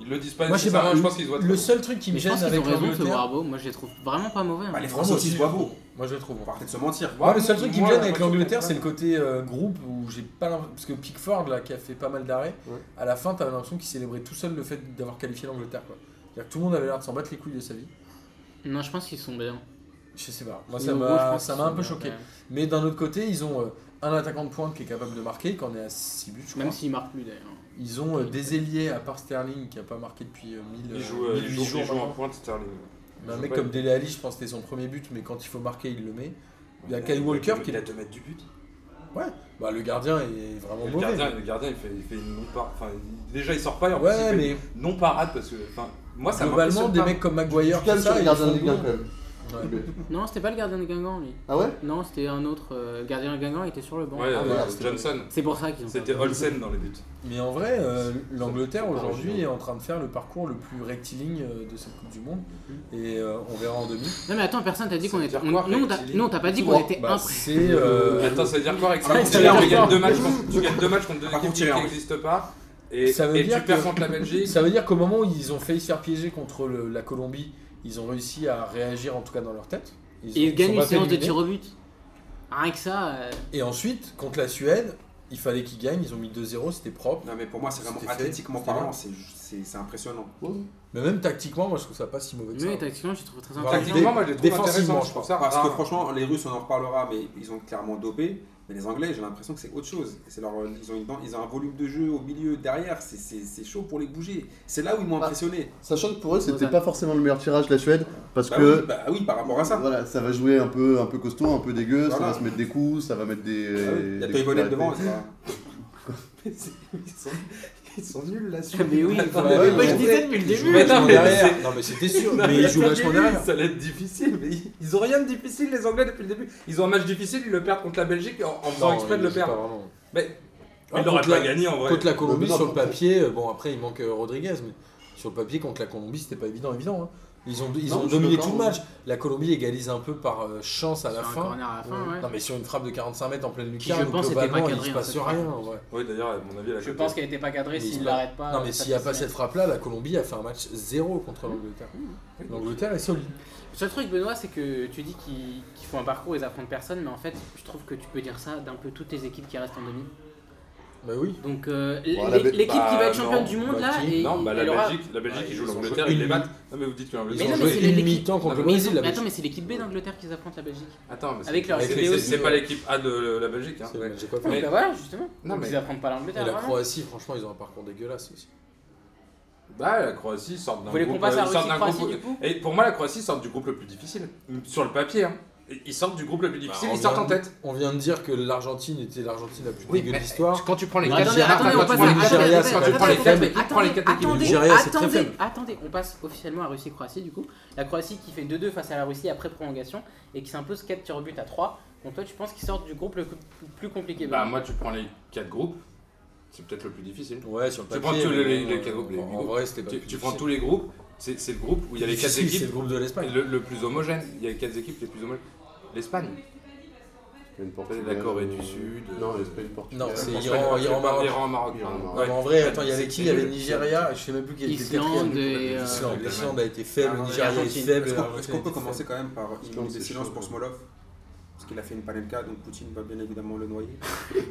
Speaker 3: Ils le disent pas
Speaker 2: Moi, je sais pas.
Speaker 3: nécessairement, je pense qu'ils se voient très
Speaker 2: le
Speaker 3: beau.
Speaker 2: seul truc qui me
Speaker 1: Mais je
Speaker 2: gêne
Speaker 1: pense qu'ils ont
Speaker 2: avec
Speaker 1: raison de se
Speaker 2: l'Angleterre-
Speaker 1: voir beau. Moi, je les trouve vraiment pas mauvais. hein.
Speaker 5: Bah,
Speaker 2: Moi
Speaker 5: les Français
Speaker 2: aussi.
Speaker 5: aussi se voient beaux.
Speaker 2: Moi, je le trouve.
Speaker 5: On va arrêter de se mentir.
Speaker 2: Moi, le seul truc qui me
Speaker 3: Moi,
Speaker 2: gêne avec
Speaker 3: moi, je
Speaker 2: l'Angleterre,
Speaker 3: comprends.
Speaker 2: c'est le côté euh, groupe où j'ai pas l'impression- Parce que Pickford, là, qui a fait pas mal d'arrêts,
Speaker 4: Ouais.
Speaker 2: à la fin, t'avais l'impression qu'il célébrait tout seul le fait d'avoir qualifié l'Angleterre. quoi. C'est-à-dire que tout le monde avait l'air de s'en battre les couilles de sa vie.
Speaker 1: Non, je pense qu'ils sont bien.
Speaker 2: Je sais pas. Moi,
Speaker 1: Oui,
Speaker 2: ça
Speaker 1: en gros, je
Speaker 2: m'a
Speaker 1: pense
Speaker 2: ça
Speaker 1: qu'ils
Speaker 2: m'a un
Speaker 1: sont
Speaker 2: peu
Speaker 1: bien,
Speaker 2: choqué.
Speaker 1: quand même.
Speaker 2: Mais d'un autre côté, ils ont euh, un attaquant de pointe qui est capable de marquer, quand on est à 6 buts, je crois.
Speaker 1: Même s'ils marquent plus d'ailleurs.
Speaker 2: Ils ont euh, des ailiers à part Sterling qui a pas marqué depuis euh, 1000
Speaker 3: Ils
Speaker 2: euh,
Speaker 3: jouent, euh,
Speaker 2: 1008
Speaker 3: ils jouent, ils jouent en
Speaker 2: maintenant.
Speaker 3: pointe Sterling.
Speaker 2: Mais un
Speaker 3: Ils
Speaker 2: mec
Speaker 3: jouent
Speaker 2: comme Dele Alli, je pense que c'était son premier but, mais quand il faut marquer, il le met. Il y a Kyle
Speaker 3: deux-
Speaker 2: Walker qui-
Speaker 3: Il a 2 mètres du but.
Speaker 2: Bah, le gardien est vraiment
Speaker 3: Le
Speaker 2: mauvais.
Speaker 3: gardien, le gardien, il fait, il fait une non par. Enfin, il- déjà, il sort pas. et en plus, il
Speaker 2: Ouais,
Speaker 3: fait
Speaker 2: mais
Speaker 3: une non parade parce que. Enfin, moi, ça
Speaker 2: globalement,
Speaker 3: m'impressionne
Speaker 2: des
Speaker 3: pas.
Speaker 2: mecs comme
Speaker 4: Tu
Speaker 2: Maguire,
Speaker 4: te calmes
Speaker 2: tout
Speaker 4: sur
Speaker 2: ça,
Speaker 4: les
Speaker 2: ils
Speaker 4: gardiens de
Speaker 2: sont
Speaker 4: Ligue 1 quand
Speaker 2: bons.
Speaker 4: même.
Speaker 2: Ouais.
Speaker 1: Non, c'était pas le gardien de Guingamp lui.
Speaker 4: Ah ouais
Speaker 1: Non, c'était un autre. euh, Le gardien de Guingamp était sur le banc.
Speaker 3: Ouais, euh,
Speaker 4: merde,
Speaker 1: c'est-
Speaker 3: Johnson.
Speaker 1: C'est pour ça qu'ils ont.
Speaker 3: C'était
Speaker 1: perdu.
Speaker 3: Olsen dans les buts.
Speaker 2: Mais en vrai, euh, l'Angleterre
Speaker 4: pas
Speaker 2: aujourd'hui
Speaker 4: original.
Speaker 2: est en train de faire le parcours le plus rectiligne euh, de cette Coupe du Monde.
Speaker 3: Mm-hmm.
Speaker 2: Et euh, on verra en demi.
Speaker 1: Non, mais attends, personne t'a dit
Speaker 3: Ça
Speaker 1: qu'on
Speaker 3: veut
Speaker 1: était.
Speaker 3: dire quoi,
Speaker 1: on- Nous, on t'a-
Speaker 3: rectiligne
Speaker 1: nous, on t'a pas dit
Speaker 2: Bon,
Speaker 1: qu'on était
Speaker 2: bah,
Speaker 1: imprès.
Speaker 2: C'est. euh,
Speaker 3: Attends, ça veut dire quoi, Rex
Speaker 5: Alors,
Speaker 3: Tu
Speaker 5: c'est bien,
Speaker 3: gagnes
Speaker 5: regarde.
Speaker 3: deux matchs contre- tu gagnes deux matchs contre deux
Speaker 5: Par
Speaker 3: équipes
Speaker 5: contre,
Speaker 3: qui
Speaker 5: il est en-
Speaker 3: n'existent pas. Et,
Speaker 2: Ça veut
Speaker 3: et
Speaker 2: dire
Speaker 3: tu perds
Speaker 2: que-
Speaker 3: contre la Belgique.
Speaker 2: Ça veut dire qu'au moment où ils ont failli se faire piéger contre le- la Colombie, ils ont réussi à réagir en tout cas dans leur tête. Ils,
Speaker 1: Et
Speaker 2: ont-
Speaker 1: ils gagnent
Speaker 2: sont
Speaker 1: une
Speaker 2: pas fait
Speaker 1: séance de
Speaker 2: éliminer.
Speaker 1: tir au but. Rien que ça. euh,
Speaker 2: Et ensuite, contre la Suède, il fallait qu'ils gagnent, ils ont mis 2-0, c'était propre.
Speaker 5: Non, mais pour moi, c'est vraiment
Speaker 2: C'était fait.
Speaker 5: athlétiquement
Speaker 2: C'était
Speaker 5: parlant, c'est- c'est c'est impressionnant.
Speaker 2: Mais même tactiquement, moi je trouve ça pas si mauvais que ça.
Speaker 1: Mais tactiquement, je trouve très
Speaker 2: Voilà.
Speaker 1: intéressant.
Speaker 3: Tactiquement, moi, je les trouve
Speaker 2: Défensivement,
Speaker 3: intéressants.
Speaker 2: je
Speaker 3: Je trouve ça
Speaker 5: Parce que
Speaker 3: rare.
Speaker 5: franchement, les Russes, on en reparlera, mais ils ont clairement dopé. Mais les Anglais, j'ai l'impression que c'est autre chose. C'est leur, euh, ils, ont une dent- ils ont un volume de jeu au milieu, derrière, c'est- c'est c'est chaud pour les bouger. C'est là où ils m'ont
Speaker 4: Bah,
Speaker 5: impressionné.
Speaker 4: Sachant que pour eux, c'était
Speaker 1: Lausanne.
Speaker 4: pas forcément le meilleur tirage de la Suède, parce
Speaker 5: Bah,
Speaker 4: que
Speaker 5: oui, bah oui, par rapport à ça.
Speaker 4: Voilà, ça va jouer un peu, un peu costaud, un peu dégueu, ça
Speaker 5: Voilà.
Speaker 4: va se mettre des coups, ça va mettre des.
Speaker 5: Ah oui, Il y a
Speaker 4: des
Speaker 5: Toivonen
Speaker 4: coups
Speaker 5: devant,
Speaker 4: arrêtés.
Speaker 5: c'est pas- Mais c'est- ils, sont, ils sont nuls là sur
Speaker 1: Mais oui,
Speaker 2: Attends,
Speaker 1: mais
Speaker 2: ouais,
Speaker 1: moi, je
Speaker 2: mais-
Speaker 1: disais depuis le
Speaker 2: Ils jouent
Speaker 1: début.
Speaker 2: vachement
Speaker 3: non, mais
Speaker 2: derrière.
Speaker 3: c'est-
Speaker 2: Non, mais c'était sûr,
Speaker 3: Non,
Speaker 2: mais ils jouent
Speaker 3: ça,
Speaker 2: vachement
Speaker 3: lui,
Speaker 2: derrière.
Speaker 3: Ça allait être difficile, mais ils- ils ont rien de difficile les Anglais depuis le début. Ils ont un match difficile, ils le perdent contre la Belgique en, en faisant
Speaker 2: Non,
Speaker 3: exprès de
Speaker 2: ils
Speaker 3: le
Speaker 2: jouent pas
Speaker 3: perdre.
Speaker 2: vraiment.
Speaker 3: Mais
Speaker 2: Ah,
Speaker 3: ils l'auraient
Speaker 2: contre
Speaker 3: pas
Speaker 2: la-
Speaker 3: gagné en vrai.
Speaker 2: Contre la Colombie,
Speaker 4: Mais non,
Speaker 2: sur le
Speaker 4: pour-
Speaker 2: papier, euh, bon après il manque euh, Rodriguez, mais sur le papier contre la Colombie c'était pas évident, évident. hein. Ils ont, ils
Speaker 4: Non,
Speaker 2: ont
Speaker 4: je suis
Speaker 2: dominé
Speaker 4: d'accord,
Speaker 2: tout le
Speaker 4: ouais.
Speaker 2: match. La Colombie égalise un peu par euh, chance à la
Speaker 1: Sur un
Speaker 2: fin.
Speaker 1: corner à la fin, ouais.
Speaker 2: Non mais sur une frappe de 45 mètres en pleine
Speaker 1: Qui, je
Speaker 2: lucarne,
Speaker 1: pense, était pas
Speaker 2: globalement il
Speaker 1: cadré,
Speaker 2: se
Speaker 1: en
Speaker 2: passe
Speaker 1: cette
Speaker 2: rien.
Speaker 1: frappe.
Speaker 2: en vrai.
Speaker 3: Oui, d'ailleurs, à mon avis, elle a
Speaker 1: Je
Speaker 3: capté.
Speaker 1: pense qu'elle n'était pas cadrée
Speaker 2: Mais
Speaker 1: s'il
Speaker 2: il-
Speaker 1: l'arrête pas.
Speaker 2: non
Speaker 1: euh,
Speaker 2: mais
Speaker 1: ça
Speaker 2: s'il n'y a
Speaker 1: fait
Speaker 2: pas
Speaker 1: six
Speaker 2: cette
Speaker 1: mètres.
Speaker 2: frappe là, la Colombie a fait un match zéro contre l'Angleterre. L'Angleterre est solide.
Speaker 1: Le seul truc, Benoît, c'est que tu dis qu'ils qu'ils font un parcours, ils affrontent personne, mais en fait, je trouve que tu peux dire ça d'un peu toutes les équipes qui restent en demi.
Speaker 2: Bah oui.
Speaker 1: Donc, euh, l-
Speaker 4: Bah, la Bel-
Speaker 1: l'équipe qui va
Speaker 3: bah,
Speaker 1: être championne
Speaker 3: non,
Speaker 1: du monde
Speaker 2: bah,
Speaker 1: là,
Speaker 2: qui-
Speaker 1: et
Speaker 3: Non, bah la
Speaker 1: elle aura-
Speaker 3: Belgique, la Belgique,
Speaker 2: Ouais,
Speaker 3: ils jouent
Speaker 2: ils ont
Speaker 3: l'Angleterre,
Speaker 2: joué
Speaker 3: ils les
Speaker 2: une
Speaker 3: battent. Non, mais vous dites que l'Angleterre.
Speaker 2: Ils
Speaker 1: Mais
Speaker 2: ont
Speaker 1: non, mais
Speaker 2: joué
Speaker 1: c'est
Speaker 2: une
Speaker 1: l'équipe.
Speaker 2: mi-temps contre le
Speaker 1: Mais ils
Speaker 2: Brésil.
Speaker 1: ont-
Speaker 2: la
Speaker 1: mais Attends, mais
Speaker 2: Belgique.
Speaker 1: c'est l'équipe B d'Angleterre qui affronte la Belgique.
Speaker 3: Attends, mais c'est-
Speaker 1: Avec leur
Speaker 3: c'est-
Speaker 1: vidéo
Speaker 3: c'est-
Speaker 1: aussi,
Speaker 3: C'est pas
Speaker 2: ouais.
Speaker 3: l'équipe A de la Belgique. hein.
Speaker 2: C'est-
Speaker 3: Ouais.
Speaker 2: j'ai pas
Speaker 1: Donc,
Speaker 2: compris.
Speaker 3: Mais-
Speaker 1: bah voilà, justement.
Speaker 3: Non,
Speaker 1: Donc,
Speaker 3: mais-
Speaker 1: Ils affrontent pas
Speaker 2: Et
Speaker 1: l'Angleterre. hein.
Speaker 2: la
Speaker 1: vraiment.
Speaker 2: Croatie, franchement, ils ont un parcours dégueulasse aussi.
Speaker 3: Bah, la Croatie sort
Speaker 1: Vous
Speaker 3: d'un
Speaker 1: voulez
Speaker 3: groupe.
Speaker 1: qu'on passe à
Speaker 3: ils sortent d'un
Speaker 1: Russie-Croatie
Speaker 3: groupe-
Speaker 1: du coup
Speaker 3: Et pour moi, la Croatie sort du groupe le plus difficile. Sur le papier, hein. Ils sortent du groupe le plus difficile,
Speaker 2: Bah, on
Speaker 3: ils sortent en
Speaker 2: vient-
Speaker 3: tête.
Speaker 2: On vient de dire que l'Argentine était l'Argentine la plus
Speaker 3: Oui,
Speaker 2: dégueu de
Speaker 3: mais-
Speaker 2: l'histoire.
Speaker 3: Quand tu prends les
Speaker 2: Ouais,
Speaker 3: quatre
Speaker 2: attendez,
Speaker 3: dernières,
Speaker 2: attendez,
Speaker 3: quand
Speaker 2: on
Speaker 3: tu
Speaker 2: passe
Speaker 3: prends
Speaker 2: à
Speaker 3: les
Speaker 2: la-
Speaker 3: quatre-
Speaker 2: Nigeria, c'est
Speaker 3: quand tu
Speaker 2: pas
Speaker 3: prends les
Speaker 2: très
Speaker 3: quatre
Speaker 2: faible.
Speaker 3: équipes, prends les quatre équipes.
Speaker 2: Le
Speaker 3: du
Speaker 1: Attendez,
Speaker 3: Nigeria.
Speaker 2: Nigeria, c'est très
Speaker 1: attendez,
Speaker 2: faible.
Speaker 1: attendez, on passe officiellement à Russie-Croatie du coup. La Croatie qui fait 2-2 face à la Russie après prolongation et qui s'impose 4 tirs au but à 3. Donc toi tu penses qu'ils sortent du groupe le plus compliqué
Speaker 3: Bah, moi, tu prends les quatre groupes, c'est peut-être le plus difficile.
Speaker 2: Ouais, sur le
Speaker 3: Tu
Speaker 2: papier.
Speaker 3: prends tous
Speaker 2: mais
Speaker 3: les- les-
Speaker 2: bon,
Speaker 3: les quatre groupes, les
Speaker 2: en-
Speaker 3: huit
Speaker 2: En
Speaker 3: groupes.
Speaker 2: vrai, c'était pas
Speaker 3: Tu,
Speaker 2: plus
Speaker 3: tu prends
Speaker 2: difficile.
Speaker 3: tous les groupes, c'est c'est le groupe où il y a les quatre
Speaker 2: Difficile, C'est le
Speaker 3: équipes
Speaker 2: groupe de l'Espagne.
Speaker 3: le, le plus homogène. Il y a les quatre équipes les plus homogènes. L'Espagne, la Corée du Sud.
Speaker 4: Non,
Speaker 3: euh,
Speaker 4: l'Espagne, le Portugal.
Speaker 2: Non, c'est
Speaker 3: Espagne,
Speaker 2: Iran,
Speaker 3: Espagne,
Speaker 2: Iran, Maroc.
Speaker 3: Iran, Maroc.
Speaker 4: Iran,
Speaker 3: pardon.
Speaker 4: Maroc.
Speaker 2: Ouais,
Speaker 3: Ouais.
Speaker 2: mais en vrai, attends, il y avait qui Il y avait le
Speaker 3: C'est-
Speaker 2: Nigeria, je sais même plus qui était
Speaker 1: Islande et, euh,
Speaker 2: L'Islande l'Islande a été faible, le
Speaker 5: Ah,
Speaker 2: Nigeria est
Speaker 1: l'Argentine.
Speaker 2: faible.
Speaker 5: Est-ce qu'on- est-ce
Speaker 2: l'Argentine
Speaker 5: qu'on
Speaker 2: a
Speaker 5: peut
Speaker 2: été
Speaker 5: commencer quand même par une
Speaker 4: Non,
Speaker 5: minute de
Speaker 4: c'est
Speaker 5: silence
Speaker 4: chaud.
Speaker 5: pour Smolov Parce qu'il a fait une panenka, donc Poutine va bien évidemment le
Speaker 4: *laughs*
Speaker 5: noyer. donc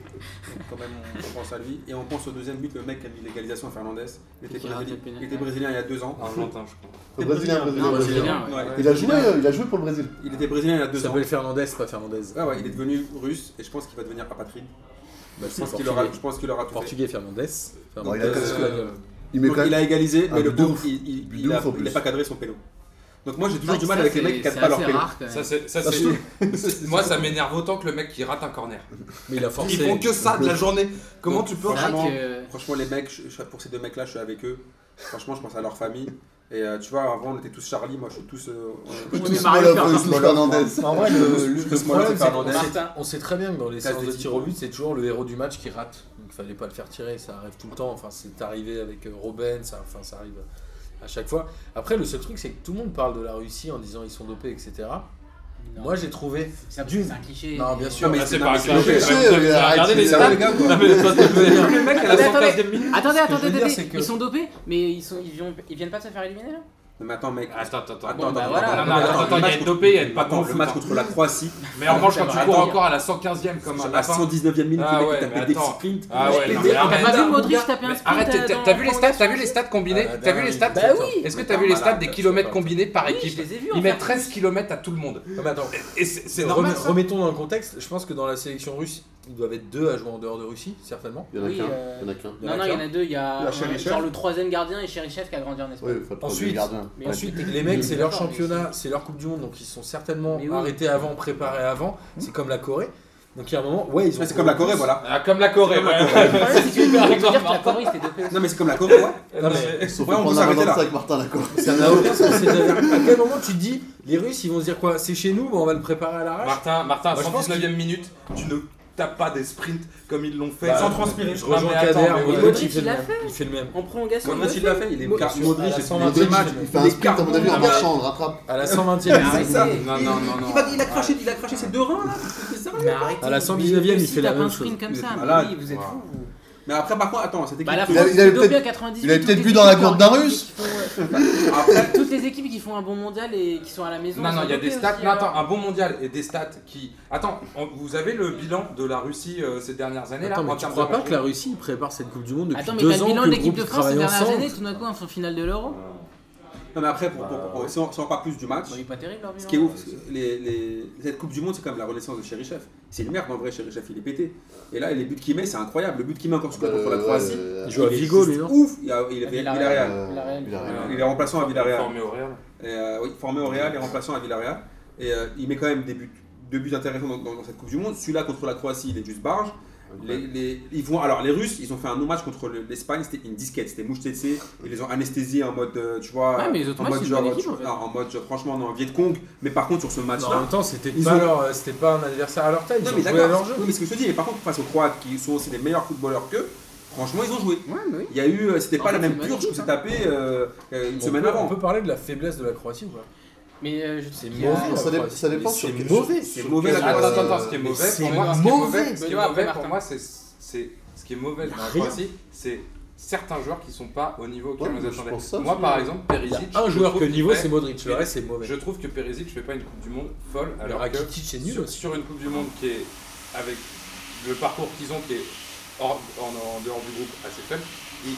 Speaker 5: quand même, on, on pense à lui. Et on pense au deuxième but, le mec qui a mis l'égalisation fernandaise. Il
Speaker 1: Et
Speaker 5: était,
Speaker 1: qui rate
Speaker 5: brésilien,
Speaker 1: le pénal.
Speaker 5: il était brésilien il y a deux ans.
Speaker 3: Argentin, je crois.
Speaker 4: Le Brésilien, Ah, Brésilien,
Speaker 1: Non,
Speaker 4: Brésilien.
Speaker 1: Brésilien, ouais.
Speaker 5: Ouais.
Speaker 4: Il a joué, euh, il a joué pour le Brésil.
Speaker 5: Il était brésilien il y a
Speaker 2: faible. Il
Speaker 5: deux ans. Ah
Speaker 2: s'appelle Fernandez, pas Fernandez.
Speaker 5: Ouais, ouais, il est devenu russe et je pense qu'il va devenir apatride.
Speaker 2: Bah,
Speaker 5: Je
Speaker 2: c'est
Speaker 5: pense qu'il
Speaker 2: portugais.
Speaker 5: aura, je pense qu'il aura tout fait.
Speaker 2: Portugais Fernandez.
Speaker 4: Non, il
Speaker 2: Fernandez,
Speaker 4: a-
Speaker 2: espagnol.
Speaker 3: euh,
Speaker 4: Il met
Speaker 5: Donc,
Speaker 4: quand
Speaker 5: il
Speaker 4: même.
Speaker 5: a égalisé,
Speaker 4: un
Speaker 5: mais le
Speaker 4: but de
Speaker 5: pauvre,
Speaker 4: ouf.
Speaker 5: il- il
Speaker 4: But
Speaker 5: il
Speaker 4: de
Speaker 5: a-
Speaker 4: ouf en
Speaker 5: il n'a
Speaker 4: plus.
Speaker 5: pas cadré son pélo. Donc moi j'ai toujours
Speaker 1: C'est
Speaker 5: du
Speaker 1: vrai
Speaker 5: mal
Speaker 1: que
Speaker 5: avec
Speaker 1: ça,
Speaker 5: les mecs qui
Speaker 1: c'est-
Speaker 5: cadrent pas
Speaker 1: c'est
Speaker 5: leur
Speaker 1: assez
Speaker 5: pélo.
Speaker 1: rare, quand même.
Speaker 3: Ça, c'est- ça,
Speaker 2: Parce
Speaker 3: c'est- *laughs* Moi, ça m'énerve autant que le mec qui rate un corner.
Speaker 2: Mais il a
Speaker 3: Ils
Speaker 2: forcé.
Speaker 3: font que ça de la journée. Comment tu peux
Speaker 1: C'est vrai
Speaker 5: Franchement,
Speaker 1: que-
Speaker 5: Franchement, les mecs, je- je- pour ces deux mecs-là, je suis avec eux. Franchement, je pense à leur famille. Et euh, tu vois, avant, on était tous Charlie, moi, je suis tous. euh, on-
Speaker 1: Oui,
Speaker 4: Tous
Speaker 1: mais
Speaker 4: Smolov,
Speaker 1: Mario
Speaker 4: euh,
Speaker 1: Fernandez.
Speaker 4: tous Fernandez.
Speaker 2: En vrai, le, le-
Speaker 5: Je
Speaker 2: le
Speaker 5: pense
Speaker 2: problème,
Speaker 5: Martin
Speaker 2: c'est qu'on
Speaker 1: Fernandez.
Speaker 2: sait- on sait très bien que dans les
Speaker 5: Casse
Speaker 2: séances
Speaker 5: des
Speaker 2: de
Speaker 5: types,
Speaker 2: tir au but, c'est toujours le héros du match qui rate. Donc il fallait pas le faire tirer, ça arrive tout le temps. Enfin, c'est arrivé avec euh, Robben, ça, enfin, ça arrive à chaque fois. Après, le seul truc, c'est que tout le monde parle de la Russie en disant ils sont dopés, etc. Moi, j'ai trouvé.
Speaker 1: C'est
Speaker 2: d'une-
Speaker 1: un cliché.
Speaker 2: Non, bien sûr,
Speaker 5: mais
Speaker 3: Ah, c'est
Speaker 5: non,
Speaker 3: pas
Speaker 5: mais
Speaker 3: un
Speaker 5: c'est
Speaker 3: cliché.
Speaker 5: le
Speaker 4: cliché,
Speaker 3: Regardez les
Speaker 4: arrête, euh, c'est-
Speaker 3: stats.
Speaker 5: les gars, quoi.
Speaker 3: Non, mais toi, t'es- le mec, à la
Speaker 1: Mais attendez.
Speaker 3: 115e minute.
Speaker 1: Attendez,
Speaker 2: Ce que je
Speaker 1: attendez,
Speaker 2: veux dire,
Speaker 1: attendez,
Speaker 2: c'est que-
Speaker 1: ils sont dopés, mais ils, sont, ils, viennent, ils viennent pas se faire éliminer là
Speaker 5: Mais attends, mec.
Speaker 3: Attends, attends, attends.
Speaker 5: Attends,
Speaker 3: Bon,
Speaker 5: attends,
Speaker 3: bah,
Speaker 5: attends,
Speaker 1: voilà.
Speaker 3: non,
Speaker 5: attends,
Speaker 3: non,
Speaker 5: attends,
Speaker 3: attends, il y a
Speaker 5: attends,
Speaker 3: être dopé, il y a être pas
Speaker 5: Attends,
Speaker 3: contre
Speaker 5: le match contre la Croatie,
Speaker 3: Mais en revanche, quand tu
Speaker 1: Attends.
Speaker 3: cours encore à la 115e comme un
Speaker 5: à
Speaker 3: lapin.
Speaker 5: 119ème minute,
Speaker 3: Ah
Speaker 5: le mec,
Speaker 3: ouais,
Speaker 5: il
Speaker 3: mais
Speaker 5: tapait des
Speaker 3: attends.
Speaker 5: sprints.
Speaker 3: Ah ouais, non, mais
Speaker 1: T'as
Speaker 3: arrête.
Speaker 1: pas vu Modric
Speaker 3: Mais
Speaker 1: taper un sprint
Speaker 3: Arrête, t'as-
Speaker 1: euh,
Speaker 3: t'as
Speaker 1: dans-
Speaker 3: t'as vu les
Speaker 1: dans-
Speaker 3: stats, t'as vu les stats combinées,
Speaker 2: Ah,
Speaker 3: t'as vu les stats.
Speaker 2: Bah oui.
Speaker 3: Est-ce que
Speaker 5: Mais
Speaker 3: t'as
Speaker 5: t'es
Speaker 3: vu
Speaker 5: un
Speaker 3: les stats
Speaker 5: malade,
Speaker 3: des
Speaker 5: je sais
Speaker 3: kilomètres
Speaker 5: pas.
Speaker 3: combinés par
Speaker 1: Oui,
Speaker 3: équipe
Speaker 1: je les ai vus en
Speaker 3: Ils mettent
Speaker 1: fait.
Speaker 3: 13 kilomètres à tout le monde.
Speaker 2: Non, mais attends,
Speaker 3: Et c'est c'est
Speaker 2: remet-
Speaker 3: normal. ça.
Speaker 2: remettons dans le contexte. Je pense que dans la sélection russe, ils doivent être deux à jouer en dehors de Russie, certainement.
Speaker 4: Il y en a
Speaker 1: Oui,
Speaker 4: qu'un.
Speaker 1: euh,
Speaker 4: Il y en a qu'un.
Speaker 1: Non, non, il y en a deux, il y a
Speaker 6: Il y a
Speaker 1: euh,
Speaker 6: Cherichev.
Speaker 1: genre le troisième gardien et Cherichev qui a grandi en
Speaker 4: Oui,
Speaker 1: Espagne.
Speaker 4: il faut prendre
Speaker 2: Ensuite-
Speaker 4: le gardien.
Speaker 1: Mais
Speaker 4: Ouais.
Speaker 2: Ensuite, les mecs, c'est leur
Speaker 1: D'accord, mais
Speaker 2: championnat, c'est leur Coupe du Monde, donc ils sont certainement
Speaker 1: Mais oui.
Speaker 2: arrêtés avant, préparés avant. C'est comme la Corée. Donc il y a un moment, ouais, ils ont.
Speaker 5: Mais C'est comme la Corée, voilà.
Speaker 3: Ah, Comme la Corée, ouais.
Speaker 1: Le problème, c'est que les mecs veulent dire que la Corée c'était dopé aussi.
Speaker 5: Non, mais c'est comme la Corée, ouais.
Speaker 2: Non, mais
Speaker 4: Sauf
Speaker 5: Ouais,
Speaker 4: qu'on
Speaker 5: on peut
Speaker 4: prendre
Speaker 5: s'arrêter
Speaker 4: un
Speaker 5: là.
Speaker 4: ça avec Martin Lacroix.
Speaker 2: ça n'a aucun sens. C'est-à-dire, à quel moment tu te dis, les Russes, ils vont se dire quoi C'est chez nous, mais on va le préparer à l'arrache
Speaker 3: Martin, Martin, à
Speaker 2: Moi, je pense
Speaker 3: 119 e minute, tu ne tapes pas des sprints comme ils l'ont fait.
Speaker 2: Bah,
Speaker 3: sans
Speaker 2: non,
Speaker 3: transpirer.
Speaker 2: Je
Speaker 3: Non, mais
Speaker 2: rejoins
Speaker 3: attends,
Speaker 2: Kader,
Speaker 3: mais
Speaker 2: mais
Speaker 3: oui.
Speaker 1: Modric,
Speaker 2: Modric, il fait
Speaker 1: il
Speaker 2: le
Speaker 1: l'a
Speaker 2: même. Il fait le même.
Speaker 1: En prolongation,
Speaker 5: Modric,
Speaker 1: il
Speaker 5: il
Speaker 1: le
Speaker 5: l'a
Speaker 1: fait.
Speaker 5: fait, il est
Speaker 2: Modric,
Speaker 5: car-
Speaker 2: il a
Speaker 5: Modric, c'est
Speaker 2: 120.
Speaker 5: tous les deux matchs.
Speaker 4: Il fait un sprint, à mon avis,
Speaker 5: Non,
Speaker 4: en
Speaker 5: mais-
Speaker 4: marchant, on le rattrape.
Speaker 2: À la
Speaker 1: Mais
Speaker 2: 120e.
Speaker 5: ça.
Speaker 1: arrêtez.
Speaker 3: Non, non, non, non.
Speaker 5: Il va- Il a craché il a craché ses deux reins, là. C'est sérieux
Speaker 1: Mais arrêtez.
Speaker 2: À la 119e,
Speaker 1: Mais
Speaker 2: il
Speaker 1: aussi,
Speaker 2: fait la
Speaker 1: tape
Speaker 2: même
Speaker 1: un sprint
Speaker 2: chose.
Speaker 1: comme
Speaker 5: Il est
Speaker 1: ça, mais
Speaker 5: malade.
Speaker 1: oui, vous êtes fous. vous.
Speaker 5: Mais après, par contre, attends, c'était
Speaker 1: Bah, la
Speaker 4: Il
Speaker 1: France,
Speaker 4: avait- il avait
Speaker 1: c'est dopé
Speaker 4: peut-être-
Speaker 1: à 98.
Speaker 4: il avait
Speaker 1: toutes
Speaker 4: peut-être
Speaker 1: les
Speaker 4: bu dans la
Speaker 1: équipes
Speaker 4: gourde d'un
Speaker 1: qui font-
Speaker 4: Russe.
Speaker 1: qui font, euh, Toutes les équipes qui font un bon mondial et qui sont à la maison.
Speaker 3: Non, non,
Speaker 1: sont
Speaker 3: il y a
Speaker 1: dopées
Speaker 3: des stats.
Speaker 1: aussi, hein.
Speaker 3: Non,
Speaker 1: alors.
Speaker 3: attends, un bon mondial et des stats qui. Attends, on- vous avez le bilan de la Russie euh, ces dernières années
Speaker 2: Attends,
Speaker 3: là
Speaker 2: mais
Speaker 3: en
Speaker 2: tu
Speaker 3: termes
Speaker 2: crois
Speaker 3: de
Speaker 2: pas
Speaker 3: matchs
Speaker 2: que la Russie prépare cette Coupe du Monde depuis
Speaker 1: Attends, mais t'as
Speaker 2: deux
Speaker 1: le
Speaker 2: ans
Speaker 1: bilan
Speaker 2: que
Speaker 1: de
Speaker 2: le
Speaker 1: l'équipe
Speaker 2: groupe
Speaker 1: de France ces
Speaker 2: travaille
Speaker 1: dernières
Speaker 2: ensemble
Speaker 1: années, tout d'un coup, en finale de l'Euro.
Speaker 5: Non, mais après, pour- pour- pour- si on si on parle plus du match,
Speaker 1: Bah, il est pas terrible leur bilan.
Speaker 5: Ce qui est ouf, c'est que les, les- cette Coupe du Monde, c'est quand même la renaissance de Cherichev. C'est une merde en vrai, Cherichev, il est pété. Et là, les buts qu'il met, c'est incroyable. Le but qu'il met encore sur- contre la
Speaker 4: Euh,
Speaker 5: Croatie,
Speaker 4: euh,
Speaker 2: Il joue à
Speaker 5: est
Speaker 2: Vigo, lui,
Speaker 5: juste
Speaker 2: non
Speaker 5: Ouf Il, a- il est
Speaker 1: Ah, Villarreal.
Speaker 5: Villarreal.
Speaker 4: euh,
Speaker 1: Villarreal.
Speaker 4: Villarreal.
Speaker 5: Il est remplaçant à Villarreal.
Speaker 3: Formé au Real.
Speaker 5: Et, euh, oui, formé au Real et remplaçant à Villarreal. Et euh, il met quand même des buts, deux buts intéressants dans, dans- dans cette Coupe du Monde. Celui-là contre la Croatie, il est juste barge. Les, les- ils vont, alors les Russes, ils ont fait un non-match contre le- l'Espagne, c'était une disquette, c'était mouche TC, ils les ont anesthésiés en mode, euh, tu vois,
Speaker 1: Ouais, mais les autres
Speaker 5: en
Speaker 1: matchs,
Speaker 5: mode
Speaker 1: c'est une bonne
Speaker 5: genre,
Speaker 1: équipe, en
Speaker 5: tu-
Speaker 1: fait.
Speaker 5: non, en mode genre, franchement, non, Viet Cong, mais par contre sur ce
Speaker 2: Non,
Speaker 5: match-là,
Speaker 2: en même temps, c'était
Speaker 5: Ils
Speaker 2: pas,
Speaker 5: ont-
Speaker 2: leur- euh, c'était pas un adversaire à leur taille. Ils
Speaker 5: Non
Speaker 2: ont
Speaker 5: mais
Speaker 2: joué à
Speaker 5: d'accord,
Speaker 2: leur jeu.
Speaker 5: oui, mais ce que je te dis, mais par contre face aux Croates qui sont aussi des meilleurs footballeurs qu'eux, franchement ils ont joué.
Speaker 1: Ouais, mais oui.
Speaker 5: Il y a eu, euh, c'était
Speaker 1: En
Speaker 5: pas
Speaker 1: fait,
Speaker 5: la
Speaker 1: c'est
Speaker 5: même
Speaker 1: magnifique,
Speaker 5: purge que s'est
Speaker 1: hein.
Speaker 5: tapé euh, euh, une
Speaker 2: On
Speaker 5: semaine
Speaker 2: peut-
Speaker 5: avant.
Speaker 2: On peut parler de la faiblesse de la Croatie ou pas
Speaker 1: Mais euh, je trouve
Speaker 2: C'est
Speaker 1: qu'il y a-
Speaker 2: mauvais.
Speaker 4: Ça dépend- ça dépend
Speaker 2: Mais
Speaker 4: sur
Speaker 2: c'est
Speaker 4: quel-
Speaker 2: mauvais.
Speaker 5: C'est mauvais la
Speaker 4: Attends,
Speaker 5: Croatie.
Speaker 3: Attends, attends,
Speaker 4: euh,
Speaker 3: ce qui est
Speaker 2: mais
Speaker 3: mauvais,
Speaker 2: c'est
Speaker 3: pour moi, ce qui est mauvais, ce qui est
Speaker 1: Benoît,
Speaker 3: mauvais
Speaker 1: après,
Speaker 3: pour
Speaker 1: Martin.
Speaker 3: moi, c'est c'est- ce qui est mauvais dans la
Speaker 2: Rien.
Speaker 3: Croatie, c'est certains joueurs qui sont pas au niveau auquel
Speaker 4: Ouais,
Speaker 3: on les
Speaker 4: je
Speaker 3: attendait.
Speaker 4: pense ça,
Speaker 3: Moi,
Speaker 4: c'est-
Speaker 3: par exemple,
Speaker 2: Il y
Speaker 3: Perisic.
Speaker 2: a un
Speaker 3: je
Speaker 2: joueur
Speaker 3: trouve
Speaker 2: que
Speaker 3: qu'il
Speaker 2: niveau,
Speaker 3: fait-
Speaker 2: c'est Modric. Le
Speaker 3: mais-
Speaker 2: reste, c'est mauvais.
Speaker 3: Je trouve que Perisic fait pas une Coupe du Monde folle,
Speaker 2: Le
Speaker 3: alors que
Speaker 2: Rakitic, c'est nul
Speaker 3: sur,
Speaker 2: aussi.
Speaker 3: sur une Coupe du Monde qui est avec le parcours qu'ils ont, qui est hors- en, en dehors du groupe assez faible, il,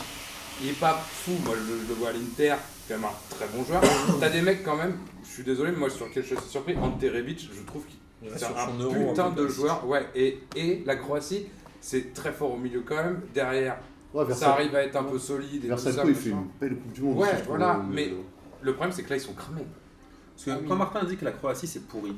Speaker 3: il est pas fou. Moi, je, je le vois à l'Inter, quand même un très bon joueur.
Speaker 2: *coughs*
Speaker 3: T'as des mecs quand même, je suis désolé, mais moi sur lequel je suis surpris, Ante Rebic, je trouve qu'il
Speaker 2: Il reste
Speaker 3: c'est
Speaker 2: sur
Speaker 3: un
Speaker 2: son euro,
Speaker 3: putain
Speaker 2: en fait.
Speaker 3: de joueur, ouais. Et, et la Croatie, c'est très fort au milieu quand même. Derrière,
Speaker 5: Ah,
Speaker 4: Ouais,
Speaker 3: ça
Speaker 4: Versalco,
Speaker 3: arrive à être un peu solide. Et tout ça,
Speaker 4: Versalco, il fait
Speaker 3: machin.
Speaker 4: une belle Coupe du Monde.
Speaker 3: Ouais,
Speaker 4: aussi, je trouve.
Speaker 3: voilà, mais- Le problème, c'est que là, ils sont cramés.
Speaker 5: Parce que quand Martin dit que la Croatie c'est pourri,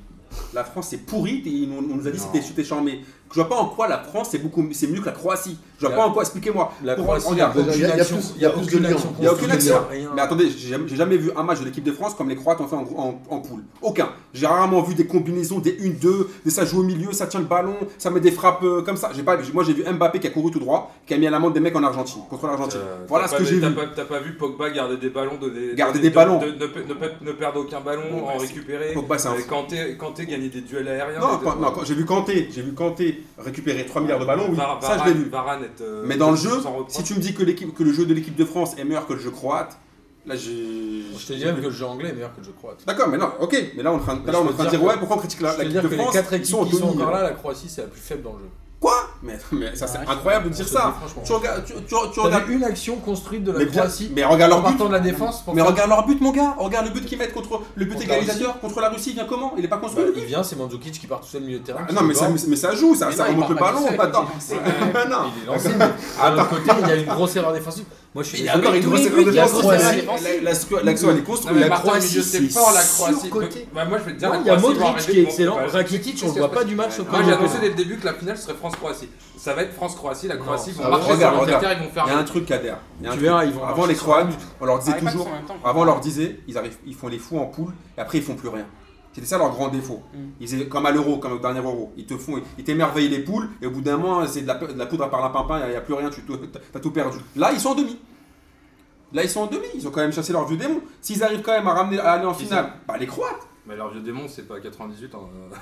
Speaker 5: La France c'est pourri, t'es- on, on nous a dit
Speaker 3: Non.
Speaker 5: c'était c'était chambé. Je vois pas en quoi la France c'est beaucoup c'est mieux que la Croatie. Je vois
Speaker 2: La-
Speaker 5: pas en quoi, expliquez-moi.
Speaker 2: La
Speaker 5: Pour-
Speaker 2: Croatie, il n'y a
Speaker 5: regarde,
Speaker 4: il
Speaker 2: aucune
Speaker 4: y a- il y a
Speaker 2: action.
Speaker 4: plus-
Speaker 2: Il n'y a
Speaker 4: il y a plus
Speaker 2: aucune
Speaker 4: de
Speaker 2: action.
Speaker 4: liens.
Speaker 5: Il n'y a aucune
Speaker 2: construite,
Speaker 5: action.
Speaker 3: rien.
Speaker 5: Mais attendez, j'ai jamais, j'ai jamais vu un match de l'équipe de France comme les Croates ont fait en, en- en poule. Aucun. J'ai rarement vu des combinaisons, des 1-2, des ça joue au milieu, ça tient le ballon, ça met des frappes euh, comme ça. J'ai pas, moi j'ai vu Mbappé qui a couru tout droit, qui a mis à l'amende des mecs en Argentine, contre l'Argentine.
Speaker 3: Euh,
Speaker 5: voilà
Speaker 3: t'as
Speaker 5: ce
Speaker 3: pas-
Speaker 5: que j'ai
Speaker 3: t'as
Speaker 5: vu.
Speaker 3: pas- T'as pas vu Pogba garder des ballons, donner,
Speaker 5: Garder
Speaker 3: donner-
Speaker 5: des ballons.
Speaker 3: de- ne, pe- ne pe- ne perdre aucun ballon,
Speaker 5: Bon, bah,
Speaker 3: en
Speaker 5: c'est-
Speaker 3: récupérer.
Speaker 5: Pogba, c'est un
Speaker 3: Euh,
Speaker 5: fou.
Speaker 3: Kanté, Kanté gagner des duels aériens.
Speaker 5: Non,
Speaker 3: des-
Speaker 5: quand- non, quand- j'ai vu Kanté, j'ai vu Kanté récupérer 3 milliards de ballons, oui,
Speaker 3: Var-
Speaker 5: ça je l'ai
Speaker 3: Varane-
Speaker 5: vu.
Speaker 3: Varane est, euh,
Speaker 5: Mais dans le jeu,
Speaker 3: sans reproche.
Speaker 5: si tu me dis que, l'équipe- que le jeu de l'équipe de France est meilleur que le jeu croate, là j'ai.
Speaker 2: Je te dis même que le jeu anglais est meilleur que le jeu croate.
Speaker 5: D'accord, mais non, ok, mais là on est en train,
Speaker 2: Mais
Speaker 5: là, on est
Speaker 2: je
Speaker 5: en train
Speaker 2: veux
Speaker 5: de dire,
Speaker 2: dire
Speaker 5: ouais,
Speaker 2: que-
Speaker 5: pourquoi on critique
Speaker 2: Je
Speaker 5: la,
Speaker 2: te
Speaker 5: la
Speaker 2: dis
Speaker 5: l'équipe
Speaker 2: que
Speaker 5: de
Speaker 2: les
Speaker 5: France
Speaker 2: quatre équipes qui
Speaker 5: au
Speaker 2: sont
Speaker 5: demi.
Speaker 2: encore là, la Croatie, c'est la plus faible dans le jeu.
Speaker 5: Quoi mais, mais ça c'est
Speaker 2: Ouais,
Speaker 5: incroyable de dire ça.
Speaker 2: franchement.
Speaker 5: Tu regardes, tu, tu- tu
Speaker 2: T'as
Speaker 5: regardes.
Speaker 2: vu une action construite de la
Speaker 5: Mais, bien-
Speaker 2: Croatie
Speaker 5: mais regarde
Speaker 2: en
Speaker 5: leur but.
Speaker 2: partant de la défense pour
Speaker 5: Mais
Speaker 2: faire-
Speaker 5: regarde leur but, mon gars. Regarde le but qu'ils mettent contre le but
Speaker 2: Contre la
Speaker 5: égalisateur contre la Russie. Il vient comment Il est pas
Speaker 2: Bah,
Speaker 5: construit. le but
Speaker 2: il vient, c'est Mandzukic qui part tout seul au milieu de terrain.
Speaker 5: Ah, non, mais ça, mais mais ça joue, ça, ça remonte le ballon.
Speaker 2: au
Speaker 5: Attends. *laughs* non.
Speaker 2: Il est lancé. mais À l'autre côté, il y a une grosse erreur défensive. Moi, je suis
Speaker 5: Il y a
Speaker 2: désolé,
Speaker 5: encore une
Speaker 2: tous
Speaker 5: grosse
Speaker 2: les
Speaker 5: erreur
Speaker 2: buts, il y a
Speaker 5: défensive.
Speaker 2: Croatie.
Speaker 5: La-
Speaker 7: défensive.
Speaker 5: la- la- L'action elle est
Speaker 7: Non,
Speaker 5: construite.
Speaker 7: mais
Speaker 5: La
Speaker 7: Martin, au
Speaker 5: Croatie,
Speaker 7: milieu,
Speaker 5: c'est
Speaker 7: c'est fort la Croatie.
Speaker 2: surcoté.
Speaker 7: Bah, moi je vais te dire,
Speaker 2: Non,
Speaker 7: la
Speaker 2: Il y a
Speaker 7: Croatie va
Speaker 2: Modric
Speaker 7: arriver
Speaker 2: qui est
Speaker 7: bon,
Speaker 2: excellent.
Speaker 7: bah,
Speaker 2: Rakitic, on
Speaker 7: qu'est-ce
Speaker 2: le
Speaker 7: qui
Speaker 2: voit
Speaker 7: se
Speaker 2: pas
Speaker 7: passe
Speaker 2: du match. sauf
Speaker 7: Moi
Speaker 2: qu'on
Speaker 7: j'ai
Speaker 2: le voit.
Speaker 7: annoncé dès le début que la finale serait France-Croatie. Ça va être France-Croatie, la Croatie
Speaker 2: Non,
Speaker 7: vont
Speaker 2: ça
Speaker 7: marcher
Speaker 5: va.
Speaker 7: sur
Speaker 5: Regarde,
Speaker 7: l'Angleterre, ils vont faire
Speaker 5: Il y a un truc à derrière. Il y a un
Speaker 2: Tu
Speaker 5: truc.
Speaker 2: verras, ils vont
Speaker 5: Avant
Speaker 2: marcher
Speaker 5: les
Speaker 2: sur
Speaker 5: Croates,
Speaker 7: hein.
Speaker 5: on
Speaker 7: Ah,
Speaker 5: leur disait
Speaker 1: Arrête pas de
Speaker 5: toujours.
Speaker 1: faire en même temps.
Speaker 5: Avant, on leur disait, ils, arrivent, ils font les fous en poule, et après, ils font plus rien. C'était ça leur grand défaut.
Speaker 1: Mm.
Speaker 5: Ils faisaient comme à l'euro, comme au dernier euro. Ils te font, ils t'émerveillent les poules, et au bout d'un moment, c'est de la, de la poudre à part la pimpin, il n'y a, plus rien, tu te- t'as tout perdu. Là, ils sont en demi. Là, ils sont en demi, ils ont quand même chassé leur vieux démon. S'ils arrivent quand même à, ramener, à aller en
Speaker 3: Qui
Speaker 5: finale, bah les Croates.
Speaker 3: Mais leur vieux démon, c'est pas hein. 98 en,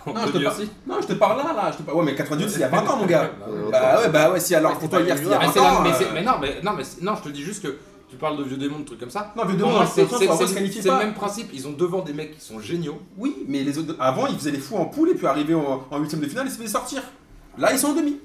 Speaker 3: en
Speaker 5: Non, je te
Speaker 3: demi
Speaker 5: parle-
Speaker 3: aussi.
Speaker 5: Non, je te parle là, là. Je te parle... Ouais, mais 98, c'est il y a 20 ans, mon
Speaker 7: *laughs*
Speaker 5: gars.
Speaker 3: Bah,
Speaker 4: Euh,
Speaker 5: Bah ouais, bah ouais, si alors pour toi, hier, c'était il y a
Speaker 7: Mais,
Speaker 5: 20
Speaker 7: Ah, c'est la-
Speaker 5: ans.
Speaker 7: mais c'est-
Speaker 5: euh,
Speaker 7: mais non, mais, non, mais c'est- non, je te dis juste que tu parles de vieux démons, de trucs comme ça.
Speaker 5: Non, vieux
Speaker 7: Pour
Speaker 5: démon, hein,
Speaker 7: moi,
Speaker 5: dans
Speaker 7: c'est
Speaker 5: le sens,
Speaker 7: c'est-
Speaker 5: on va
Speaker 7: c'est-
Speaker 5: se qualifier
Speaker 7: c'est le
Speaker 5: pas.
Speaker 7: même principe. Ils ont devant des mecs qui sont géniaux.
Speaker 5: Oui, mais les autres, avant, ils faisaient les fous en poule et puis arrivaient en en huitième de finale, ils se faisaient sortir. Là, ils sont en demi.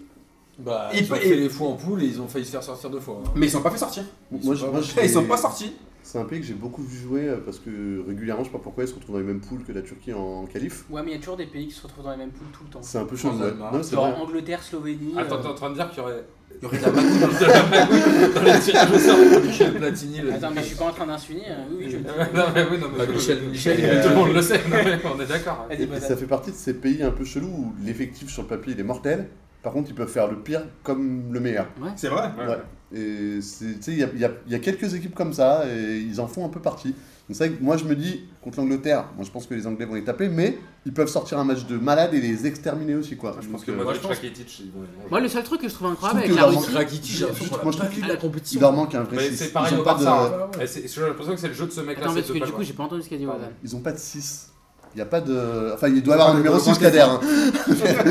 Speaker 2: Bah,
Speaker 5: Et
Speaker 2: ils ont
Speaker 5: pas-
Speaker 2: fait
Speaker 5: et-
Speaker 2: les fous en poule et ils ont failli se faire sortir deux fois. hein.
Speaker 5: Mais ils sont pas fait sortir.
Speaker 4: Moi, je- moi, je-
Speaker 5: Ils sont pas sortis.
Speaker 4: C'est un pays que j'ai beaucoup vu jouer euh, parce que régulièrement, je sais pas pourquoi, ils se retrouvent dans les mêmes poules que la Turquie en qualif.
Speaker 1: Ouais, mais il y a toujours des pays qui se retrouvent dans les mêmes poules tout le temps.
Speaker 4: C'est un peu chaud.
Speaker 2: Sans
Speaker 4: ouais.
Speaker 2: Allemagne.
Speaker 4: Non, c'est
Speaker 1: Genre
Speaker 4: vrai.
Speaker 1: Angleterre, Slovénie.
Speaker 7: Attends,
Speaker 1: euh,
Speaker 7: t'es en train de dire qu'il y
Speaker 5: *laughs*
Speaker 7: aurait.
Speaker 5: Il y aurait de la magouille.
Speaker 7: de la magouille dans les tirages au sort.
Speaker 2: Michel Platini, le
Speaker 1: Attends, mais je suis pas en train d'insulter. euh, Oui, oui, je le dis.
Speaker 7: *laughs* Non, mais oui, non, mais.
Speaker 2: Bah, Michel, Michel,
Speaker 7: Mais
Speaker 2: il-
Speaker 7: Tout le monde
Speaker 5: *laughs*
Speaker 7: le sait, non, mais on est d'accord.
Speaker 1: Vas-y,
Speaker 4: Et puis,
Speaker 1: patate.
Speaker 4: ça fait partie de ces pays un peu chelous où l'effectif sur le papier il est mortel. Par contre, ils peuvent faire le pire comme le meilleur.
Speaker 5: C'est vrai.
Speaker 3: Ouais.
Speaker 4: Ouais. Et c'est- tu sais, il y a, il y a- il y a quelques équipes comme ça et ils en font un peu partie. Donc c'est vrai que moi je me dis, contre l'Angleterre, moi je pense que les Anglais vont les taper, mais ils peuvent sortir un match de malade et les exterminer aussi quoi.
Speaker 3: Je pense
Speaker 4: Donc,
Speaker 3: que
Speaker 4: euh,
Speaker 3: moi,
Speaker 2: je pense-
Speaker 3: Rakitic, ils vont- ils vont-
Speaker 1: Moi, le seul truc que je trouve incroyable
Speaker 4: Je
Speaker 1: avec
Speaker 4: trouve
Speaker 1: la
Speaker 4: que
Speaker 1: Russie.
Speaker 2: Rakitic, il a-
Speaker 4: Surtout,
Speaker 2: sur la
Speaker 4: moi, je trouve
Speaker 2: bascule de la
Speaker 4: il
Speaker 2: compétition.
Speaker 4: leur manque un vrai
Speaker 7: Mais
Speaker 4: 6.
Speaker 7: c'est pareil
Speaker 4: Ils
Speaker 7: au
Speaker 4: ont pas
Speaker 7: Barça.
Speaker 4: de,
Speaker 7: hein. Et c'est- J'ai l'impression que c'est le jeu de ce mec-là.
Speaker 1: Attends,
Speaker 7: c'est
Speaker 1: parce
Speaker 7: de
Speaker 1: que
Speaker 7: pas
Speaker 1: du coup,
Speaker 7: jouer.
Speaker 1: j'ai pas entendu ce qu'a dit
Speaker 7: Pardon.
Speaker 1: Wazan.
Speaker 4: ils ont pas de 6. Il n'y a pas de. Enfin, il doit y avoir
Speaker 5: Ah,
Speaker 4: un numéro
Speaker 5: le
Speaker 4: 6
Speaker 5: grand
Speaker 4: Kader. hein.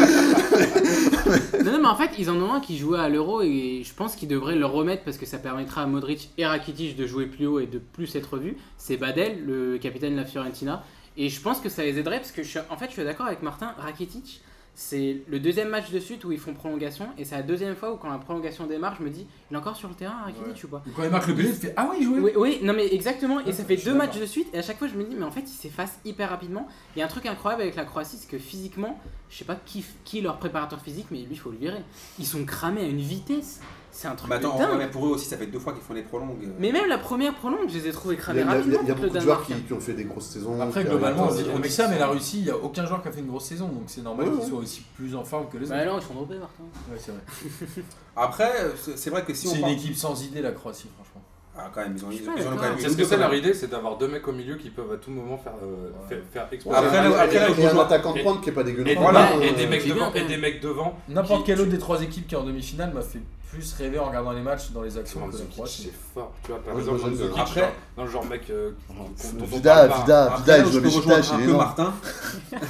Speaker 1: *laughs* Non, non, mais en fait, ils en ont un qui jouait à l'Euro et je pense qu'ils devraient le remettre parce que ça permettra à Modric et Rakitic de jouer plus haut et de plus être vus. C'est Badel, le capitaine de la Fiorentina. Et je pense que ça les aiderait parce que, je suis- en fait, je suis d'accord avec Martin, Rakitic, c'est le deuxième match de suite où ils font prolongation et c'est la deuxième fois où, quand la prolongation démarre, je me dis, il est encore sur le terrain, Rakitic ou pas
Speaker 2: Et Quand il marque le but, il fait Ah oui, joué
Speaker 1: Oui, oui, non mais exactement, et
Speaker 2: Ouais,
Speaker 1: ça fait
Speaker 2: je suis
Speaker 1: deux
Speaker 2: d'accord.
Speaker 1: matchs de suite, et à chaque fois je me dis, mais en fait ils s'effacent hyper rapidement. Il y a un truc incroyable avec la Croatie, c'est que physiquement, je sais pas qui, qui est leur préparateur physique, mais lui il faut le virer. Ils sont cramés à une vitesse, c'est un truc
Speaker 5: Mais Bah, attends,
Speaker 1: de dingue.
Speaker 5: en vrai, pour eux aussi, ça fait deux fois qu'ils font les prolongues.
Speaker 1: Mais même la première prolonge, je les ai trouvés
Speaker 4: Il y a,
Speaker 1: cramés
Speaker 4: il y a- il y a
Speaker 1: rapidement contre
Speaker 4: beaucoup
Speaker 1: le
Speaker 4: de joueurs
Speaker 1: Danemark.
Speaker 4: qui, qui ont fait des grosses saisons.
Speaker 2: Après,
Speaker 4: qui-
Speaker 2: globalement, on
Speaker 4: qui-
Speaker 2: dit, on dit ça, mais la Russie, il n'y a aucun joueur qui a fait une grosse saison, donc c'est normal
Speaker 4: Ouais,
Speaker 2: qu'ils
Speaker 4: ouais.
Speaker 2: soient aussi plus en forme que les autres.
Speaker 1: Bah non, ils sont dopés Martin.
Speaker 2: Ouais, c'est vrai.
Speaker 5: Après, c'est c'est vrai que si on.
Speaker 2: C'est une
Speaker 5: parle-
Speaker 2: équipe sans idée, la Croatie, franchement.
Speaker 5: Ah, quand même, ils ont
Speaker 1: Je
Speaker 5: ils
Speaker 1: sais
Speaker 5: ont-
Speaker 1: pas,
Speaker 5: ils en ont quand
Speaker 1: d'accord.
Speaker 5: même.
Speaker 3: C'est ce que c'est leur idée, c'est d'avoir deux mecs au milieu qui peuvent à tout moment faire, euh,
Speaker 2: Ouais.
Speaker 3: faire, faire
Speaker 4: Ouais,
Speaker 3: exploser.
Speaker 5: Après,
Speaker 4: et-
Speaker 5: là- après, là,
Speaker 4: et-
Speaker 5: ils
Speaker 4: et un
Speaker 5: jouent-
Speaker 4: attaquant de pointe qui est pas dégueulasse.
Speaker 3: Et,
Speaker 5: Voilà.
Speaker 3: et des mecs
Speaker 1: Qui
Speaker 3: devant,
Speaker 1: vient,
Speaker 5: hein.
Speaker 3: et des mecs devant.
Speaker 2: N'importe
Speaker 3: Qui-
Speaker 2: quelle
Speaker 3: tu-
Speaker 2: autre des trois équipes qui est en demi-finale m'a fait plus rêver en regardant les matchs dans les actions que la
Speaker 3: Mandzukic,
Speaker 2: Croatie.
Speaker 3: c'est fort. Tu vois, par
Speaker 4: Ouais,
Speaker 3: exemple,
Speaker 4: moi, j'aime bien.
Speaker 3: Mandzukic,
Speaker 5: Après-
Speaker 3: genre- dans le genre mec euh, dont on
Speaker 4: Vida,
Speaker 3: parle pas. *laughs*
Speaker 4: Vida,
Speaker 5: Après,
Speaker 4: Vida,
Speaker 5: là
Speaker 4: il
Speaker 5: où
Speaker 4: joue
Speaker 5: je
Speaker 4: à
Speaker 5: peux
Speaker 4: Beşiktaş, il
Speaker 5: rejoindre un
Speaker 4: est
Speaker 5: peu
Speaker 4: énorme.
Speaker 5: Martin.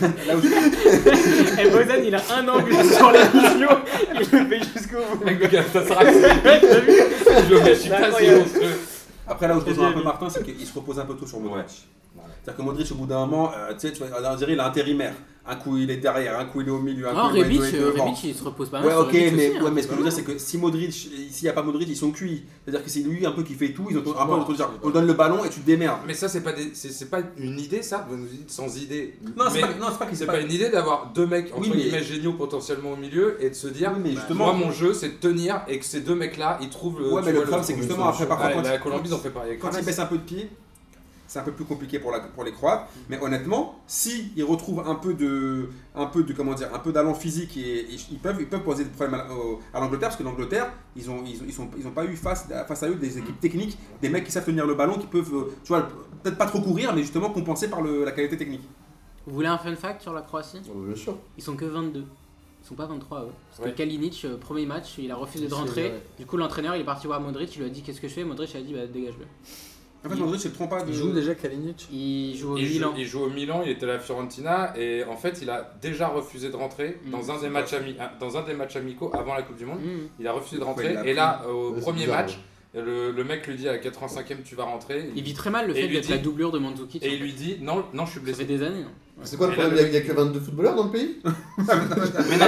Speaker 5: Là où
Speaker 1: *laughs*
Speaker 5: je-
Speaker 1: Et Bozan il a un angle *laughs* sur la vidéo, il le fait jusqu'au bout.
Speaker 7: Mec, le gars, ça sert à rien. Je suis pas si
Speaker 1: Incroyable.
Speaker 7: monstrueux.
Speaker 5: Après, là où je rejoins un peu Martin, c'est qu'il se repose un peu trop sur Modric.
Speaker 3: Ouais.
Speaker 5: C'est-à-dire que Modric, au bout d'un moment, euh, tu sais, tu vois, on dirait il est intérimaire. Un coup il est derrière, un coup il est au milieu, un
Speaker 1: Non,
Speaker 5: coup Bah, il est-
Speaker 1: Rebic,
Speaker 5: il est
Speaker 1: euh,
Speaker 5: devant.
Speaker 1: Rebic, il se repose pas mal
Speaker 5: Ouais,
Speaker 1: sur
Speaker 5: ok,
Speaker 1: Rebic
Speaker 5: mais,
Speaker 1: aussi, hein.
Speaker 5: ouais, mais ce que je veux dire, c'est que si Modric, s'il n'y a pas Modric, ils sont cuits. C'est-à-dire que c'est lui un peu qui fait tout. Ils ont un peu
Speaker 2: morts,
Speaker 5: en train de dire
Speaker 2: c'est
Speaker 5: on donne le ballon et tu te démerdes.
Speaker 3: Mais ça, c'est pas, des- c'est- c'est pas une idée, ça Vous nous dites sans idée.
Speaker 5: Non, c'est
Speaker 3: Mais
Speaker 5: pas, non, c'est pas qu'ils
Speaker 3: c'est pas une idée d'avoir deux mecs entre
Speaker 5: Oui, mais-
Speaker 3: guillemets géniaux potentiellement au milieu et de se dire
Speaker 5: Oui, mais
Speaker 3: bah,
Speaker 5: justement-
Speaker 3: moi mon jeu c'est de tenir et que ces deux mecs là ils trouvent le
Speaker 5: Ouais,
Speaker 3: tu
Speaker 5: mais le
Speaker 3: vois,
Speaker 5: problème, c'est que justement, après, par
Speaker 3: Ouais,
Speaker 5: contre,
Speaker 3: la
Speaker 5: quand-
Speaker 3: Colombie ils ont fait pareil
Speaker 5: Quand ils baissent un peu de pied, c'est un peu plus compliqué pour, la, pour les Croates. Mais honnêtement, si ils retrouvent un peu de, un peu de comment dire, un peu d'allant physique et, et ils peuvent, ils peuvent poser des problèmes à, au- à l'Angleterre parce que l'Angleterre, ils ont, ils ont, ils sont, ils ont pas eu face, à- face à eux des équipes techniques, des mecs qui savent tenir le ballon, qui peuvent, euh, tu vois, peut-être pas trop courir, mais justement compenser par le- la qualité technique.
Speaker 1: Vous voulez un fun fact sur la Croatie
Speaker 4: Oh, bien sûr.
Speaker 1: Ils sont que 22. Ils sont pas 23, eux. Parce
Speaker 3: Ouais.
Speaker 1: que Kalinic, euh, premier match, il a refusé de
Speaker 2: C'est
Speaker 1: rentrer.
Speaker 2: vrai.
Speaker 1: Du coup, l'entraîneur, il est parti voir Modric, il lui a dit Qu'est-ce que je fais Modric a dit Bah, dégage-le.
Speaker 5: En fait, Modric, c'est le trompe pas de.
Speaker 2: Il joue déjà Kalinic
Speaker 1: Il joue au
Speaker 3: Il joue,
Speaker 1: Milan.
Speaker 3: il joue au Milan, il était à la Fiorentina et en fait il a déjà refusé de rentrer
Speaker 1: Mm.
Speaker 3: dans, un des matchs ami- ah, dans un des matchs amicaux avant la Coupe du Monde.
Speaker 1: Mmh.
Speaker 3: Il a refusé de
Speaker 5: Ouais,
Speaker 3: rentrer
Speaker 5: il a
Speaker 3: et là au
Speaker 4: Ouais, c'est
Speaker 3: premier
Speaker 4: bizarre,
Speaker 3: match le, le mec lui dit à la 85e tu vas rentrer
Speaker 1: Il vit très mal le
Speaker 3: Et
Speaker 1: fait
Speaker 3: il lui
Speaker 1: d'être
Speaker 3: dit-
Speaker 1: la doublure de Mandzukic.
Speaker 3: et il lui dit non, non je suis
Speaker 1: Ça fait
Speaker 3: blessé.
Speaker 1: des années. hein.
Speaker 4: C'est quoi le
Speaker 3: Et là,
Speaker 4: problème
Speaker 3: le
Speaker 4: Il y a- il y a que 22 footballeurs dans le pays
Speaker 1: Ah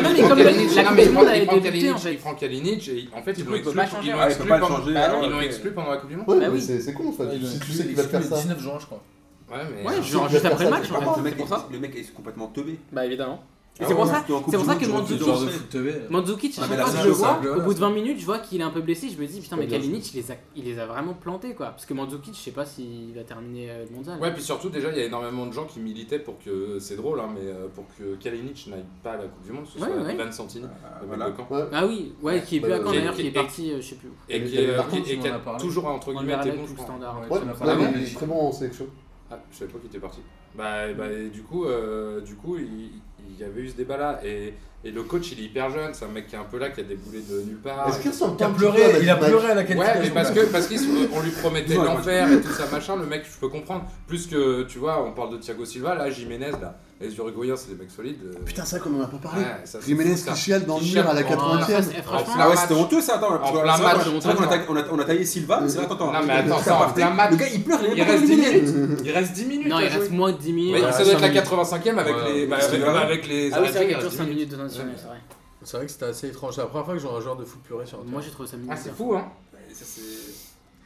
Speaker 1: non, mais
Speaker 3: Il prend
Speaker 1: comme la-
Speaker 3: Kalinic,
Speaker 1: la
Speaker 3: non,
Speaker 1: Coupe
Speaker 3: mais
Speaker 1: du
Speaker 3: il
Speaker 1: Monde,
Speaker 3: prend-
Speaker 1: elle
Speaker 3: il
Speaker 1: a
Speaker 3: prend
Speaker 1: été débutée, en
Speaker 3: Kalinic,
Speaker 1: fait.
Speaker 3: il prend Kalinic et il- en fait ils l'ont
Speaker 1: coup, il peut
Speaker 3: exclu
Speaker 1: pas
Speaker 3: ils
Speaker 1: changer, hein.
Speaker 3: l'ont
Speaker 1: ouais,
Speaker 5: il peut
Speaker 3: exclu
Speaker 5: Ah, pas le
Speaker 3: pendant-
Speaker 5: changer,
Speaker 3: bah non,
Speaker 5: ouais,
Speaker 3: ils l'ont
Speaker 5: ok.
Speaker 3: exclu pendant la Coupe du Monde.
Speaker 4: Ouais,
Speaker 1: Bah
Speaker 4: mais
Speaker 1: oui.
Speaker 4: c'est c'est con en fait.
Speaker 2: il
Speaker 4: si
Speaker 2: a
Speaker 4: tu
Speaker 2: exclu-
Speaker 4: sais qu'il va te faire
Speaker 2: exclu
Speaker 4: ça.
Speaker 2: les 19 juin, je crois.
Speaker 3: Ouais, mais-
Speaker 1: Ouais,
Speaker 4: si,
Speaker 1: genre
Speaker 4: il
Speaker 1: juste
Speaker 4: va
Speaker 1: après le
Speaker 4: faire ça,
Speaker 1: match,
Speaker 4: c'est
Speaker 1: en
Speaker 4: pas
Speaker 1: fait.
Speaker 5: Le mec,
Speaker 1: C'est pour
Speaker 5: est-
Speaker 1: ça
Speaker 5: le mec est complètement teubé.
Speaker 1: Bah, évidemment. Et
Speaker 5: Ah
Speaker 1: c'est pour
Speaker 5: ouais,
Speaker 1: ça,
Speaker 5: c'était en Coupe
Speaker 1: c'est pour
Speaker 5: du
Speaker 1: ça
Speaker 5: Monde,
Speaker 1: que
Speaker 5: tu vois,
Speaker 2: C'est
Speaker 5: C'est
Speaker 2: le
Speaker 5: le
Speaker 1: Mandzukic
Speaker 2: genre
Speaker 5: genre
Speaker 2: de
Speaker 5: de
Speaker 2: foot
Speaker 5: foot
Speaker 2: TV.
Speaker 1: Mandzukic,
Speaker 5: Ah,
Speaker 1: à
Speaker 5: mais
Speaker 1: chaque
Speaker 5: la
Speaker 1: fois que
Speaker 5: saison,
Speaker 1: je le
Speaker 5: c'est un
Speaker 1: vois,
Speaker 2: bleu,
Speaker 1: au
Speaker 2: là.
Speaker 1: bout de 20 minutes, je vois qu'il est un peu blessé. Je me dis, putain, mais
Speaker 4: Très bien.
Speaker 1: Kalinic, il les a, il les a vraiment plantés, quoi. Parce que Mandzukic, je sais pas s'il va terminer euh, le mondial.
Speaker 3: Ouais, puis surtout, déjà, il y a énormément de gens qui militaient pour que, c'est drôle, hein, mais euh, pour que Kalinic n'aille pas à la Coupe du Monde, ce
Speaker 1: Ouais,
Speaker 3: soit
Speaker 1: ouais.
Speaker 3: Ivan Santini, le mec
Speaker 5: voilà.
Speaker 3: de Caen.
Speaker 4: Ouais.
Speaker 1: Ah oui, ouais, qui est plus
Speaker 4: Bah,
Speaker 1: à Caen
Speaker 3: qui-
Speaker 1: d'ailleurs, qui est
Speaker 3: qui-
Speaker 1: parmi, euh, je sais plus. où.
Speaker 3: Et
Speaker 4: Mais
Speaker 3: qui,
Speaker 4: il y a
Speaker 3: euh,
Speaker 4: Marcos,
Speaker 3: qui- et
Speaker 2: on
Speaker 3: qui
Speaker 2: en
Speaker 3: a
Speaker 2: a parlé.
Speaker 3: toujours, entre guillemets, été bon, je
Speaker 1: tout
Speaker 3: crois.
Speaker 1: standard.
Speaker 4: Ah Ouais,
Speaker 2: Tu m'as
Speaker 4: non,
Speaker 2: parlé,
Speaker 4: mais
Speaker 2: mais-
Speaker 4: il est très bon en sélection.
Speaker 3: Ah, je savais pas qu'il était parti. Bah, et bah, et
Speaker 1: Mm.
Speaker 3: du coup, euh, du coup il, il y avait eu ce débat-là. Et, et le coach, il est hyper jeune, c'est un mec qui est un peu là, qui a déboulé de nulle part.
Speaker 4: Est-ce qu'il ressemble
Speaker 2: Il
Speaker 4: pas
Speaker 2: a
Speaker 4: un petit peu à
Speaker 2: pleuré, il a
Speaker 4: Magic
Speaker 2: pleuré à la
Speaker 3: Ouais, mais
Speaker 2: qualification.
Speaker 3: parce que parce qu'on lui promettait
Speaker 5: Ouais,
Speaker 3: l'enfer et tout ça machin, le mec, je peux comprendre. Plus que tu vois, on parle de Thiago Silva, là, Jiménez, là, les Uruguayens, c'est des mecs solides. euh,
Speaker 4: Putain, ça, comme on en a pas parlé.
Speaker 3: ouais, ça, c'est
Speaker 4: Jiménez
Speaker 3: fou, ça.
Speaker 4: qui chiale dans le
Speaker 3: Qui
Speaker 4: mur à la
Speaker 3: chiale. Oh,
Speaker 4: 80ème.
Speaker 1: Eh,
Speaker 3: Ah,
Speaker 1: Franchement,
Speaker 5: Ah ouais,
Speaker 3: match.
Speaker 5: c'était honteux ça, attends. parce que
Speaker 3: plein
Speaker 5: là, c'est
Speaker 3: match,
Speaker 5: vrai qu'on a-
Speaker 1: on
Speaker 5: c'est vrai qu'on a
Speaker 3: s'entend.
Speaker 5: ta- on a, on a taillé Silva, c'est vrai, attends, attends.
Speaker 3: Non, mais
Speaker 5: le
Speaker 3: attends,
Speaker 5: gars,
Speaker 3: ça, en
Speaker 5: partait,
Speaker 3: plein match.
Speaker 5: Le gars, il pleure, il
Speaker 3: Il
Speaker 5: est pas
Speaker 3: reste 10
Speaker 5: éliminé.
Speaker 3: minutes. Il reste 10 minutes.
Speaker 1: non,
Speaker 3: à
Speaker 1: il
Speaker 3: jouer.
Speaker 1: reste moins de 10 minutes.
Speaker 3: Mais
Speaker 1: Ouais,
Speaker 3: ça doit être la
Speaker 1: 5 minutes.
Speaker 3: 85e avec
Speaker 2: Ouais.
Speaker 3: les. bah,
Speaker 5: Parce que
Speaker 3: avec,
Speaker 5: là-
Speaker 3: avec les.
Speaker 1: Ah oui, c'est vrai
Speaker 3: avec
Speaker 1: qu'il y a
Speaker 3: les
Speaker 1: toujours 5
Speaker 3: 10
Speaker 1: minutes de national, c'est vrai.
Speaker 2: C'est vrai que c'était assez étrange. C'est la première fois que j'ai un joueur de foot puré sur un
Speaker 1: Moi,
Speaker 2: terrain.
Speaker 1: j'ai trouvé ça
Speaker 3: Ah,
Speaker 1: mignon.
Speaker 3: c'est
Speaker 1: ça.
Speaker 3: fou, hein.
Speaker 5: Ça, c'est-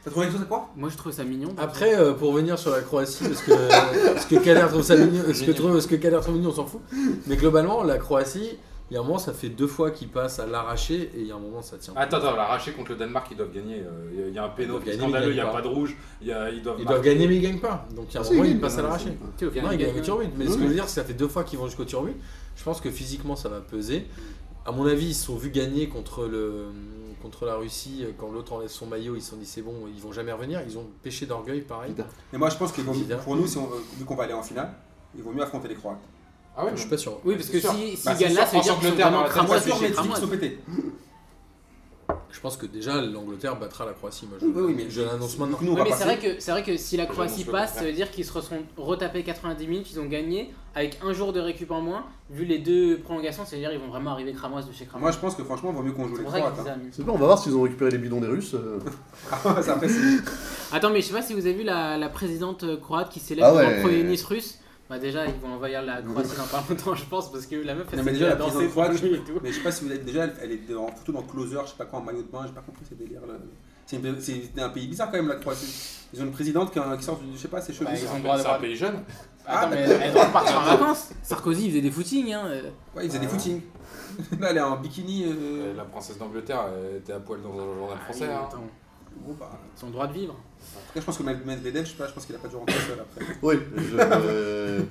Speaker 5: T'as trouvé quelque chose à quoi
Speaker 1: Moi, je trouve ça mignon.
Speaker 2: Après, euh, pour revenir sur la Croatie, parce que euh, ce que Kader trouve ça mignon, ce que trouve, ce que Kader trouve mignon, on s'en fout. Mais globalement, la Croatie, il y a un moment, ça fait deux fois qu'il passe à l'arraché, et il y a un moment, ça
Speaker 4: Ah,
Speaker 2: tient.
Speaker 3: Attends, attends, l'arraché contre le Danemark, ils doivent gagner. euh, Il y a- il y a un péno
Speaker 2: doivent
Speaker 3: qui est
Speaker 2: gagner,
Speaker 3: scandaleux,
Speaker 2: ils
Speaker 3: il n'y a
Speaker 2: gagnent
Speaker 3: pas de rouge. il y a- Ils doivent
Speaker 2: Ils
Speaker 4: bah,
Speaker 2: doivent gagner, mais ils gagnent pas. Donc
Speaker 4: Ah,
Speaker 2: il y a un moment, ils passent à l'arraché.
Speaker 1: tu
Speaker 2: Non, ils gagnent au tir 8. Mais ce
Speaker 4: Oui,
Speaker 2: que je veux dire, c'est que ça fait deux fois qu'ils vont jusqu'au tir 8. Je pense que physiquement, ça va peser. À mon avis, ils se sont vus gagner contre, le, contre la Russie. euh, Quand l'autre enlève son maillot, ils se sont dit c'est bon, ils vont jamais revenir. Ils ont péché d'orgueil, pareil.
Speaker 5: Mais moi, je pense que
Speaker 2: Évidemment.
Speaker 5: pour nous, si on- vu qu'on va aller en finale, il vaut mieux affronter les Croates.
Speaker 3: Ah ouais,
Speaker 2: Je
Speaker 3: mais-
Speaker 2: suis pas sûr.
Speaker 1: Oui, parce que
Speaker 3: C'est sûr.
Speaker 1: si-
Speaker 3: Bah,
Speaker 1: s'ils
Speaker 3: c'est
Speaker 1: gagnent là,
Speaker 3: sûr,
Speaker 1: ça veut dire
Speaker 3: France,
Speaker 1: qu'ils sont
Speaker 3: Angleterre,
Speaker 1: vraiment
Speaker 3: on va
Speaker 5: Pas
Speaker 1: cramois
Speaker 5: sûr,
Speaker 1: sur
Speaker 5: mais
Speaker 1: les
Speaker 5: ils sont
Speaker 1: cramois.
Speaker 5: pétés.
Speaker 2: Je pense que déjà, l'Angleterre battra la Croatie. Moi, je,
Speaker 5: Oui, oui, mais
Speaker 2: je l'annonce maintenant.
Speaker 5: Donc nous, on
Speaker 1: Ouais,
Speaker 5: va
Speaker 1: mais c'est
Speaker 5: passer.
Speaker 1: vrai, que, c'est vrai que si la Croatie
Speaker 3: J'annonce le
Speaker 1: passe, ça
Speaker 3: contraire.
Speaker 1: veut dire qu'ils se seront retapés 90 minutes, ils ont gagné, avec un jour de récup en moins. Vu les deux prolongations, c'est-à-dire ils vont vraiment arriver cramoise de chez cramoise.
Speaker 5: Moi, je pense que franchement, il vaut mieux qu'on joue
Speaker 1: C'est
Speaker 5: les
Speaker 1: pour ça qu'ils
Speaker 5: Croates.
Speaker 1: les
Speaker 5: hein.
Speaker 1: aiment.
Speaker 4: C'est bon, on va voir s'ils ont récupéré les bidons des Russes. euh.
Speaker 5: Ah, ça, après, c'est-
Speaker 1: Attends, mais je sais pas si vous avez vu la, la présidente euh, croate qui s'élève
Speaker 4: Ah
Speaker 1: devant
Speaker 4: ouais.
Speaker 1: le premier ministre russe. Bah déjà, ils vont envahir la Croatie dans pas longtemps, je pense, parce que la meuf, elle
Speaker 5: Non,
Speaker 1: s'est
Speaker 5: mais
Speaker 1: déjà
Speaker 5: déjà, la
Speaker 1: dansé
Speaker 5: présidente
Speaker 1: pour
Speaker 5: croate,
Speaker 1: lui et tout.
Speaker 5: Mais je sais pas si vous êtes déjà, elle- elle est dans- surtout dans Closer, je sais pas quoi, en maillot de bain, j'ai pas compris ces délires là. C'est une- C'est un pays bizarre quand même la Croatie. Ils ont une présidente qui, a- qui sort, je sais pas, ses Ah, cheveux.
Speaker 1: Bah, ils ont le droit
Speaker 3: C'est un
Speaker 1: d'avoir...
Speaker 3: pays jeune.
Speaker 1: Attends, mais elle doit partir en vacances Sarkozy, il faisait des footings, hein euh.
Speaker 5: Ouais, ils faisaient des footings. *laughs* là, elle est en bikini. euh,
Speaker 3: Euh, La princesse d'Angleterre elle était à poil dans un journal français.
Speaker 1: Ah,
Speaker 3: hein.
Speaker 1: attends,
Speaker 5: bon, bah,
Speaker 1: Ils ont le droit de vivre.
Speaker 5: en tout cas, je pense que Medvedev, je sais pas, je pense qu'il a pas dû rentrer seul après.
Speaker 4: Oui, je. euh,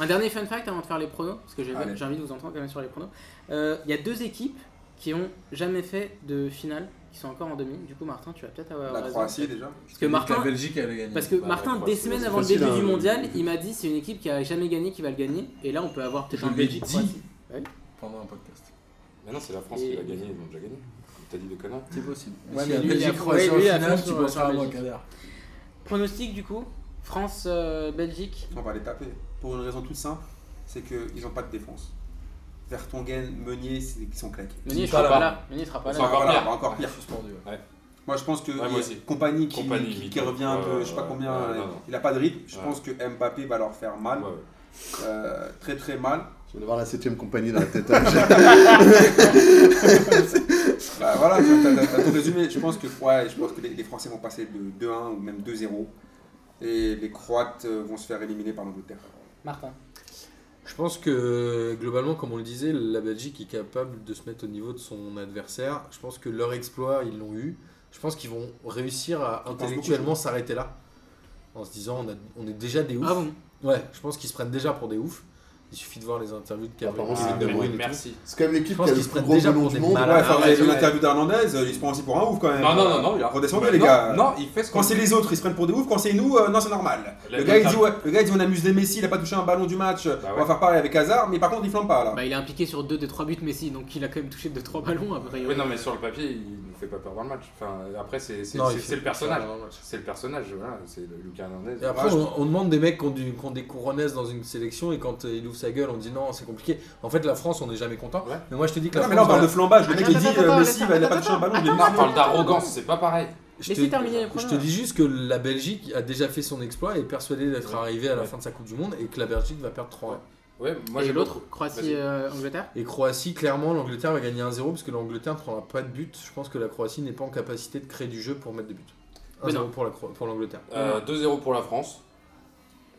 Speaker 1: Un dernier fun fact avant de faire les pronos, parce que j'ai
Speaker 5: Allez.
Speaker 1: j'ai envie de vous entendre quand même sur les pronos. Euh, Il y a deux équipes qui ont jamais fait de finale, qui sont encore en demi. Du coup, Martin, tu vas peut-être avoir
Speaker 5: La
Speaker 1: raison.
Speaker 5: Croatie déjà.
Speaker 1: Parce que Martin,
Speaker 2: La Belgique, elle a gagné.
Speaker 1: parce que
Speaker 3: Bah, la
Speaker 1: Martin
Speaker 3: Croatie,
Speaker 1: des
Speaker 3: c'est
Speaker 1: semaines avant le
Speaker 4: facile,
Speaker 1: début
Speaker 4: hein,
Speaker 1: du
Speaker 4: le-
Speaker 1: mondial, il m'a dit c'est une équipe qui a jamais gagné qui va le gagner. Et là, on peut avoir peut-être
Speaker 2: Je
Speaker 1: un
Speaker 2: lui
Speaker 1: Belgique.
Speaker 2: dis.
Speaker 1: Croatie.
Speaker 2: Pendant un podcast.
Speaker 3: Mais non, c'est la France
Speaker 1: Et-
Speaker 3: qui l'a gagné, ils l'ont déjà gagné. T'as dit des connards.
Speaker 2: C'est possible.
Speaker 1: Ouais,
Speaker 2: si
Speaker 1: mais
Speaker 2: la
Speaker 1: lui, il a-
Speaker 2: Belgique
Speaker 1: ouais,
Speaker 2: croise en
Speaker 1: lui, il a
Speaker 2: finale,
Speaker 1: fait
Speaker 2: tu
Speaker 1: sur-
Speaker 2: penses
Speaker 1: sur
Speaker 2: à
Speaker 1: la
Speaker 2: moi,
Speaker 1: Belgique.
Speaker 2: Kader.
Speaker 1: Pronostic du coup France euh, Belgique.
Speaker 5: On va les taper. Pour une raison toute simple, c'est qu'ils n'ont pas de défense. Vertonghen, Meunier, c'est- ils sont claqués.
Speaker 1: Meunier
Speaker 2: Pas
Speaker 1: sera
Speaker 2: là.
Speaker 1: pas là. Meunier sera pas
Speaker 3: C'est
Speaker 1: là.
Speaker 5: Enfin,
Speaker 3: bah, encore
Speaker 5: voilà,
Speaker 3: pire.
Speaker 5: encore pire.
Speaker 2: Suspendu. ouais.
Speaker 5: Moi, je pense que
Speaker 3: Ouais, moi aussi.
Speaker 5: Compagnie qui,
Speaker 3: Compagnie,
Speaker 5: qui- qui
Speaker 3: Mito.
Speaker 5: revient de
Speaker 3: Ouais,
Speaker 5: je sais pas
Speaker 3: ouais,
Speaker 5: combien,
Speaker 3: ouais,
Speaker 5: euh,
Speaker 3: non, non.
Speaker 5: il a pas de rythme. Je
Speaker 3: Ouais.
Speaker 5: pense que Mbappé va leur faire mal, euh, très très mal.
Speaker 4: Je vais voir la 7ème compagnie dans la tête.
Speaker 5: Bah, voilà, t'as- t'as- t'as tout résumé. Je pense que, ouais, je pense que les, les Français vont passer de 2-1 ou même 2-0. Et les Croates euh, vont se faire éliminer par l'Angleterre.
Speaker 1: Martin.
Speaker 2: Je pense que globalement, comme on le disait, la Belgique est capable de se mettre au niveau de son adversaire. Je pense que leur exploit, ils l'ont eu. Je pense qu'ils vont réussir à
Speaker 5: beaucoup
Speaker 2: intellectuellement s'arrêter là. en se disant on, a- on est déjà des oufs.
Speaker 1: Ah bon
Speaker 2: Ouais, je pense qu'ils se prennent déjà pour des oufs. Il suffit de voir les interviews de Cavani.
Speaker 4: Apparemment,
Speaker 2: et
Speaker 4: c'est
Speaker 2: de
Speaker 4: des
Speaker 2: Bruyne et tout.
Speaker 3: Ah, merci.
Speaker 4: C'est quand même
Speaker 2: Je
Speaker 4: l'équipe qui
Speaker 2: pense
Speaker 4: a
Speaker 2: qu'ils
Speaker 4: le
Speaker 2: se
Speaker 4: plus
Speaker 2: prennent
Speaker 4: gros
Speaker 2: déjà
Speaker 4: melon
Speaker 2: pour
Speaker 4: du
Speaker 2: des
Speaker 4: monde.
Speaker 5: Ouais,
Speaker 2: malades.
Speaker 5: enfin,
Speaker 3: Ah,
Speaker 5: vous
Speaker 3: ouais,
Speaker 5: avez vu
Speaker 3: ouais.
Speaker 5: l'interview d'Hernandez, euh, il se prend aussi pour un ouf quand même.
Speaker 3: Non, non, non, non, il a
Speaker 5: Redescendez,
Speaker 3: Bah,
Speaker 5: les
Speaker 3: non,
Speaker 5: gars.
Speaker 3: Non, il fait ce qu'on
Speaker 5: Quand c'est les autres, ils se prennent pour des oufs. Quand c'est nous, euh, non, c'est normal.
Speaker 3: La-
Speaker 5: le, gars, il
Speaker 3: la-
Speaker 5: dit, ouais, le gars, il dit, on amuse des Messi, il a pas touché un ballon du match. On va
Speaker 3: ouais.
Speaker 5: faire pareil avec Hazard, mais par contre, il flambe pas là.
Speaker 1: Bah, il est impliqué sur 2 des 3 buts Messi, donc il a quand même touché 2-3 ballons à priori.
Speaker 3: Oui, non, mais sur le papier, il nous fait pas peur dans le match. Enfin, après, c'est c'est-
Speaker 2: Non,
Speaker 3: c'est-
Speaker 2: il
Speaker 3: c'est
Speaker 2: fait
Speaker 3: le
Speaker 2: pas ça
Speaker 3: personnage.
Speaker 2: dans le match.
Speaker 3: C'est le personnage, voilà, c'est le- Lucas Hernandez.
Speaker 2: Et après,
Speaker 5: Ouais,
Speaker 2: on, on demande des mecs qui ont, du- qui ont des couronnes dans une sélection et quand euh, il ouvre sa gueule, on dit non, c'est compliqué. En fait, la France, on n'est jamais content.
Speaker 3: Ouais.
Speaker 2: Mais moi, je te dis que
Speaker 5: Non,
Speaker 2: la
Speaker 5: mais là, on
Speaker 2: France,
Speaker 5: parle
Speaker 2: voilà,
Speaker 5: de flambage. Le mec,
Speaker 1: Attends,
Speaker 5: il dit,
Speaker 1: attends,
Speaker 5: euh,
Speaker 1: attends,
Speaker 5: Messi,
Speaker 1: attends,
Speaker 5: il a pas touché un
Speaker 1: attends,
Speaker 5: ballon. je l'ai
Speaker 3: Non,
Speaker 5: mis.
Speaker 3: on parle d'arrogance, c'est pas pareil.
Speaker 2: je,
Speaker 1: Laissez
Speaker 2: te,
Speaker 1: terminer les
Speaker 2: je
Speaker 1: problèmes.
Speaker 2: te dis juste que la Belgique a déjà fait son exploit et est persuadée d'être
Speaker 3: Ouais.
Speaker 2: arrivée à la
Speaker 3: Ouais.
Speaker 2: fin de sa Coupe du Monde et que la Belgique va perdre 3
Speaker 3: Ouais, moi
Speaker 1: hein. Et
Speaker 3: j'ai
Speaker 1: l'autre, euh,
Speaker 3: Vas-y.
Speaker 1: Croatie-Angleterre
Speaker 2: Et Croatie, clairement, l'Angleterre va gagner 1-0 parce que l'Angleterre ne prendra pas de but. Je pense que la Croatie n'est pas en capacité de créer du jeu pour mettre des buts.
Speaker 1: Mais
Speaker 2: 1-0
Speaker 1: non.
Speaker 2: pour la Cro- pour l'Angleterre.
Speaker 3: Euh, 2-0 pour la France.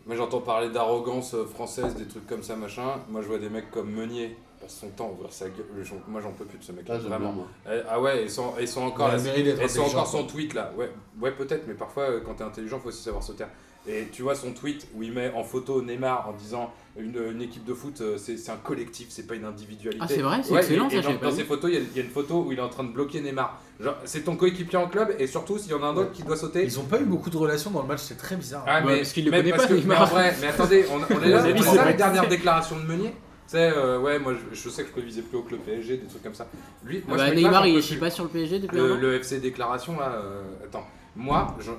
Speaker 3: Moi j'entends parler d'arrogance euh, française, des trucs comme ça, machin. Moi je vois des mecs comme Meunier passe son temps à ouvrir sa gueule. J'en- Moi j'en peux plus de ce mec-là,
Speaker 4: Ah, j'aime bien,
Speaker 3: vraiment.
Speaker 4: moi.
Speaker 3: Eh, Ah ouais, ils sont, ils sont encore
Speaker 2: Il a
Speaker 3: là.
Speaker 2: le mérite d'être
Speaker 3: Et c'est
Speaker 2: intelligent,
Speaker 3: encore
Speaker 2: quoi.
Speaker 3: son tweet là. Ouais, ouais peut-être, mais parfois euh, quand t'es intelligent, faut aussi savoir se taire. Et tu vois son tweet où il met en photo Neymar en disant une, une équipe de foot, euh, c'est c'est un collectif, c'est pas une individualité.
Speaker 1: Ah, c'est vrai, c'est
Speaker 3: Ouais,
Speaker 1: excellent
Speaker 3: et-
Speaker 1: ça,
Speaker 3: et
Speaker 1: j'avais
Speaker 3: dans,
Speaker 1: pas
Speaker 3: dans
Speaker 1: vu.
Speaker 3: ses photos, il y a- il y, a une photo où il est en train de bloquer Neymar. Genre, c'est ton coéquipier en club, et surtout s'il y en a un autre qui doit sauter.
Speaker 2: Ils n'ont pas eu beaucoup de relations dans le match, c'est très bizarre.
Speaker 3: Ah,
Speaker 1: Ouais,
Speaker 3: mais,
Speaker 1: parce qu'il le
Speaker 3: mais
Speaker 1: connaît
Speaker 3: parce
Speaker 1: pas,
Speaker 3: que- mais
Speaker 1: Neymar.
Speaker 3: en vrai, mais attendez, on, on
Speaker 1: *laughs*
Speaker 3: est là,
Speaker 1: Oui,
Speaker 3: on
Speaker 1: c'est
Speaker 3: est là,
Speaker 1: vrai.
Speaker 3: les dernières déclarations de Meunier. Tu sais, euh, ouais, moi je, je sais que je peux viser plus haut que le PSG, des trucs comme ça. Lui, moi,
Speaker 1: Bah,
Speaker 3: ce mec-là, j'en
Speaker 1: Neymar, il
Speaker 3: peux
Speaker 1: chie
Speaker 3: plus.
Speaker 1: pas sur le PSG depuis
Speaker 3: le,
Speaker 1: un an
Speaker 3: le FC déclaration là. euh, attends, moi je,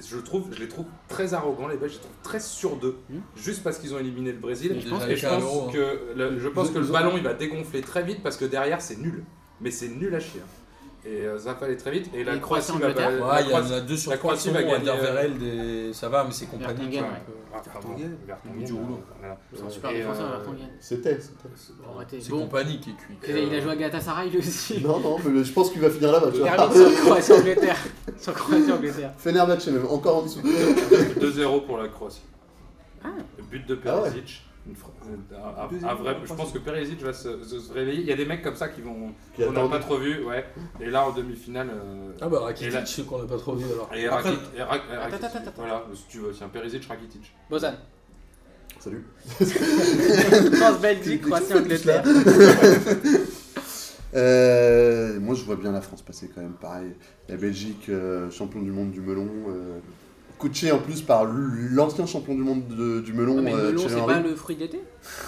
Speaker 3: je trouve, je les trouve très arrogants les Belges, je les trouve très sur d'eux,
Speaker 1: Hmm.
Speaker 3: juste parce qu'ils ont éliminé le Brésil.
Speaker 1: Mais je pense
Speaker 3: Et je
Speaker 2: qu'à
Speaker 3: pense
Speaker 2: l'Euro,
Speaker 3: que le, je pense que le ballon il va dégonfler très vite parce que derrière c'est nul, mais c'est nul à chier. Et euh, ça va aller très vite. Et la
Speaker 1: Et
Speaker 3: Croatie va.
Speaker 1: Croatie-Angleterre
Speaker 3: la
Speaker 2: Ouais, il y en
Speaker 3: Croatie-
Speaker 2: a deux sur
Speaker 3: la
Speaker 2: trois qui
Speaker 3: Croatie
Speaker 2: sont
Speaker 3: va
Speaker 2: bons,
Speaker 3: gagner, euh,
Speaker 2: Alderweireld et ça va, mais c'est compagnie.
Speaker 1: Vertonghen,
Speaker 2: quoi.
Speaker 1: ouais.
Speaker 3: Ah, pardon,
Speaker 5: Vertonghen.
Speaker 3: Vertonghen,
Speaker 2: Du rouleau.
Speaker 3: voilà.
Speaker 1: hein. C'est un super
Speaker 3: Et,
Speaker 1: défenseur,
Speaker 3: euh,
Speaker 1: Vertonghen.
Speaker 4: C'était, c'était.
Speaker 1: Arrêtez.
Speaker 2: C'est
Speaker 1: Bon,
Speaker 2: compagnie qui est cuit.
Speaker 1: Et il a joué à Galatasaray lui aussi.
Speaker 4: *laughs* Non, non, mais je pense qu'il va finir là-bas, tu
Speaker 1: Termine
Speaker 4: *laughs* vois.
Speaker 1: sur Croatie-Angleterre. Sur Croatie-Angleterre.
Speaker 4: Fenerbahçe, même, euh, encore en
Speaker 1: *laughs*
Speaker 4: dessous.
Speaker 3: 2-0 pour la Croatie.
Speaker 1: Ah.
Speaker 3: Le but de
Speaker 4: Ah ouais.
Speaker 3: Perisic. Une fra- euh, un- un-
Speaker 8: 2-0
Speaker 3: un vrai-
Speaker 8: pour la
Speaker 3: je pense que Perisic va se, se- se réveiller. Il y a des mecs comme ça qui vont.
Speaker 4: Qui
Speaker 3: qu'on n'a
Speaker 4: attendent.
Speaker 3: pas trop vu, ouais. Et là en demi-finale. euh,
Speaker 2: Ah bah
Speaker 3: Et là-
Speaker 2: Rakitic, ceux qu'on n'a pas trop vu alors.
Speaker 3: Et
Speaker 5: Après-
Speaker 3: Rakitic. et Rak- et
Speaker 1: Attends,
Speaker 3: Rakitic,
Speaker 1: attends, attends.
Speaker 3: Voilà, si tu veux, tiens, Perisic, Rakitic.
Speaker 1: Bozan.
Speaker 4: Salut.
Speaker 1: France-Belgique, Croatie-Angleterre.
Speaker 4: Euh, moi, je vois bien la France passer quand même, pareil. La Belgique, euh, champion du monde du melon. euh, coaché en plus par l'ancien champion du monde de- du melon,
Speaker 1: Ah, Mais
Speaker 4: euh,
Speaker 1: le melon,
Speaker 4: Thierry
Speaker 1: c'est
Speaker 4: Henry.
Speaker 1: pas le fruit de l'été.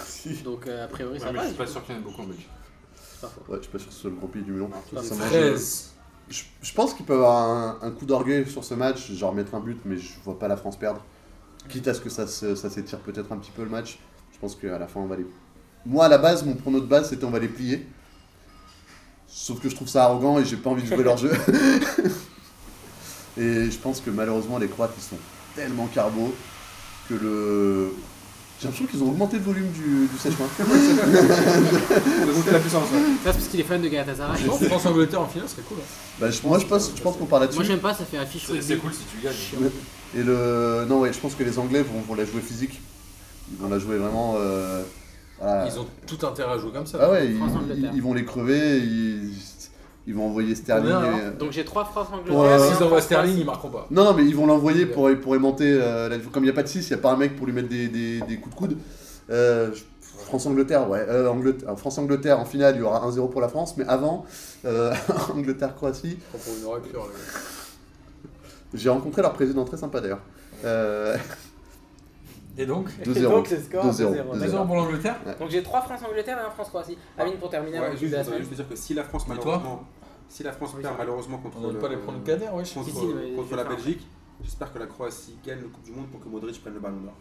Speaker 4: Si.
Speaker 1: Donc, euh, a priori,
Speaker 3: Ouais,
Speaker 1: ça
Speaker 3: mais
Speaker 1: va.
Speaker 3: je suis pas sûr qu'il y en ait beaucoup en Belgique.
Speaker 4: *laughs* Ouais, je suis pas sûr que ce soit le grand pays du melon.
Speaker 1: pas
Speaker 4: Ça
Speaker 1: faux.
Speaker 4: mange- je, je pense qu'il peut avoir un, un coup d'orgueil sur ce match, genre mettre un but, mais je vois pas la France perdre. Quitte à ce que ça, se- ça s'étire peut-être un petit peu le match, je pense qu'à la fin on va les. Moi à la base, mon prono de base c'était on va les plier. Sauf que je trouve ça arrogant et j'ai pas envie de jouer leur jeu. et je pense que malheureusement les Croates ils sont tellement carbo que le. J'ai l'impression qu'ils ont augmenté le volume du, du sèche-main.
Speaker 5: On a monté la puissance. hein. ouais.
Speaker 1: Ça, c'est parce qu'il est fan de Galatasaray.
Speaker 2: Non, France-Angleterre en finale, ce serait cool. hein.
Speaker 4: Bah, je- moi je pense, je pense qu'on parle là-dessus.
Speaker 1: Moi, j'aime pas, ça fait affiche
Speaker 3: C'est c'est
Speaker 1: rugby.
Speaker 3: cool si tu gagnes.
Speaker 4: Et le. Non, ouais, je pense que les Anglais vont, vont la jouer physique. Ils vont la jouer vraiment. euh, voilà.
Speaker 2: Ils ont tout intérêt à jouer comme ça.
Speaker 4: Ah ouais, ils,
Speaker 1: France-Angleterre.
Speaker 4: ils- ils vont les crever, ils, ils vont envoyer Sterling.
Speaker 2: Combien,
Speaker 4: et-
Speaker 1: Donc, j'ai 3
Speaker 4: Pour, euh,
Speaker 1: France-Angleterre.
Speaker 2: S'ils envoient Sterling, ils marqueront pas.
Speaker 4: Non, non, mais ils vont l'envoyer pour, pour aimanter. euh, la- Comme il n'y a pas de 6, il n'y a pas un mec pour lui mettre des, des- des coups de coude. Euh, je- France-Angleterre, ouais. euh, Angleterre- euh, France-Angleterre, en finale, il y aura 1-0 pour la France, mais avant, euh, *laughs* Angleterre-Croatie.
Speaker 2: Ils prendront une raclure, le gars.
Speaker 4: J'ai rencontré leur président, très sympa d'ailleurs. Euh,
Speaker 2: Et donc
Speaker 4: 2-0.
Speaker 1: Donc, le score,
Speaker 4: 2-0,
Speaker 1: 2-0.
Speaker 4: 2-0.
Speaker 1: D'accord.
Speaker 2: pour l'Angleterre
Speaker 1: Donc, j'ai 3 France-Angleterre et 1 France-Croatie. Amine, pour terminer,
Speaker 5: Ouais,
Speaker 1: avant de
Speaker 5: juste,
Speaker 1: passer à la
Speaker 5: je voudrais
Speaker 1: semaine.
Speaker 5: juste dire que si la France
Speaker 2: Mais toi
Speaker 5: malheureusement, si la France perd malheureusement contre
Speaker 2: On
Speaker 5: le-
Speaker 2: va pas les prendre le cadre, ouais.
Speaker 5: contre,
Speaker 1: Si, si, mais je
Speaker 5: contre
Speaker 1: vais
Speaker 5: la
Speaker 1: faire.
Speaker 5: Belgique, j'espère que la Croatie gagne la Coupe du Monde pour que Modric prenne le ballon d'or.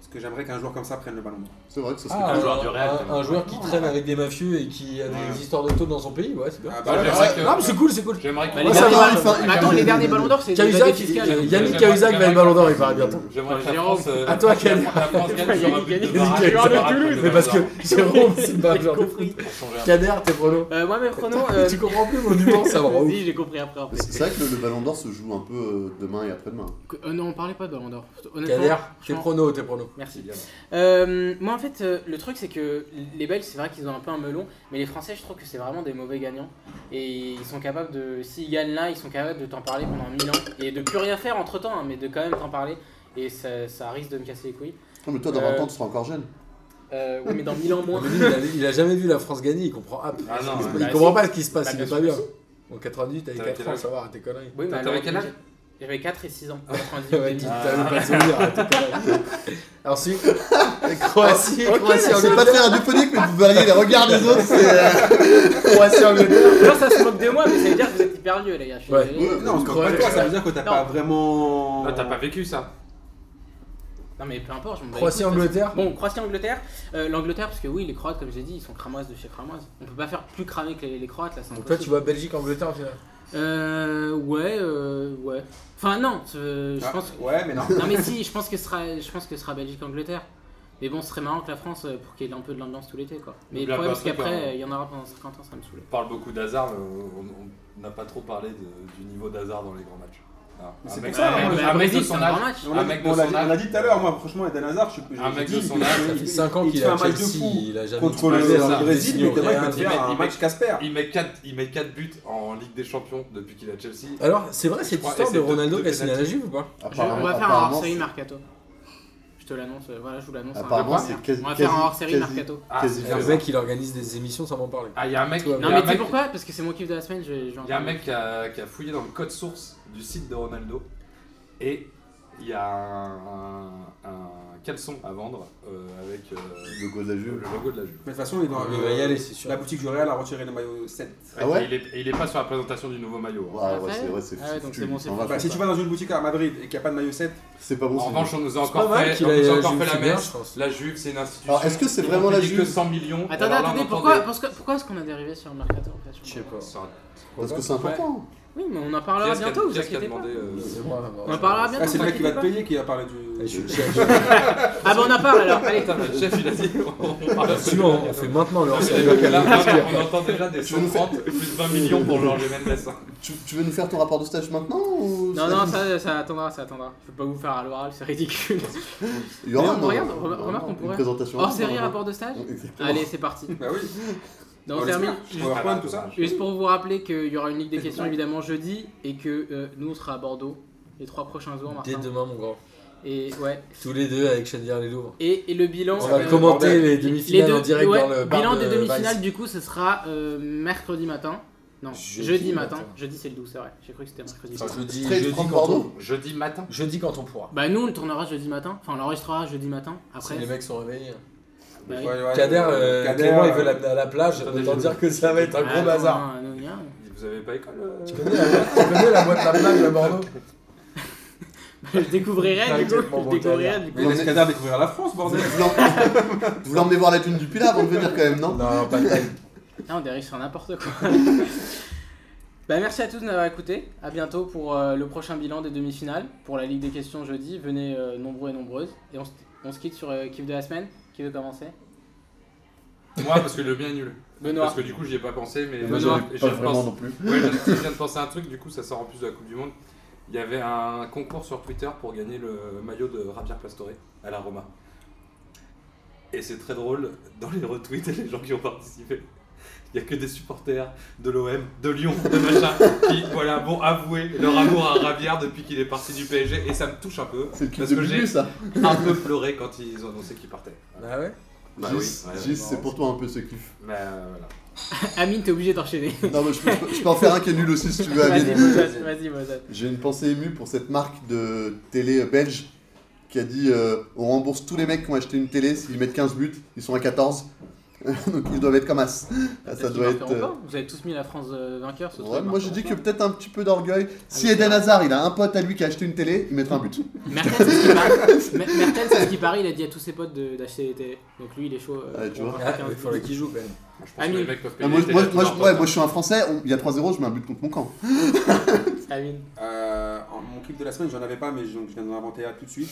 Speaker 5: Parce que j'aimerais qu'un joueur comme ça prenne le ballon d'or.
Speaker 4: C'est vrai que ça serait.
Speaker 2: Ah,
Speaker 3: un joueur du Real,
Speaker 2: un-
Speaker 3: quand même.
Speaker 2: un joueur qui traîne avec des mafieux et qui a
Speaker 3: Ouais.
Speaker 2: des histoires de taux dans son pays, ouais, c'est bien.
Speaker 5: Ah,
Speaker 3: Bah,
Speaker 5: ouais,
Speaker 3: j'aimerais
Speaker 5: ouais.
Speaker 3: que-
Speaker 2: Non, mais c'est cool, c'est cool.
Speaker 3: J'aimerais
Speaker 1: Bah,
Speaker 3: qu'il
Speaker 1: les
Speaker 4: ça
Speaker 1: derniers
Speaker 4: va,
Speaker 1: ballons-
Speaker 4: il faut-
Speaker 1: Mais Attends, les derniers ballons d'or, c'est des
Speaker 2: Cahuzac,
Speaker 1: années
Speaker 2: il-
Speaker 1: fiscales.
Speaker 2: euh, Yannick
Speaker 3: J'aimerais-
Speaker 2: Cahuzac va
Speaker 3: j'aimerais-
Speaker 2: être ballon d'or, Ah, il paraît bientôt.
Speaker 3: J'aimerais que la
Speaker 1: Jérôme.
Speaker 3: France. euh,
Speaker 2: À toi, Ken.
Speaker 3: La France gagne sur un but de
Speaker 1: Yannick,
Speaker 3: barrage.
Speaker 2: Yannick,
Speaker 3: Sur un
Speaker 1: Yannick,
Speaker 3: but de
Speaker 1: Toulouse.
Speaker 2: Mais parce que
Speaker 3: barrage.
Speaker 2: Jérôme, c'est le ballon d'or.
Speaker 1: compris.
Speaker 3: Pour changer un peu.
Speaker 2: Kader, t'es pronos.
Speaker 1: Euh, Moi, mes pronos. euh,
Speaker 2: Tu comprends plus mon humour, ça me rend
Speaker 1: *laughs*
Speaker 2: ouf.
Speaker 1: Si, j'ai compris après. en fait.
Speaker 4: C'est vrai que le, le ballon d'or se joue un peu euh, demain et après-demain.
Speaker 1: Euh, non, on parlait pas de Ballon d'Or. Honnêtement,
Speaker 2: Kader, tes
Speaker 1: franchement,
Speaker 2: pronos, tes pronos.
Speaker 1: Merci.
Speaker 3: Yannick.
Speaker 1: Euh, moi, en fait, euh, le truc, c'est que les Belges, c'est vrai qu'ils ont un peu un melon, mais les Français, je trouve que c'est vraiment des mauvais gagnants. Et ils sont capables hein, de. S'ils gagnent là, ils sont capables de t'en parler pendant mille ans. Et de plus rien faire entre temps, mais de quand même t'en parler. et ça, ça risque de me casser les couilles.
Speaker 4: Non, mais toi, dans 20
Speaker 1: Euh,
Speaker 4: ans, tu seras encore jeune.
Speaker 1: Euh, oui, mais dans 1000 ans moins.
Speaker 2: Mais lui, il, a, il a jamais vu la France gagner, il comprend, ah,
Speaker 3: Ah non,
Speaker 2: il
Speaker 3: ouais.
Speaker 1: Bah,
Speaker 2: comprend
Speaker 1: si.
Speaker 2: pas ce qui se passe,
Speaker 1: Bah,
Speaker 2: il est
Speaker 1: bien
Speaker 2: pas
Speaker 1: sûr
Speaker 2: bien.
Speaker 1: que
Speaker 2: En 98, t'avais
Speaker 3: T'avais
Speaker 2: 4
Speaker 3: quel
Speaker 2: ans,
Speaker 3: âge
Speaker 2: ça va, arrête tes conneries.
Speaker 1: Oui, mais
Speaker 3: T'avais
Speaker 1: alors,
Speaker 3: quel âge
Speaker 1: J'avais 4 et 6 ans.
Speaker 2: *laughs* Ouais, dis, t'avais pas de souvenir, arrête tes conneries. Ensuite, Croatie, Croatie,
Speaker 4: C'est pas
Speaker 2: Angleterre,
Speaker 4: très radiophonique, mais vous variez les regards des autres, c'est. euh,
Speaker 2: Croatie, Angleterre.
Speaker 1: Genre, ça se moque de moi, mais ça veut dire que vous êtes hyper vieux, les gars. Je suis
Speaker 2: Ouais.
Speaker 1: désolé.
Speaker 5: Non, on se moque pas de toi, ça veut dire que t'as
Speaker 1: Non.
Speaker 5: pas vraiment.
Speaker 3: Ah, t'as pas vécu ça.
Speaker 1: Non, mais peu importe, je m'en bats les
Speaker 2: Croatie,
Speaker 1: couilles, de toute façon.
Speaker 2: Angleterre.
Speaker 1: Bon, Croatie-Angleterre. Euh, L'Angleterre, parce que oui, les Croates, comme j'ai dit, ils sont cramoises de chez cramoises. On peut pas faire plus cramer que les, les Croates, là, c'est
Speaker 2: Donc
Speaker 1: impossible.
Speaker 2: toi, tu vois Belgique, Angleterre, en finale.
Speaker 1: Euh, ouais, euh, ouais. Enfin, non, euh, je
Speaker 5: Ah,
Speaker 1: pense...
Speaker 5: Ouais, mais non.
Speaker 1: Non, mais si, je pense que ce sera, je pense que ce sera Belgique-Angleterre. Mais bon, ce serait marrant que la France, euh, pour qu'il y ait un peu de l'ambiance tout l'été, quoi. Mais
Speaker 3: Donc
Speaker 1: le
Speaker 3: là,
Speaker 1: problème,
Speaker 3: pas
Speaker 1: c'est qu'après,
Speaker 3: très
Speaker 1: euh, il y en aura pendant 50 ans, ça me saoule.
Speaker 3: On parle beaucoup d'hasard, mais on- on on n'a pas trop parlé de- du niveau d'hasard dans les grands matchs. Non.
Speaker 5: Mais
Speaker 3: Un
Speaker 5: c'est
Speaker 3: mec-
Speaker 5: pour ça,
Speaker 3: un
Speaker 5: moi,
Speaker 3: mec-
Speaker 1: hein, le
Speaker 3: un mec
Speaker 1: bah, Brésil,
Speaker 3: de
Speaker 1: c'est un
Speaker 3: Ah, son
Speaker 1: grand
Speaker 3: âge.
Speaker 1: match.
Speaker 5: On l'a
Speaker 3: Un
Speaker 5: dit-
Speaker 3: mec
Speaker 5: on
Speaker 3: de
Speaker 5: l'a
Speaker 3: son
Speaker 5: dit-
Speaker 3: âge.
Speaker 5: on l'a dit tout à l'heure, moi, franchement, Eden Hazard, je
Speaker 3: Un mec
Speaker 5: je-
Speaker 3: de
Speaker 5: je-
Speaker 3: son âge,
Speaker 5: il-
Speaker 3: ça
Speaker 5: il-
Speaker 2: Ça fait 5 ans
Speaker 5: il
Speaker 2: qu'il est
Speaker 5: fait
Speaker 2: à
Speaker 5: un match de
Speaker 2: Chelsea,
Speaker 5: fou
Speaker 2: il a jamais
Speaker 5: contre
Speaker 2: été
Speaker 5: le,
Speaker 2: blessé,
Speaker 5: le
Speaker 2: alors qu'il
Speaker 5: Brésil,
Speaker 2: est
Speaker 5: mais
Speaker 2: signé
Speaker 5: t'es
Speaker 2: au
Speaker 5: vrai qu'il
Speaker 2: Real.
Speaker 5: peut te faire
Speaker 3: il
Speaker 5: un
Speaker 3: met-
Speaker 5: match Casper.
Speaker 3: Il met 4 il met quatre buts en Ligue des Champions depuis qu'il a Chelsea.
Speaker 2: Alors, c'est vrai cette
Speaker 3: crois,
Speaker 2: histoire
Speaker 3: et
Speaker 2: de
Speaker 3: c'est de-
Speaker 2: Ronaldo
Speaker 3: de
Speaker 2: qui a signé à la
Speaker 3: penalty.
Speaker 2: Juve ou pas
Speaker 1: Je- on va faire un
Speaker 4: apparemment,
Speaker 1: hors-série
Speaker 4: c'est-
Speaker 1: mercato. Je te l'annonce, euh, voilà, je vous l'annonce. hein.
Speaker 4: Apparemment, c'est
Speaker 1: on va
Speaker 4: quasi-
Speaker 1: faire un
Speaker 4: quasi-
Speaker 1: hors-série
Speaker 4: quasi-
Speaker 1: mercato.
Speaker 3: Ah,
Speaker 4: quasi
Speaker 3: c'est
Speaker 2: Le
Speaker 3: vrai.
Speaker 2: mec, il organise des émissions sans m'en parler.
Speaker 3: Ah, il y a un mec.
Speaker 2: Toi,
Speaker 3: il y a
Speaker 1: Non,
Speaker 3: un
Speaker 1: mais tu sais
Speaker 3: mec-
Speaker 1: pourquoi Parce que c'est mon kiff de la semaine, je je vais en
Speaker 3: Il y a un
Speaker 1: parler.
Speaker 3: mec qui a, qui a fouillé dans le code source du site de Ronaldo et il y a un, un- un caleçon à vendre euh, avec euh,
Speaker 4: Le logo de la
Speaker 3: le
Speaker 4: Juve.
Speaker 3: logo de la Juve.
Speaker 5: Mais de toute façon, il est dans
Speaker 2: Il
Speaker 5: le-
Speaker 2: va y aller, c'est sûr.
Speaker 5: La boutique du Real a retiré le maillot 7.
Speaker 4: Ah ouais
Speaker 3: Et il, est, et il est pas sur la présentation du nouveau maillot. hein.
Speaker 4: Ouais, ouais, c'est ouais, c'est
Speaker 1: Ah ouais, donc
Speaker 4: foutu,
Speaker 1: c'est bon,
Speaker 4: ils
Speaker 1: c'est
Speaker 4: s'en
Speaker 1: foutu.
Speaker 4: vachent.
Speaker 5: Bah, si tu vas dans une boutique à Madrid et qu'il n'y a pas de maillot 7,
Speaker 4: C'est pas bon,
Speaker 3: En
Speaker 4: c'est
Speaker 3: revanche, on nous a
Speaker 2: C'est pas
Speaker 3: encore
Speaker 2: mal
Speaker 3: fait,
Speaker 2: qu'il
Speaker 3: on nous a
Speaker 2: aille à
Speaker 3: encore
Speaker 2: Juve,
Speaker 3: fait la
Speaker 2: c'est bien, je
Speaker 3: messe.
Speaker 2: pense.
Speaker 3: La Juve, c'est une institution.
Speaker 4: Alors, est-ce que c'est
Speaker 3: Ils
Speaker 4: vraiment
Speaker 3: ont
Speaker 4: la
Speaker 3: payé que
Speaker 4: Juve
Speaker 3: 100 millions.
Speaker 1: Attendez,
Speaker 3: Alors là, on
Speaker 1: attendez,
Speaker 3: entend
Speaker 1: pourquoi,
Speaker 3: des-
Speaker 1: parce que- pourquoi est-ce qu'on a dérivé sur le mercato en fait, je
Speaker 2: Je sais
Speaker 1: comprends
Speaker 2: pas.
Speaker 3: Ça-
Speaker 4: Parce que c'est important.
Speaker 1: Oui, mais on en
Speaker 3: Qui
Speaker 1: parlera
Speaker 3: est-ce qui a-
Speaker 1: bientôt, vous
Speaker 3: qui est-ce qui a
Speaker 1: inquiétez pas.
Speaker 3: demandé, euh,
Speaker 2: C'est moi,
Speaker 1: On en parlera
Speaker 5: ah,
Speaker 1: bientôt. vous
Speaker 5: c'est le mec
Speaker 1: inquiétez
Speaker 5: qui va te
Speaker 1: pas.
Speaker 5: payer qui va parler
Speaker 2: Je suis
Speaker 5: du.
Speaker 2: le chef.
Speaker 1: Ah bah on en parle alors, allez.
Speaker 3: Putain, le chef, il a dit. on parle de-
Speaker 2: Suivant, on fait maintenant le hors-série.
Speaker 3: Là, on entend déjà des
Speaker 4: Tu veux nous
Speaker 3: 130 plus 20 millions pour Jorge Mendes.
Speaker 4: Tu, tu veux nous faire ton rapport de stage maintenant ou
Speaker 1: Non, non, ça, ça attendra, ça attendra. Je peux pas vous faire à l'oral, c'est ridicule.
Speaker 4: Il y
Speaker 1: Mais
Speaker 4: aura
Speaker 1: on
Speaker 4: un-
Speaker 1: regarde,
Speaker 4: un-
Speaker 1: re- remarque, on
Speaker 4: une
Speaker 1: pourrait.
Speaker 4: présentation.
Speaker 1: Hors série,
Speaker 4: Ouais.
Speaker 1: rapport de stage
Speaker 4: Exactement.
Speaker 1: Allez, c'est parti.
Speaker 5: Bah
Speaker 1: *laughs*
Speaker 5: oui,
Speaker 1: Donc
Speaker 5: On
Speaker 1: on termine.
Speaker 5: l'espère. PowerPoint, tout ça.
Speaker 1: Juste pour vous rappeler qu'il y aura une ligue des questions évidemment jeudi et que euh, nous on sera à Bordeaux les trois prochains jours,
Speaker 2: Dès
Speaker 1: Martin.
Speaker 2: demain, mon grand.
Speaker 1: Et ouais.
Speaker 2: Tous les deux avec Chadière Les Louvres.
Speaker 1: Et, et le bilan.
Speaker 2: On va
Speaker 1: euh,
Speaker 2: commenter
Speaker 5: bordel.
Speaker 2: les
Speaker 1: les
Speaker 2: demi-finales
Speaker 1: deux-
Speaker 2: en direct
Speaker 1: ouais,
Speaker 2: dans le bar
Speaker 1: bilan
Speaker 2: de
Speaker 1: des demi-finales
Speaker 2: Vice.
Speaker 1: du coup, ce sera euh, mercredi matin. Non, jeudi,
Speaker 2: Jeudi
Speaker 1: matin.
Speaker 2: matin.
Speaker 1: Jeudi c'est le 12, c'est vrai. J'ai cru que c'était mercredi.
Speaker 2: Enfin, jeudi,
Speaker 4: Straight
Speaker 2: jeudi,
Speaker 4: from
Speaker 2: quand on,
Speaker 4: Bordeaux.
Speaker 3: Jeudi matin.
Speaker 2: jeudi quand on pourra.
Speaker 1: Bah nous on le tournera jeudi matin. Enfin on l'enregistrera jeudi matin. Après.
Speaker 2: Si les mecs sont réveillés.
Speaker 1: bah oui.
Speaker 5: Ouais, ouais,
Speaker 2: Kader, euh, Clément, il veut
Speaker 5: euh,
Speaker 2: la- à la plage.
Speaker 3: Attendez,
Speaker 2: Autant
Speaker 3: je-
Speaker 2: dire que ça va être un
Speaker 1: Ah,
Speaker 2: gros
Speaker 1: non,
Speaker 2: bazar.
Speaker 1: non, non, non, *laughs* non.
Speaker 3: Vous avez pas école euh
Speaker 2: Tu connais la- tu connais la boîte la plage à Bordeaux
Speaker 1: Je découvrirai du coup.
Speaker 2: Exactement,
Speaker 1: Je
Speaker 2: bon,
Speaker 1: découvrirai
Speaker 2: Kader.
Speaker 1: du coup.
Speaker 5: Mais laisse Kader découvrir la France,
Speaker 2: *laughs*
Speaker 4: Vous
Speaker 5: bordel.
Speaker 4: voulez vous voulez emmener voir la thune du Pilat avant de venir quand même, non
Speaker 2: Non, pas de peine.
Speaker 1: Là, Ah, on dérive sur n'importe quoi. *laughs* bah, merci à tous de nous avoir écoutés. À bientôt pour euh, le prochain bilan des demi-finales. Pour la Ligue des questions jeudi, venez euh, nombreux et nombreuses. Et on se, on se quitte sur euh, kiff de la semaine. Qui veut commencer
Speaker 3: Moi, parce que le mien est nul.
Speaker 1: Benoît.
Speaker 3: Parce que du coup, j'y ai pas pensé, mais
Speaker 1: Benoît,
Speaker 3: j'avais-
Speaker 4: Pas
Speaker 3: je
Speaker 4: vraiment
Speaker 3: pense-
Speaker 4: non plus. *laughs*
Speaker 3: ouais, je- je viens de penser à un truc, du coup, ça sort en plus de la Coupe du Monde. Il y avait un concours sur Twitter pour gagner le maillot de Javier Pastore à la Roma. Et c'est très drôle, dans les retweets *laughs* et les gens qui ont participé, il n'y a que des supporters de l'OM, de Lyon, de machin, qui, voilà, vont avouer leur amour à Javier depuis qu'il est parti du PSG. Et ça me touche un peu,
Speaker 4: C'est le kiff
Speaker 3: parce
Speaker 4: de
Speaker 3: que j'ai
Speaker 4: Bubu, ça.
Speaker 3: un peu pleuré quand ils ont annoncé qu'il partait. Voilà.
Speaker 2: Ah ouais
Speaker 3: Bah oui,
Speaker 4: Gis,
Speaker 3: ouais,
Speaker 4: Gis, c'est pour toi un peu ce kiff.
Speaker 3: Mais euh, voilà.
Speaker 1: Amine, t'es obligé d'enchaîner.
Speaker 4: Non, mais je peux, je peux- je peux en faire un qui est nul aussi si tu veux,
Speaker 1: Vas-y,
Speaker 4: Amine.
Speaker 1: Mozart. Vas-y, Mozart.
Speaker 4: J'ai une pensée émue pour cette marque de télé euh, belge qui a dit euh, on rembourse tous les mecs qui ont acheté une télé s'ils mettent 15 buts, ils sont à 14. *laughs* Donc ils doivent être comme As. Ah, Ça
Speaker 1: Peut-être
Speaker 4: doit
Speaker 1: qu'ils
Speaker 4: être.
Speaker 1: marqueront
Speaker 4: euh,
Speaker 1: pas. Vous avez tous mis la France euh, vainqueur ce
Speaker 4: ouais,
Speaker 1: soir.
Speaker 4: moi j'ai dit que peut-être un petit peu d'orgueil. Si
Speaker 1: oui,
Speaker 4: Eden
Speaker 1: c'est vrai.
Speaker 4: Hazard il a un pote à lui qui a acheté une télé, il mettra un but.
Speaker 1: Mertens, c'est ce qu'il
Speaker 4: *laughs*
Speaker 1: parie. Mer- Mertens, c'est ce qu'il parie. Il a dit à tous ses potes de- d'acheter les télés. Donc lui, il est chaud. euh,
Speaker 4: Ouais, tu
Speaker 1: pour
Speaker 4: vois.
Speaker 1: prendre
Speaker 2: Ah,
Speaker 1: quelqu'un
Speaker 2: Il
Speaker 1: de-
Speaker 2: faudrait qu'il joue quand même.
Speaker 3: Je pense que
Speaker 1: Amine.
Speaker 3: les mecs peuvent
Speaker 4: Ah,
Speaker 3: payer
Speaker 4: moi,
Speaker 3: les
Speaker 4: moi,
Speaker 3: télés
Speaker 4: moi,
Speaker 3: à
Speaker 4: je,
Speaker 3: tout
Speaker 4: ouais,
Speaker 3: leur
Speaker 4: moi je suis un français, on- il y a 3-0, je mets un but contre mon camp.
Speaker 1: Amine.
Speaker 5: Euh, en- mon clip de la semaine, j'en avais pas, mais je, donc je viens d'en inventer un tout de suite.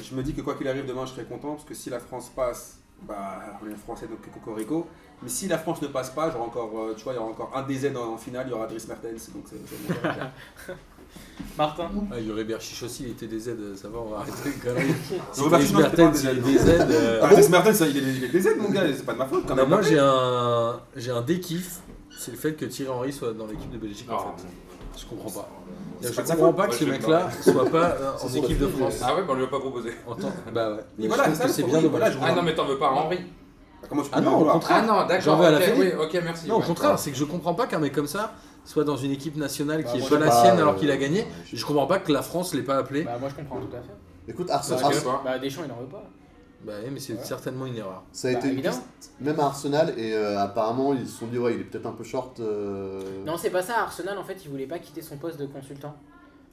Speaker 5: Et Je me dis que quoi qu'il arrive demain, je serai content parce que si la France passe, bah on est français donc cocorico. Mais si la France ne passe pas, j'aurai encore, euh, tu vois, il y aura encore un DZ en, en finale, il y aura Dries Mertens, donc c'est c'est bon.
Speaker 1: Martin.
Speaker 2: Ah, il y aurait Berchiche aussi, il était des aides, ça va, on va arrêter les conneries. Si
Speaker 5: Robert
Speaker 2: Chris
Speaker 5: Schindler, c'était pas
Speaker 2: Mertens,
Speaker 5: un
Speaker 2: il
Speaker 5: DZ,
Speaker 2: est
Speaker 5: non.
Speaker 2: des aides. euh,
Speaker 5: Ah, Dries Mertens, ça, il est, il est DZ mon gars, c'est pas de ma faute quand
Speaker 2: Non,
Speaker 5: même. hein.
Speaker 2: moi j'ai un j'ai un dékiff, c'est le fait que Thierry Henry soit dans l'équipe de Belgique en
Speaker 3: Oh,
Speaker 2: fait. Je comprends pas.
Speaker 5: C'est
Speaker 2: Je
Speaker 5: Ah, pas de sa
Speaker 2: comprends
Speaker 5: faute.
Speaker 2: pas que
Speaker 7: Moi,
Speaker 2: ce
Speaker 7: je
Speaker 2: mec-là soit pas euh, en
Speaker 4: C'est son
Speaker 2: équipe de
Speaker 4: refus,
Speaker 2: France.
Speaker 7: Ah ouais, bah on lui a pas proposé.
Speaker 2: En tant- Bah ouais.
Speaker 5: Mais
Speaker 2: Je
Speaker 5: voilà,
Speaker 2: trouve
Speaker 5: ça,
Speaker 2: que
Speaker 5: le
Speaker 2: c'est bien
Speaker 5: problème,
Speaker 2: dommage.
Speaker 5: voilà,
Speaker 7: Ah non, mais t'en veux pas à Henri
Speaker 5: Comment tu peux
Speaker 2: Ah non,
Speaker 5: le
Speaker 2: au
Speaker 5: voir
Speaker 2: contraire.
Speaker 7: Ah non,
Speaker 2: J'en
Speaker 7: d'accord.
Speaker 2: veux à la
Speaker 7: ok,
Speaker 2: Philippe.
Speaker 7: oui, ok, merci.
Speaker 2: Non, au
Speaker 7: ouais.
Speaker 2: contraire, c'est que je comprends pas qu'un mec comme ça soit dans une équipe nationale
Speaker 4: Bah,
Speaker 2: qui
Speaker 4: moi,
Speaker 2: est pas
Speaker 4: je
Speaker 2: la
Speaker 4: sais pas,
Speaker 2: sienne
Speaker 4: euh,
Speaker 2: alors qu'il a gagné.
Speaker 4: je-
Speaker 2: Je comprends pas que la France l'ait pas appelé. Bah,
Speaker 1: Bah, moi je comprends tout à fait.
Speaker 4: Écoute, Arsenal,
Speaker 7: Parce que-
Speaker 4: Ars-
Speaker 1: Bah, Deschamps, il en veut pas.
Speaker 2: ouais, Bah mais c'est certainement une erreur.
Speaker 4: ça a
Speaker 1: Bah,
Speaker 4: été une
Speaker 1: évidemment.
Speaker 4: piste, même à Arsenal, et euh, apparemment ils se sont dit, ouais, il est peut-être un peu short. euh,
Speaker 1: Non, c'est pas ça. Arsenal, en fait, il voulait pas quitter son poste de consultant.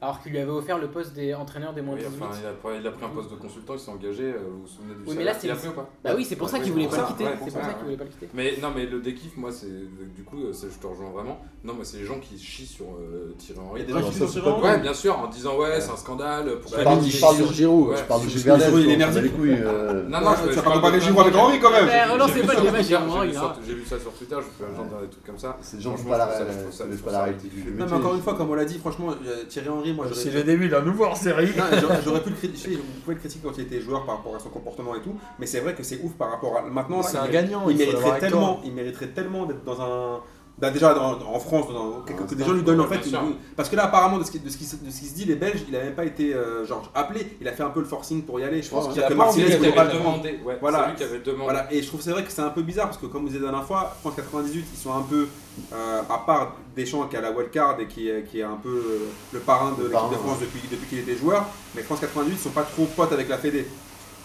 Speaker 1: Alors qu'il lui avait offert le poste des entraîneurs des moins de
Speaker 7: Oui,
Speaker 1: 18.
Speaker 7: enfin, il, a, pris- il a pris un poste de consultant, il s'est engagé, euh, vous vous souvenez du
Speaker 1: Oui, mais
Speaker 7: salaire
Speaker 1: là,
Speaker 7: qu'il a
Speaker 1: c'est-
Speaker 7: pris ou pas
Speaker 1: Bah oui, c'est pour ça
Speaker 7: Ouais,
Speaker 1: qu'il voulait
Speaker 7: oui,
Speaker 1: pas le
Speaker 7: pour ça,
Speaker 1: quitter.
Speaker 7: ouais,
Speaker 1: C'est
Speaker 7: pour
Speaker 1: pour
Speaker 7: ça,
Speaker 1: ça qu'il
Speaker 7: ouais.
Speaker 1: voulait pas le quitter.
Speaker 7: Mais non, mais le dékiff, moi, c'est du coup, euh, c'est- je te rejoins vraiment. Non, moi, c'est les gens qui chient sur euh, Thierry Henry.
Speaker 6: Il y a des
Speaker 4: Ouais,
Speaker 6: gens qui
Speaker 4: ça,
Speaker 6: sont
Speaker 4: c'est
Speaker 6: sur
Speaker 4: pas
Speaker 6: un-
Speaker 7: Ouais, bien sûr, en disant ouais, c'est un scandale. Pour
Speaker 4: Je
Speaker 2: Bah,
Speaker 4: parle,
Speaker 2: lui,
Speaker 4: je
Speaker 2: il
Speaker 4: parle
Speaker 2: chie
Speaker 4: de
Speaker 2: sur
Speaker 4: Giroud,
Speaker 7: Ouais.
Speaker 4: je parle de
Speaker 2: Je-
Speaker 4: Gilles Verdez, on
Speaker 5: je- il est
Speaker 4: s'en bat
Speaker 5: merdique.
Speaker 4: les couilles, euh,
Speaker 7: Non,
Speaker 5: Ah,
Speaker 7: non,
Speaker 5: tu
Speaker 7: je,
Speaker 5: vas
Speaker 7: je
Speaker 5: pas comparer
Speaker 7: de
Speaker 5: Giroud avec
Speaker 7: plein de
Speaker 5: Henry, quand
Speaker 7: gens.
Speaker 5: même.
Speaker 1: Ouais, relancez
Speaker 7: J'ai
Speaker 1: Ah,
Speaker 7: vu
Speaker 1: pas
Speaker 7: ça
Speaker 1: les
Speaker 7: sur
Speaker 1: images,
Speaker 7: Twitter,
Speaker 1: Henry, hein.
Speaker 7: j'ai vu
Speaker 1: il
Speaker 7: ça-
Speaker 1: a-
Speaker 7: J'ai vu ça sur Twitter, je fais un genre dans des trucs comme ça.
Speaker 4: C'est des gens qui
Speaker 7: Franchement,
Speaker 4: pas la
Speaker 7: je trouve ça-
Speaker 4: ré-
Speaker 7: je trouve ça-
Speaker 4: connaissent pas
Speaker 7: je trouve
Speaker 4: la
Speaker 7: ça
Speaker 4: réalité du
Speaker 7: ridicule.
Speaker 4: jeu.
Speaker 5: Non, mais encore une fois, comme on l'a dit, franchement, euh, Thierry Henry, moi, j'aurais-
Speaker 2: début d'un nouveau en série.
Speaker 5: Non, j'aurais- J'aurais pu le critiquer, vous pouvez le critiquer quand il était joueur par rapport à son comportement et tout, mais c'est vrai que c'est ouf par rapport à maintenant. là,
Speaker 2: C'est
Speaker 5: il
Speaker 2: un
Speaker 5: mé-
Speaker 2: gagnant,
Speaker 5: Il,
Speaker 2: il faut l'avoir
Speaker 5: mériterait
Speaker 2: avec
Speaker 5: tellement,
Speaker 2: toi.
Speaker 5: il mériterait tellement d'être dans un. bah, déjà dans- en France, dans un-
Speaker 2: Ah,
Speaker 5: que, que- que des gens lui donnent en fait.
Speaker 7: Bien sûr.
Speaker 5: une- parce que là, apparemment, de ce qui, de ce qui, se- de ce qui se dit, les Belges, il n'a même pas été euh, genre appelé. Il a fait un peu le forcing pour y aller. Je pense
Speaker 4: Ouais,
Speaker 5: qu'il y
Speaker 7: Il
Speaker 5: a
Speaker 7: a
Speaker 5: que Martinez
Speaker 7: Martinez qui
Speaker 5: qui voulait pas
Speaker 7: avait
Speaker 5: le prendre.
Speaker 7: demandé. Ouais,
Speaker 5: Voilà.
Speaker 7: c'est lui qui avait demandé.
Speaker 5: Voilà, et je trouve c'est vrai que c'est un peu bizarre parce que, comme vous disiez la dernière fois, France 98, ils sont un peu, euh, à part Deschamps qui a la wildcard et qui, est- qui est un peu euh, le parrain de
Speaker 4: Le
Speaker 5: l'équipe
Speaker 4: parrain,
Speaker 5: de France depuis, depuis qu'il était joueur, mais France 98 ils sont pas trop potes avec la Fédé.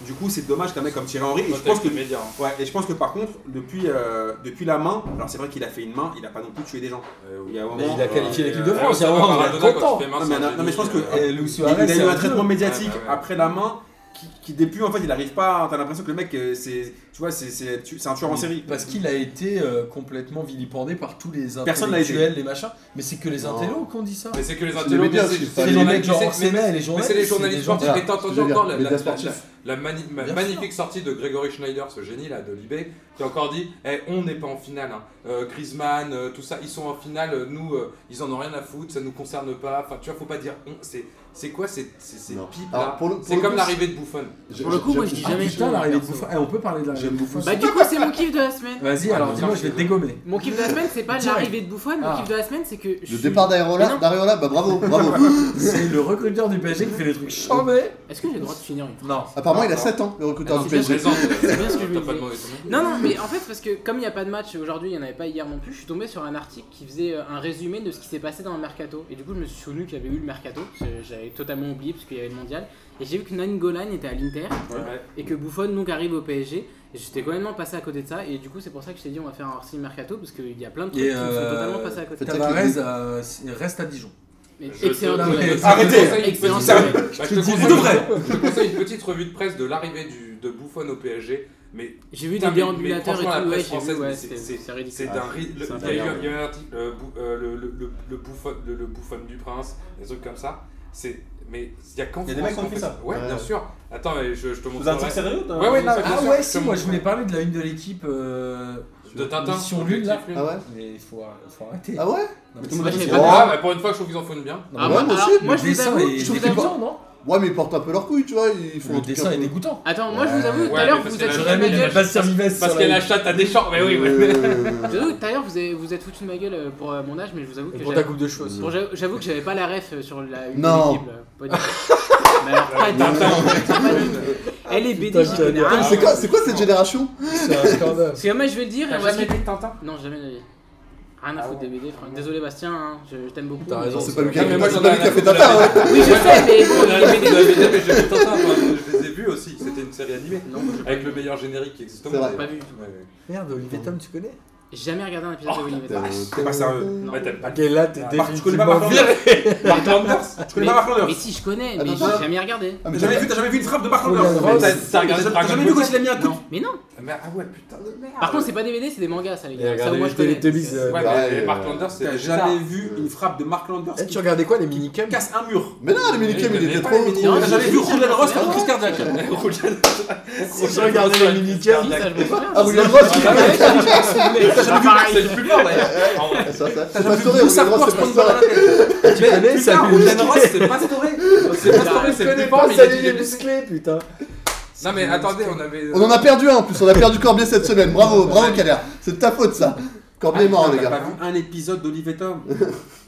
Speaker 5: Du coup, c'est dommage qu'un mec comme Thierry Henry, et je pense que.
Speaker 7: médias. hein.
Speaker 5: Ouais, et je pense que par contre, depuis, euh, depuis la main, alors c'est vrai qu'il a fait une main, il a pas non plus tué des gens. Il y a un
Speaker 2: Mais
Speaker 5: moment,
Speaker 2: il a qualifié
Speaker 5: euh,
Speaker 2: l'équipe de
Speaker 5: euh,
Speaker 2: France, Ah, il y a un moment, il est content.
Speaker 5: Non, mais, non, mais je pense que euh,
Speaker 2: Luis
Speaker 5: il, il
Speaker 2: Suarez,
Speaker 5: a
Speaker 2: c'est
Speaker 5: eu un
Speaker 2: un
Speaker 5: traitement
Speaker 2: dieu.
Speaker 5: médiatique
Speaker 7: Ouais, ouais, ouais.
Speaker 5: après la main qui, qui depuis en fait il arrive pas. T'as l'impression que le mec euh, c'est tu vois c'est c'est tu- c'est un tueur en série.
Speaker 2: Parce qu'il a été euh, complètement vilipendé par tous les
Speaker 5: Personne l'a
Speaker 2: intellectuels, les machins. Mais c'est que les
Speaker 4: Non.
Speaker 2: intellos qui ont dit ça.
Speaker 7: Mais c'est que les
Speaker 4: C'est
Speaker 7: intellos,
Speaker 4: les médias,
Speaker 7: c'est-
Speaker 4: c'est-
Speaker 7: c'est
Speaker 2: C'est
Speaker 4: les
Speaker 2: les
Speaker 7: journalistes,
Speaker 2: mecs genre
Speaker 7: c'est-
Speaker 2: Orsena et les
Speaker 7: Mais
Speaker 2: journalistes.
Speaker 7: c'est les
Speaker 2: des
Speaker 7: journalistes
Speaker 2: gens-
Speaker 7: sportifs,
Speaker 4: voilà,
Speaker 7: mais t'as entendu
Speaker 4: je veux dire,
Speaker 7: encore la,
Speaker 4: les
Speaker 7: la-
Speaker 4: gars
Speaker 7: la-
Speaker 4: sportifs.
Speaker 7: la- la mani- ma-
Speaker 2: Bien
Speaker 7: magnifique sortie de Grégory Schneider, ce génie là de l'IB, qui a encore dit Eh, on n'est pas en finale. hein. Euh, Griezmann, euh, tout ça, ils sont en finale, euh, nous, euh, ils en ont rien à foutre, ça nous concerne pas. Enfin, tu vois, faut pas dire on. C'est c'est quoi ces, ces, ces
Speaker 4: Non.
Speaker 7: pipes
Speaker 4: Alors,
Speaker 7: là
Speaker 4: pour le- pour
Speaker 7: C'est
Speaker 4: le
Speaker 7: comme
Speaker 4: coup,
Speaker 7: l'arrivée de Bouffon.
Speaker 4: J'ai-
Speaker 1: Pour le
Speaker 4: j'ai-
Speaker 1: coup, moi,
Speaker 4: j'ai-
Speaker 1: je dis
Speaker 2: Ah
Speaker 1: jamais-
Speaker 2: putain, l'arrivée de
Speaker 1: Perso.
Speaker 2: Bouffon. Eh, on peut parler de l'arrivée de Bouffon.
Speaker 1: Bah, du coup, c'est mon kiff de la semaine.
Speaker 2: Vas-y, alors dis-moi, je vais te dégommer.
Speaker 1: Mon kiff de la semaine, c'est pas
Speaker 2: Direct.
Speaker 1: l'arrivée de Bouffon. Mon
Speaker 2: Ah.
Speaker 1: kiff de la semaine, c'est que. je
Speaker 4: Le
Speaker 1: suis-
Speaker 4: départ
Speaker 1: Mais
Speaker 4: d'Areola,
Speaker 1: non.
Speaker 4: d'Areola, bah bravo, bravo.
Speaker 2: C'est le recruteur du PSG qui fait des trucs Ah, chambés.
Speaker 4: Bah.
Speaker 1: Est-ce que j'ai le droit de finir une
Speaker 2: Non.
Speaker 4: Apparemment, il a
Speaker 7: Non.
Speaker 4: 7 ans, le recruteur
Speaker 1: Non,
Speaker 4: du
Speaker 1: c'est
Speaker 4: PSG.
Speaker 7: Présente, euh,
Speaker 1: C'est bien ce que je me
Speaker 7: t'as pas
Speaker 1: disais.
Speaker 7: demandé ton avis.
Speaker 1: Non, non, mais en fait, parce que comme il n'y a pas de match aujourd'hui, il n'y en avait pas hier non plus, je suis tombé sur un article qui faisait euh, un résumé de ce qui s'est passé dans le mercato. Et du coup, je me suis souvenu qu'il y avait eu le mercato, parce que j'avais totalement oublié, parce qu'il y avait le mondial. Et j'ai vu que Nangolan était à l'Inter,
Speaker 7: Ouais.
Speaker 1: et que Buffon donc arrive au PSG. Et j'étais complètement passé à côté de ça, et du coup, c'est pour ça que je t'ai dit, on va faire un hors mercato, parce qu'il y a plein de trucs
Speaker 2: Et
Speaker 1: qui me sont
Speaker 2: euh,
Speaker 1: totalement passés à côté de ça.
Speaker 2: Tavares euh, reste à Dijon.
Speaker 1: Mais
Speaker 7: Je te-
Speaker 1: Excellent,
Speaker 2: non, mais-
Speaker 1: excellent,
Speaker 5: Arrêtez
Speaker 1: excellent.
Speaker 7: Excellent.
Speaker 1: excellent.
Speaker 7: Bah,
Speaker 2: te
Speaker 7: je, te
Speaker 2: dis,
Speaker 7: conseille,
Speaker 2: c'est
Speaker 7: je te conseille une petite revue de presse de l'arrivée du- de Bouffon au PSG. Mais
Speaker 1: J'ai vu
Speaker 7: Putain,
Speaker 1: des
Speaker 7: mais-
Speaker 1: déambulateurs
Speaker 7: mais franchement,
Speaker 1: et tout,
Speaker 7: la
Speaker 1: ouais,
Speaker 7: presse
Speaker 1: j'ai vu,
Speaker 7: française,
Speaker 1: ouais,
Speaker 7: mais
Speaker 1: c'était-
Speaker 7: c'est-
Speaker 1: c'est ridicule.
Speaker 7: c'est d'un ri- le-
Speaker 4: c'est
Speaker 7: Il y a eu
Speaker 4: incroyable.
Speaker 7: il y a eu un article, euh, bou- euh, le, le, le, le bouffon, le, le bouffon du prince, des trucs comme ça. C'est, mais il y a quand
Speaker 6: Il y a des mecs qui ont fait ça.
Speaker 7: Ouais,
Speaker 4: Ouais.
Speaker 7: bien sûr. Attends, mais je, je te
Speaker 6: Vous êtes un
Speaker 7: montrerai.
Speaker 6: truc sérieux t'as-
Speaker 7: Ouais, ouais, non,
Speaker 2: Ah
Speaker 7: bien
Speaker 2: ouais,
Speaker 7: sûr,
Speaker 2: si,
Speaker 7: je
Speaker 2: moi
Speaker 7: te
Speaker 2: je voulais parler de la une de l'équipe euh,
Speaker 7: De Tintin.
Speaker 2: Mission Lune là.
Speaker 7: Objectif Lune.
Speaker 4: Ah ouais
Speaker 2: Mais il faut, faut arrêter.
Speaker 4: Ah ouais
Speaker 2: Non,
Speaker 5: Mais
Speaker 2: mais
Speaker 5: tout le monde
Speaker 1: c'est
Speaker 5: a dit-
Speaker 1: vrai,
Speaker 4: Oh.
Speaker 7: Ah, bah, pour une fois, je trouve qu'ils en font une bien.
Speaker 2: Non,
Speaker 1: Ah,
Speaker 2: mais
Speaker 4: ouais,
Speaker 1: moi,
Speaker 4: moi
Speaker 1: alors,
Speaker 4: aussi,
Speaker 1: moi
Speaker 2: le
Speaker 1: je vous
Speaker 2: dessin
Speaker 1: avoue,
Speaker 2: est
Speaker 1: je vous
Speaker 4: dégoûtant.
Speaker 1: avoue-
Speaker 2: dégoûtant, non
Speaker 4: Ouais, mais ils portent un peu leur couille, tu vois. Ils font
Speaker 2: Le
Speaker 4: un truc
Speaker 2: dessin
Speaker 4: un
Speaker 2: est
Speaker 4: peu-
Speaker 2: dégoûtant.
Speaker 1: Attends, moi je vous avoue, tout à
Speaker 7: Ouais,
Speaker 1: l'heure vous
Speaker 7: mais parce
Speaker 1: êtes foutu
Speaker 7: qu'elle a
Speaker 1: de
Speaker 2: J'aurais
Speaker 1: ma
Speaker 2: aimé de la
Speaker 1: gueule.
Speaker 2: Bastien Vives.
Speaker 7: Parce
Speaker 2: sur
Speaker 7: qu'elle
Speaker 2: la-
Speaker 7: achète à des champs. Mais oui, ouais.
Speaker 4: Euh,
Speaker 1: Je vous avoue, tout à l'heure vous êtes- vous êtes foutu de ma gueule euh, pour euh, mon âge, mais je vous avoue que
Speaker 2: Et Pour
Speaker 1: j'avais-
Speaker 2: ta coupe de cheveux aussi.
Speaker 1: bon, j'avoue- j'avoue que j'avais pas la ref euh, sur la une
Speaker 4: Non.
Speaker 1: équipe, là. Pas du tout.
Speaker 7: *laughs*
Speaker 1: Mais alors, pas du
Speaker 7: Tintin,
Speaker 1: tout.
Speaker 7: Objectif
Speaker 1: Pas du
Speaker 7: Lune.
Speaker 1: Elle est BD, j'y
Speaker 2: Putain,
Speaker 1: connais
Speaker 4: Putain,
Speaker 1: rien.
Speaker 4: C'est quoi, c'est quoi cette génération
Speaker 2: C'est un scandale.
Speaker 1: Parce que moi je vais le dire, et
Speaker 7: T'as
Speaker 1: on va
Speaker 7: jamais
Speaker 1: se-
Speaker 7: lu Tintin Ah
Speaker 1: Non, jamais de la vie. Rien à foutre des BD, Franck. Désolé Bastien, hein, je je t'aime beaucoup.
Speaker 2: T'as
Speaker 1: mais-
Speaker 2: raison,
Speaker 4: C'est pas
Speaker 2: vrai.
Speaker 4: Lucas,
Speaker 7: Non, mais
Speaker 4: c'est
Speaker 7: moi,
Speaker 4: pas
Speaker 7: j'en ai
Speaker 4: Lucas qui a
Speaker 7: rien
Speaker 4: fait hein.
Speaker 7: à foutre.
Speaker 4: Tintin, ouais.
Speaker 1: Oui, je sais, mais
Speaker 7: On a les
Speaker 1: bon,
Speaker 4: *laughs*
Speaker 7: BD,
Speaker 2: *laughs*
Speaker 7: on a les BD, mais j'ai vu Tintin. moi, Je les ai vus aussi. C'était une série animée.
Speaker 1: Non, moi, j'ai pas
Speaker 7: Avec
Speaker 1: vu.
Speaker 7: le meilleur générique qui existe au
Speaker 4: C'est
Speaker 7: monde.
Speaker 4: vrai.
Speaker 1: Pas vu.
Speaker 7: Ouais, ouais.
Speaker 2: Merde, Olivier Tom, tu connais
Speaker 1: J'ai jamais regardé un épisode de Olivier Tom.
Speaker 5: C'est pas sérieux.
Speaker 1: Non.
Speaker 7: Oh,
Speaker 3: Bah,
Speaker 7: Ouais, t'aimes pas
Speaker 2: Ok, là, Ah, t'es
Speaker 5: Par contre, tu connais pas Marc
Speaker 2: définitivement
Speaker 5: Flanders
Speaker 7: Mark Landers
Speaker 5: Tu connais pas Marc Flanders
Speaker 1: Mais si, je connais, mais
Speaker 4: Attends,
Speaker 1: j'ai
Speaker 4: ça-
Speaker 1: jamais regardé.
Speaker 4: Ah,
Speaker 5: T'as
Speaker 4: mais
Speaker 5: jamais
Speaker 4: t'as-
Speaker 5: vu- t'as jamais vu une frappe de Marc
Speaker 2: Roland
Speaker 5: Flanders
Speaker 2: Rose.
Speaker 5: T'as- t'as regardé- T'as jamais vu quand il a mis un coup
Speaker 1: Non, mais non.
Speaker 7: Mais ah ouais, putain de merde.
Speaker 1: Par contre, c'est pas des BD, c'est des mangas, ça, les
Speaker 2: Et
Speaker 1: gars. Ça,
Speaker 2: regardez
Speaker 1: moi,
Speaker 2: les
Speaker 1: je connais.
Speaker 2: Teletubbies. euh,
Speaker 7: Ouais,
Speaker 4: Ouais,
Speaker 7: mais
Speaker 4: euh,
Speaker 7: Mark Landers, c'est.
Speaker 5: T'as jamais vu une frappe de Marc Flanders
Speaker 2: Eh,
Speaker 5: qui
Speaker 2: Tu regardais quoi, les minicums
Speaker 5: casse un mur
Speaker 4: Mais non, les minicams,
Speaker 7: Mais
Speaker 4: il
Speaker 7: mais
Speaker 4: était
Speaker 7: pas
Speaker 4: trop.
Speaker 7: les
Speaker 4: trop-
Speaker 1: minicams.
Speaker 5: T'as jamais vu Roulette Ross faire une crise cardiaque
Speaker 3: Bah,
Speaker 2: Je regardais les minicums.
Speaker 1: Si, ça, je me souviens.
Speaker 4: Ah, Roulette Ross, il
Speaker 1: Ah, ouais, ça,
Speaker 5: T'as
Speaker 3: Bah,
Speaker 5: jamais vu Marc-
Speaker 7: C'est le plus fort d'ailleurs.
Speaker 3: *laughs*
Speaker 7: En vrai.
Speaker 4: Ça, ça,
Speaker 5: T'as
Speaker 4: C'est
Speaker 5: jamais
Speaker 4: pas
Speaker 5: vu
Speaker 4: Storé, Roulette
Speaker 5: Moussa Ross
Speaker 4: Ross,
Speaker 5: se
Speaker 4: c'est pas
Speaker 5: prendre dans
Speaker 4: Storé.
Speaker 5: la tête Tu
Speaker 2: connais, ça lui
Speaker 5: Roulette
Speaker 2: musclé.
Speaker 5: Ross, c'est pas Storé C'est pas Storé, c'est le plus fort, mais il a dit
Speaker 2: il
Speaker 5: des
Speaker 2: est
Speaker 5: bêtises.
Speaker 2: musclé, putain.
Speaker 7: Non mais attendez, on avait.
Speaker 5: euh,
Speaker 4: On en a perdu un en plus, on a perdu Corbier cette semaine. Bravo, bravo Calère. C'est de ta faute ça. Corbe
Speaker 5: Ah,
Speaker 4: est mort,
Speaker 5: putain,
Speaker 4: les
Speaker 5: t'as
Speaker 4: gars.
Speaker 5: pas vu un épisode d'Olivier Tom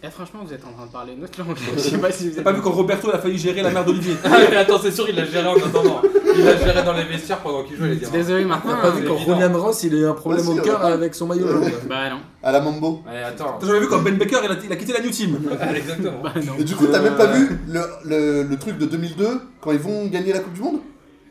Speaker 1: Eh, franchement, vous êtes en train de parler notre langue. Je sais pas si vous *laughs*
Speaker 5: T'as
Speaker 1: êtes.
Speaker 5: pas vu quand Roberto a failli gérer la mère d'Olivier
Speaker 3: Ah, mais attends, c'est sûr, il l'a géré en attendant. Il l'a géré dans les vestiaires pendant qu'il jouait, les gars.
Speaker 1: Désolé,
Speaker 2: On
Speaker 1: Martin.
Speaker 2: n'a pas vu
Speaker 1: hein,
Speaker 2: quand
Speaker 1: mais-
Speaker 2: Ronan Ross il a eu un problème
Speaker 4: Ah, si,
Speaker 2: au cœur
Speaker 4: on a pas-
Speaker 2: avec son maillot jaune.
Speaker 1: Bah non.
Speaker 4: À la Mambo.
Speaker 3: Allez, Ah. attends.
Speaker 5: T'as jamais vu quand Ben Baker il a, il a quitté la New Team
Speaker 3: Exactement.
Speaker 1: Bah non.
Speaker 4: Et du coup, t'as même
Speaker 5: Euh,
Speaker 4: pas vu le, le, le truc de 2002 quand ils vont gagner la Coupe du Monde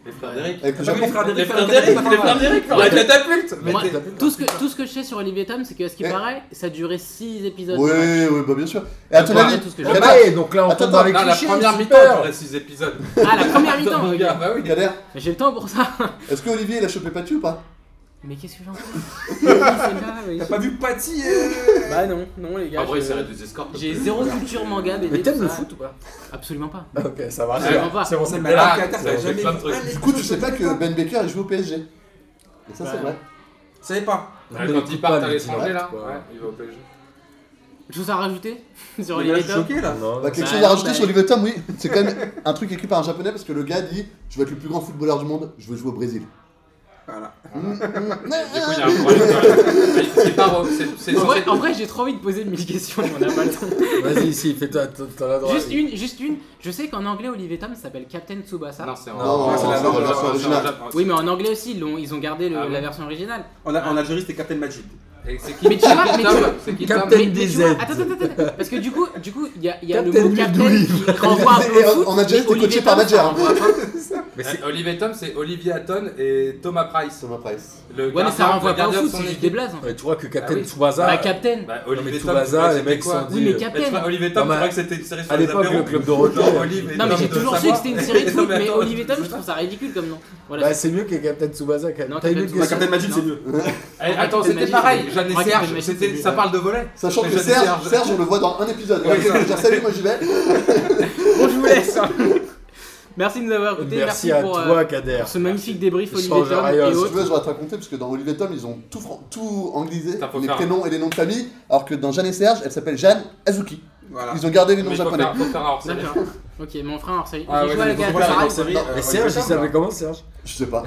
Speaker 3: Les frères d'Eric.
Speaker 4: Avec le
Speaker 5: T'as pas vu les
Speaker 4: Japon
Speaker 5: frères
Speaker 3: Les
Speaker 5: d'Eric faire
Speaker 3: frères
Speaker 5: la catapulte,
Speaker 3: d'Eric,
Speaker 5: la
Speaker 3: les frères
Speaker 5: fin
Speaker 3: d'Eric, par la catapulte Mais
Speaker 1: Moi,
Speaker 3: t'es-
Speaker 1: Bah, tout ce, que, tout ce que je sais sur Olivier Tom, c'est que, à ce qui
Speaker 4: Eh.
Speaker 1: paraît, ça durait 6 épisodes.
Speaker 4: Oui,
Speaker 1: le match.
Speaker 4: oui, bah bien sûr. Et à ton
Speaker 1: Voilà
Speaker 4: avis,
Speaker 1: tout ce que
Speaker 2: Eh
Speaker 1: j'ai.
Speaker 4: Attends,
Speaker 2: bah, eh, donc là on
Speaker 4: attends,
Speaker 2: tombe dans les
Speaker 3: Non, la
Speaker 2: clichés.
Speaker 3: première mi-temps,
Speaker 2: super.
Speaker 3: j'aurais 6 épisodes.
Speaker 1: Ah, la première mi-temps
Speaker 3: Mon
Speaker 1: ok.
Speaker 3: gars, bah oui.
Speaker 4: Kader,
Speaker 1: Mais J'ai le temps pour ça
Speaker 4: est-ce que Olivier il a chopé Patu ou pas
Speaker 1: Mais qu'est-ce que j'en fais Oui, c'est là, oui.
Speaker 5: T'as pas vu Patty
Speaker 1: Bah non, non les gars.
Speaker 3: Après, il
Speaker 1: je-
Speaker 3: s'arrête des escortes.
Speaker 1: J'ai zéro culture manga, BD.
Speaker 2: Mais t'aimes
Speaker 1: tout
Speaker 2: le
Speaker 1: ça.
Speaker 2: foot ou pas
Speaker 1: Absolument pas.
Speaker 2: Ok, ça va.
Speaker 1: Absolument pas.
Speaker 2: C'est bon, c'est
Speaker 5: Mais
Speaker 2: bon.
Speaker 5: alors Qatar, t'as
Speaker 3: c'est
Speaker 5: jamais vu
Speaker 3: plein de trucs.
Speaker 5: un
Speaker 4: Du coup, tu
Speaker 5: épisode
Speaker 4: sais pas
Speaker 5: de
Speaker 4: que
Speaker 5: Qatar.
Speaker 4: Ben Baker il joue au PSG. Et ça, c'est
Speaker 1: Bah,
Speaker 4: vrai.
Speaker 5: Tu savais pas
Speaker 2: Mais
Speaker 3: Ouais, Quand
Speaker 2: écoute
Speaker 3: il
Speaker 2: pas,
Speaker 3: part à
Speaker 2: mais
Speaker 3: l'étranger,
Speaker 2: dis-moi,
Speaker 3: là,
Speaker 2: quoi.
Speaker 3: ouais, il va au PSG.
Speaker 1: Je vous ai rajouté *laughs* sur
Speaker 5: Il est
Speaker 1: Olivier Tom.
Speaker 5: choqué là
Speaker 2: Non,
Speaker 4: Bah, quelque
Speaker 1: Bah,
Speaker 4: chose à rajouter
Speaker 1: bah,
Speaker 4: sur Olivier Tom, oui. C'est quand même un truc écrit par un japonais parce que le gars dit Je veux être le plus grand footballeur du monde, je veux jouer au Brésil. Mm,
Speaker 5: Voilà.
Speaker 3: Du coup, il y a un problème. Mais C'est pas Rome, c'est- c'est
Speaker 1: En vrai,
Speaker 3: censé-
Speaker 1: en vrai, j'ai trop envie de poser mille questions, mais on a pas le temps.
Speaker 2: Vas-y, si, fais-toi, t'en- t'en as droit.
Speaker 1: Juste une, juste une. Je sais qu'en anglais, Olivier Tom s'appelle Captain Tsubasa.
Speaker 3: Non, c'est en-
Speaker 4: Non,
Speaker 3: en-
Speaker 4: non,
Speaker 3: c'est
Speaker 4: non,
Speaker 3: la-
Speaker 4: non,
Speaker 3: en-
Speaker 4: non,
Speaker 3: en-
Speaker 4: c'est
Speaker 3: en-
Speaker 4: original.
Speaker 3: en- en-
Speaker 1: Oui, mais en anglais aussi, ils l'ont- ils ont, gardé le-
Speaker 3: Ah oui.
Speaker 1: la version originale.
Speaker 5: En, en Algérie c'était Captain Majid.
Speaker 3: Et c'est qui
Speaker 1: Mais tu vois, mais tu
Speaker 3: Tom
Speaker 1: vois,
Speaker 3: C'est qui
Speaker 2: Captain
Speaker 3: Tom
Speaker 1: mais- mais tu vois-
Speaker 2: DZ.
Speaker 1: attends, attends, attends, attends, parce que du coup, du coup, il y a, il y a le
Speaker 2: Captain
Speaker 1: mot Captain
Speaker 2: Ludovic.
Speaker 1: qui renvoie un peu
Speaker 4: Et
Speaker 1: au
Speaker 4: en-
Speaker 1: foot,
Speaker 4: en Algérie,
Speaker 1: mais
Speaker 4: t'es coaché
Speaker 1: Olivier
Speaker 4: par
Speaker 1: Tom,
Speaker 4: Nadjer,
Speaker 1: ça
Speaker 4: hein.
Speaker 1: renvoie pas.
Speaker 3: Eh, Olivier Tom, c'est Olivier Hatton et Thomas Price.
Speaker 4: Thomas Price.
Speaker 3: Le
Speaker 1: Ouais, mais ça
Speaker 3: gardien-
Speaker 1: renvoie
Speaker 3: le
Speaker 1: pas au
Speaker 3: gardien de
Speaker 1: foot,
Speaker 3: son
Speaker 1: c'est juste
Speaker 3: équipe.
Speaker 1: des blazes. en fait.
Speaker 2: Ouais, tu vois que Captain
Speaker 3: Ah oui.
Speaker 2: Tsubasa.
Speaker 1: hein. Bah, Captain.
Speaker 3: Bah,
Speaker 2: Non, mais
Speaker 3: Olivier
Speaker 2: tout
Speaker 3: Tom,
Speaker 2: bazar, les
Speaker 3: c'est
Speaker 2: mecs
Speaker 3: quoi
Speaker 2: sont
Speaker 1: Oui, mais
Speaker 2: dit, euh,
Speaker 3: Mais tu vois,
Speaker 1: Captain.
Speaker 3: Olivier Tom,
Speaker 2: Non, mais
Speaker 3: tu crois que c'était une série sur
Speaker 2: à
Speaker 3: les
Speaker 2: l'époque,
Speaker 3: apéros
Speaker 2: le club Dorothée.
Speaker 3: Non, Olive et
Speaker 1: Non, mais
Speaker 3: Tom
Speaker 1: j'ai
Speaker 3: de
Speaker 1: toujours su que
Speaker 3: Savoie.
Speaker 1: c'était une série de
Speaker 3: Non,
Speaker 1: foot, mais
Speaker 3: attends,
Speaker 1: Olivier Tom, je
Speaker 3: sais
Speaker 1: trouve
Speaker 3: pas.
Speaker 1: ça ridicule comme nom. Voilà.
Speaker 2: Bah, c'est mieux que Captain Tsubasa. quand même.
Speaker 1: Non,
Speaker 2: T'as une
Speaker 1: Captain
Speaker 2: autre
Speaker 5: Bah,
Speaker 1: Tsubasa.
Speaker 2: question
Speaker 5: Captain Majid
Speaker 1: Non.
Speaker 5: c'est mieux.
Speaker 3: Eh, Attends,
Speaker 1: Captain
Speaker 3: c'était
Speaker 1: Magic,
Speaker 3: pareil,
Speaker 1: c'est-
Speaker 3: Jeanne et
Speaker 1: Ouais, Captain
Speaker 3: Serge,
Speaker 1: Magic,
Speaker 3: c'était-
Speaker 1: c'est-
Speaker 3: ça parle de volet.
Speaker 4: Sachant
Speaker 3: Mais
Speaker 4: que
Speaker 3: Jeanne et
Speaker 4: Serge, Serge, on le voit dans un épisode.
Speaker 3: Ouais,
Speaker 4: Il va dire Salut, moi j'y vais.
Speaker 1: *laughs* Bon, je vous laisse. Merci de nous avoir écoutés.
Speaker 2: Merci à
Speaker 1: pour, euh,
Speaker 2: toi, Kader.
Speaker 1: pour ce magnifique débrief
Speaker 2: Change
Speaker 1: Olivier Tom
Speaker 2: rien,
Speaker 1: et
Speaker 2: si
Speaker 4: Si
Speaker 1: *laughs*
Speaker 4: tu
Speaker 1: autres.
Speaker 4: veux, je vais te raconter, parce que dans Olivier Tom, ils ont tout, fran- tout anglisé,
Speaker 3: Putain, faut
Speaker 4: les
Speaker 3: faire-
Speaker 4: prénoms et les noms de famille, alors que dans Jeanne et Serge, elle s'appelle Jeanne Azuki.
Speaker 5: Voilà.
Speaker 4: Ils ont gardé les
Speaker 3: Mais
Speaker 4: noms
Speaker 3: il faut
Speaker 4: japonais.
Speaker 3: faire- faut faire un hors-série.
Speaker 1: D'accord. Ok, mon frère hors série.
Speaker 5: Ah
Speaker 1: J'ai
Speaker 5: ouais,
Speaker 1: joué à la
Speaker 5: donc
Speaker 1: gare-
Speaker 5: voilà,
Speaker 1: ça
Speaker 5: dans
Speaker 1: arrive.
Speaker 5: série, euh,
Speaker 2: Et
Speaker 5: Olivier
Speaker 2: Serge, il
Speaker 5: Tom,
Speaker 2: s'appelait
Speaker 5: là.
Speaker 2: comment, Serge
Speaker 4: Je sais pas.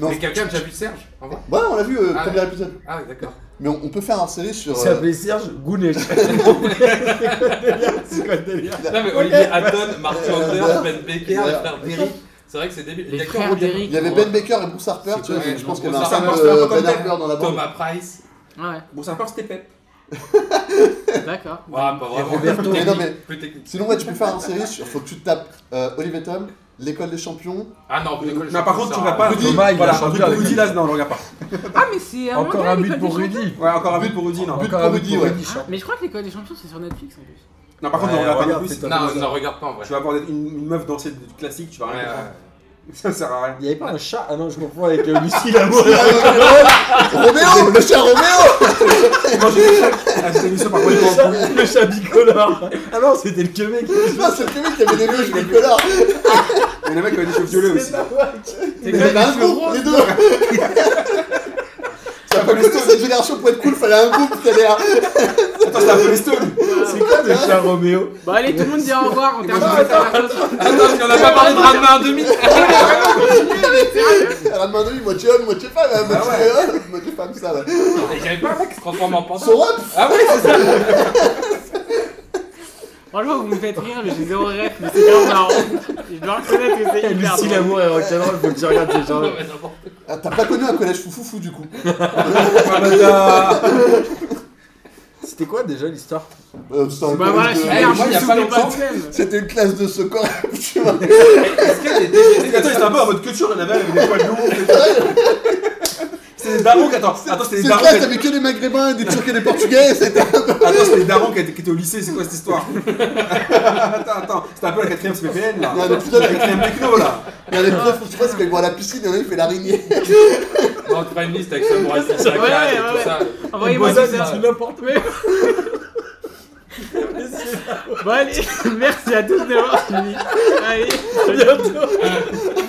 Speaker 4: Non.
Speaker 3: Mais quelqu'un a déjà vu Serge en vrai
Speaker 4: Ouais, on l'a vu, euh,
Speaker 3: Ah,
Speaker 4: premier épisode.
Speaker 3: Ah, oui, d'accord.
Speaker 4: Mais on, on peut faire un série
Speaker 2: Il
Speaker 4: sur... euh,
Speaker 2: s'appelait Serge *laughs* Gounet. C'est quoi le délire C'est quoi le délire
Speaker 3: Non, mais Olivier Hatton, Martin
Speaker 4: Euh,
Speaker 3: Anders,
Speaker 4: *laughs* voilà.
Speaker 3: Ben Baker, les
Speaker 4: Voilà.
Speaker 3: frères d'Eric. C'est vrai que c'est débile. Il y
Speaker 1: Les
Speaker 3: a que
Speaker 1: frères
Speaker 3: Olivier-
Speaker 1: d'Eric.
Speaker 4: Il y avait
Speaker 1: quoi.
Speaker 4: Ben Baker et Bruce Harper, tu vois,
Speaker 3: ouais,
Speaker 4: je pense
Speaker 3: non,
Speaker 4: qu'il y avait un
Speaker 3: Bruce
Speaker 4: certain
Speaker 5: Harper,
Speaker 4: euh,
Speaker 5: c'est un peu
Speaker 4: Ben
Speaker 5: comme
Speaker 4: Harper dans la bande.
Speaker 3: Thomas Price.
Speaker 5: Bon ça part c'était Pep.
Speaker 1: Ouais, Ah d'accord.
Speaker 3: Ah, pas vraiment.
Speaker 2: Roberto.
Speaker 4: Mais non, mais-
Speaker 3: Plus technique.
Speaker 4: Sinon, ouais, tu peux faire un série sur... Faut que tu tapes euh, Olivier Tom, l'école des champions.
Speaker 3: Ah non, plus
Speaker 5: Non par contre tu vas pas.
Speaker 2: Rudy, Thomas, il
Speaker 5: voilà,
Speaker 2: a changé
Speaker 5: Rudy,
Speaker 2: avec
Speaker 5: Rudy
Speaker 2: la-
Speaker 5: là non on le regarde pas.
Speaker 1: Ah, mais c'est un
Speaker 2: Encore
Speaker 1: manga,
Speaker 2: un but
Speaker 1: l'école
Speaker 2: pour
Speaker 1: des champions.
Speaker 2: Rudy.
Speaker 5: Ouais encore un but pour Rudy non.
Speaker 4: but
Speaker 2: Encore
Speaker 4: pour
Speaker 2: un but
Speaker 4: Rudy,
Speaker 2: pour
Speaker 4: ouais.
Speaker 2: Rudy.
Speaker 1: Ah, mais je crois que l'école des champions, c'est sur Netflix en plus.
Speaker 5: Non par contre on
Speaker 2: Ouais,
Speaker 5: le regarde pas
Speaker 2: regarde,
Speaker 5: non plus.
Speaker 2: c'est
Speaker 3: Non,
Speaker 2: Thomas.
Speaker 3: ne regarde pas en vrai.
Speaker 5: Tu vas avoir une, une meuf danser du classique, tu vas rien
Speaker 3: Ouais,
Speaker 5: comprendre.
Speaker 3: ouais.
Speaker 5: *laughs* Ça sert à rien.
Speaker 2: Il y avait pas un chat Ah non, je confonds avec euh, *laughs* Lucie Lamour.
Speaker 4: Roméo Le chat Roméo
Speaker 5: Moi j'ai vu ça. Ah, cette émission par contre. elle est en-
Speaker 2: Le chat bicolore. Ah non, c'était le Québec.
Speaker 4: *laughs* Non, c'est le Québec qui avait des bleus, je me colore
Speaker 5: Mais le mec avait des cheveux violets aussi.
Speaker 4: Il y avait un groupe, les
Speaker 3: *laughs*
Speaker 4: deux Ça pas que cette génération pour être cool, fallait un groupe qui a l'air.
Speaker 5: Attends c'est un peu les Stones.
Speaker 2: C'est quoi le chat Roméo
Speaker 1: Bon, Bah, allez, tout le monde dit au revoir. On *laughs* termine
Speaker 5: moi,
Speaker 1: sur la chose.
Speaker 3: Attends, parce qu'on *laughs* a pas parlé de Ranma en demi.
Speaker 4: Elle a demandé moitié homme, moitié femme, hein,
Speaker 3: Ah
Speaker 4: moitié homme, moitié femme, ça là.
Speaker 3: Il y avait pas un mec qui se transforme en pantin. *laughs*
Speaker 4: Son homme
Speaker 3: Ah oui, c'est ça.
Speaker 1: Franchement, vous me faites rire, mais j'ai zéro ref, mais c'est grave marrant. Je dois reconnaître que c'est hyper
Speaker 2: Eh, Lucie
Speaker 1: drôle.
Speaker 2: Lamour et Rock'n'Roll, faut que tu regardes ces gens-là.
Speaker 3: Ouais, n'importe quoi.
Speaker 4: Ah, T'as pas connu un collège foufoufou du coup
Speaker 5: Ah, bâtard.
Speaker 2: C'était quoi déjà l'histoire
Speaker 4: Euh, c'était un
Speaker 1: Bah voilà,
Speaker 4: collège de-
Speaker 1: super,
Speaker 3: moi, il y
Speaker 1: je
Speaker 3: a pas
Speaker 1: souffle pas
Speaker 3: longtemps.
Speaker 1: de même.
Speaker 4: C'était une classe de secours, *laughs* tu vois.
Speaker 3: Est-ce qu'elle est décédée
Speaker 5: Attends, c'était un peu en mode culture, il y en avait avec des poils longs. des poils- C'était des darons, qui- attends, attends, c'était des
Speaker 4: Cette
Speaker 5: darons,
Speaker 4: classe,
Speaker 5: qui-
Speaker 4: t'avais que des maghrébins, des turcs et des portugais, c'était.
Speaker 5: attends, c'était des darons qui étaient qui étaient au lycée, c'est quoi cette histoire *laughs* Attends, attends, c'était un peu la quatrième CPPN là.
Speaker 4: Il y a un épisode
Speaker 5: La
Speaker 4: avec-
Speaker 5: quatrième techno là.
Speaker 4: Il y a des profs, je sais pas, c'est quand ils vont à la piscine, il y en a, il fait l'araignée.
Speaker 3: Dans le prime list avec Samurai Six,
Speaker 1: Ouais,
Speaker 3: Black Hat
Speaker 1: ouais,
Speaker 3: et tout
Speaker 1: ouais.
Speaker 3: ça.
Speaker 1: Envoyez-moi tout ça.
Speaker 2: n'importe quoi.
Speaker 1: *laughs* Bon, allez, merci à tous d'avoir suivi. Allez, à bientôt.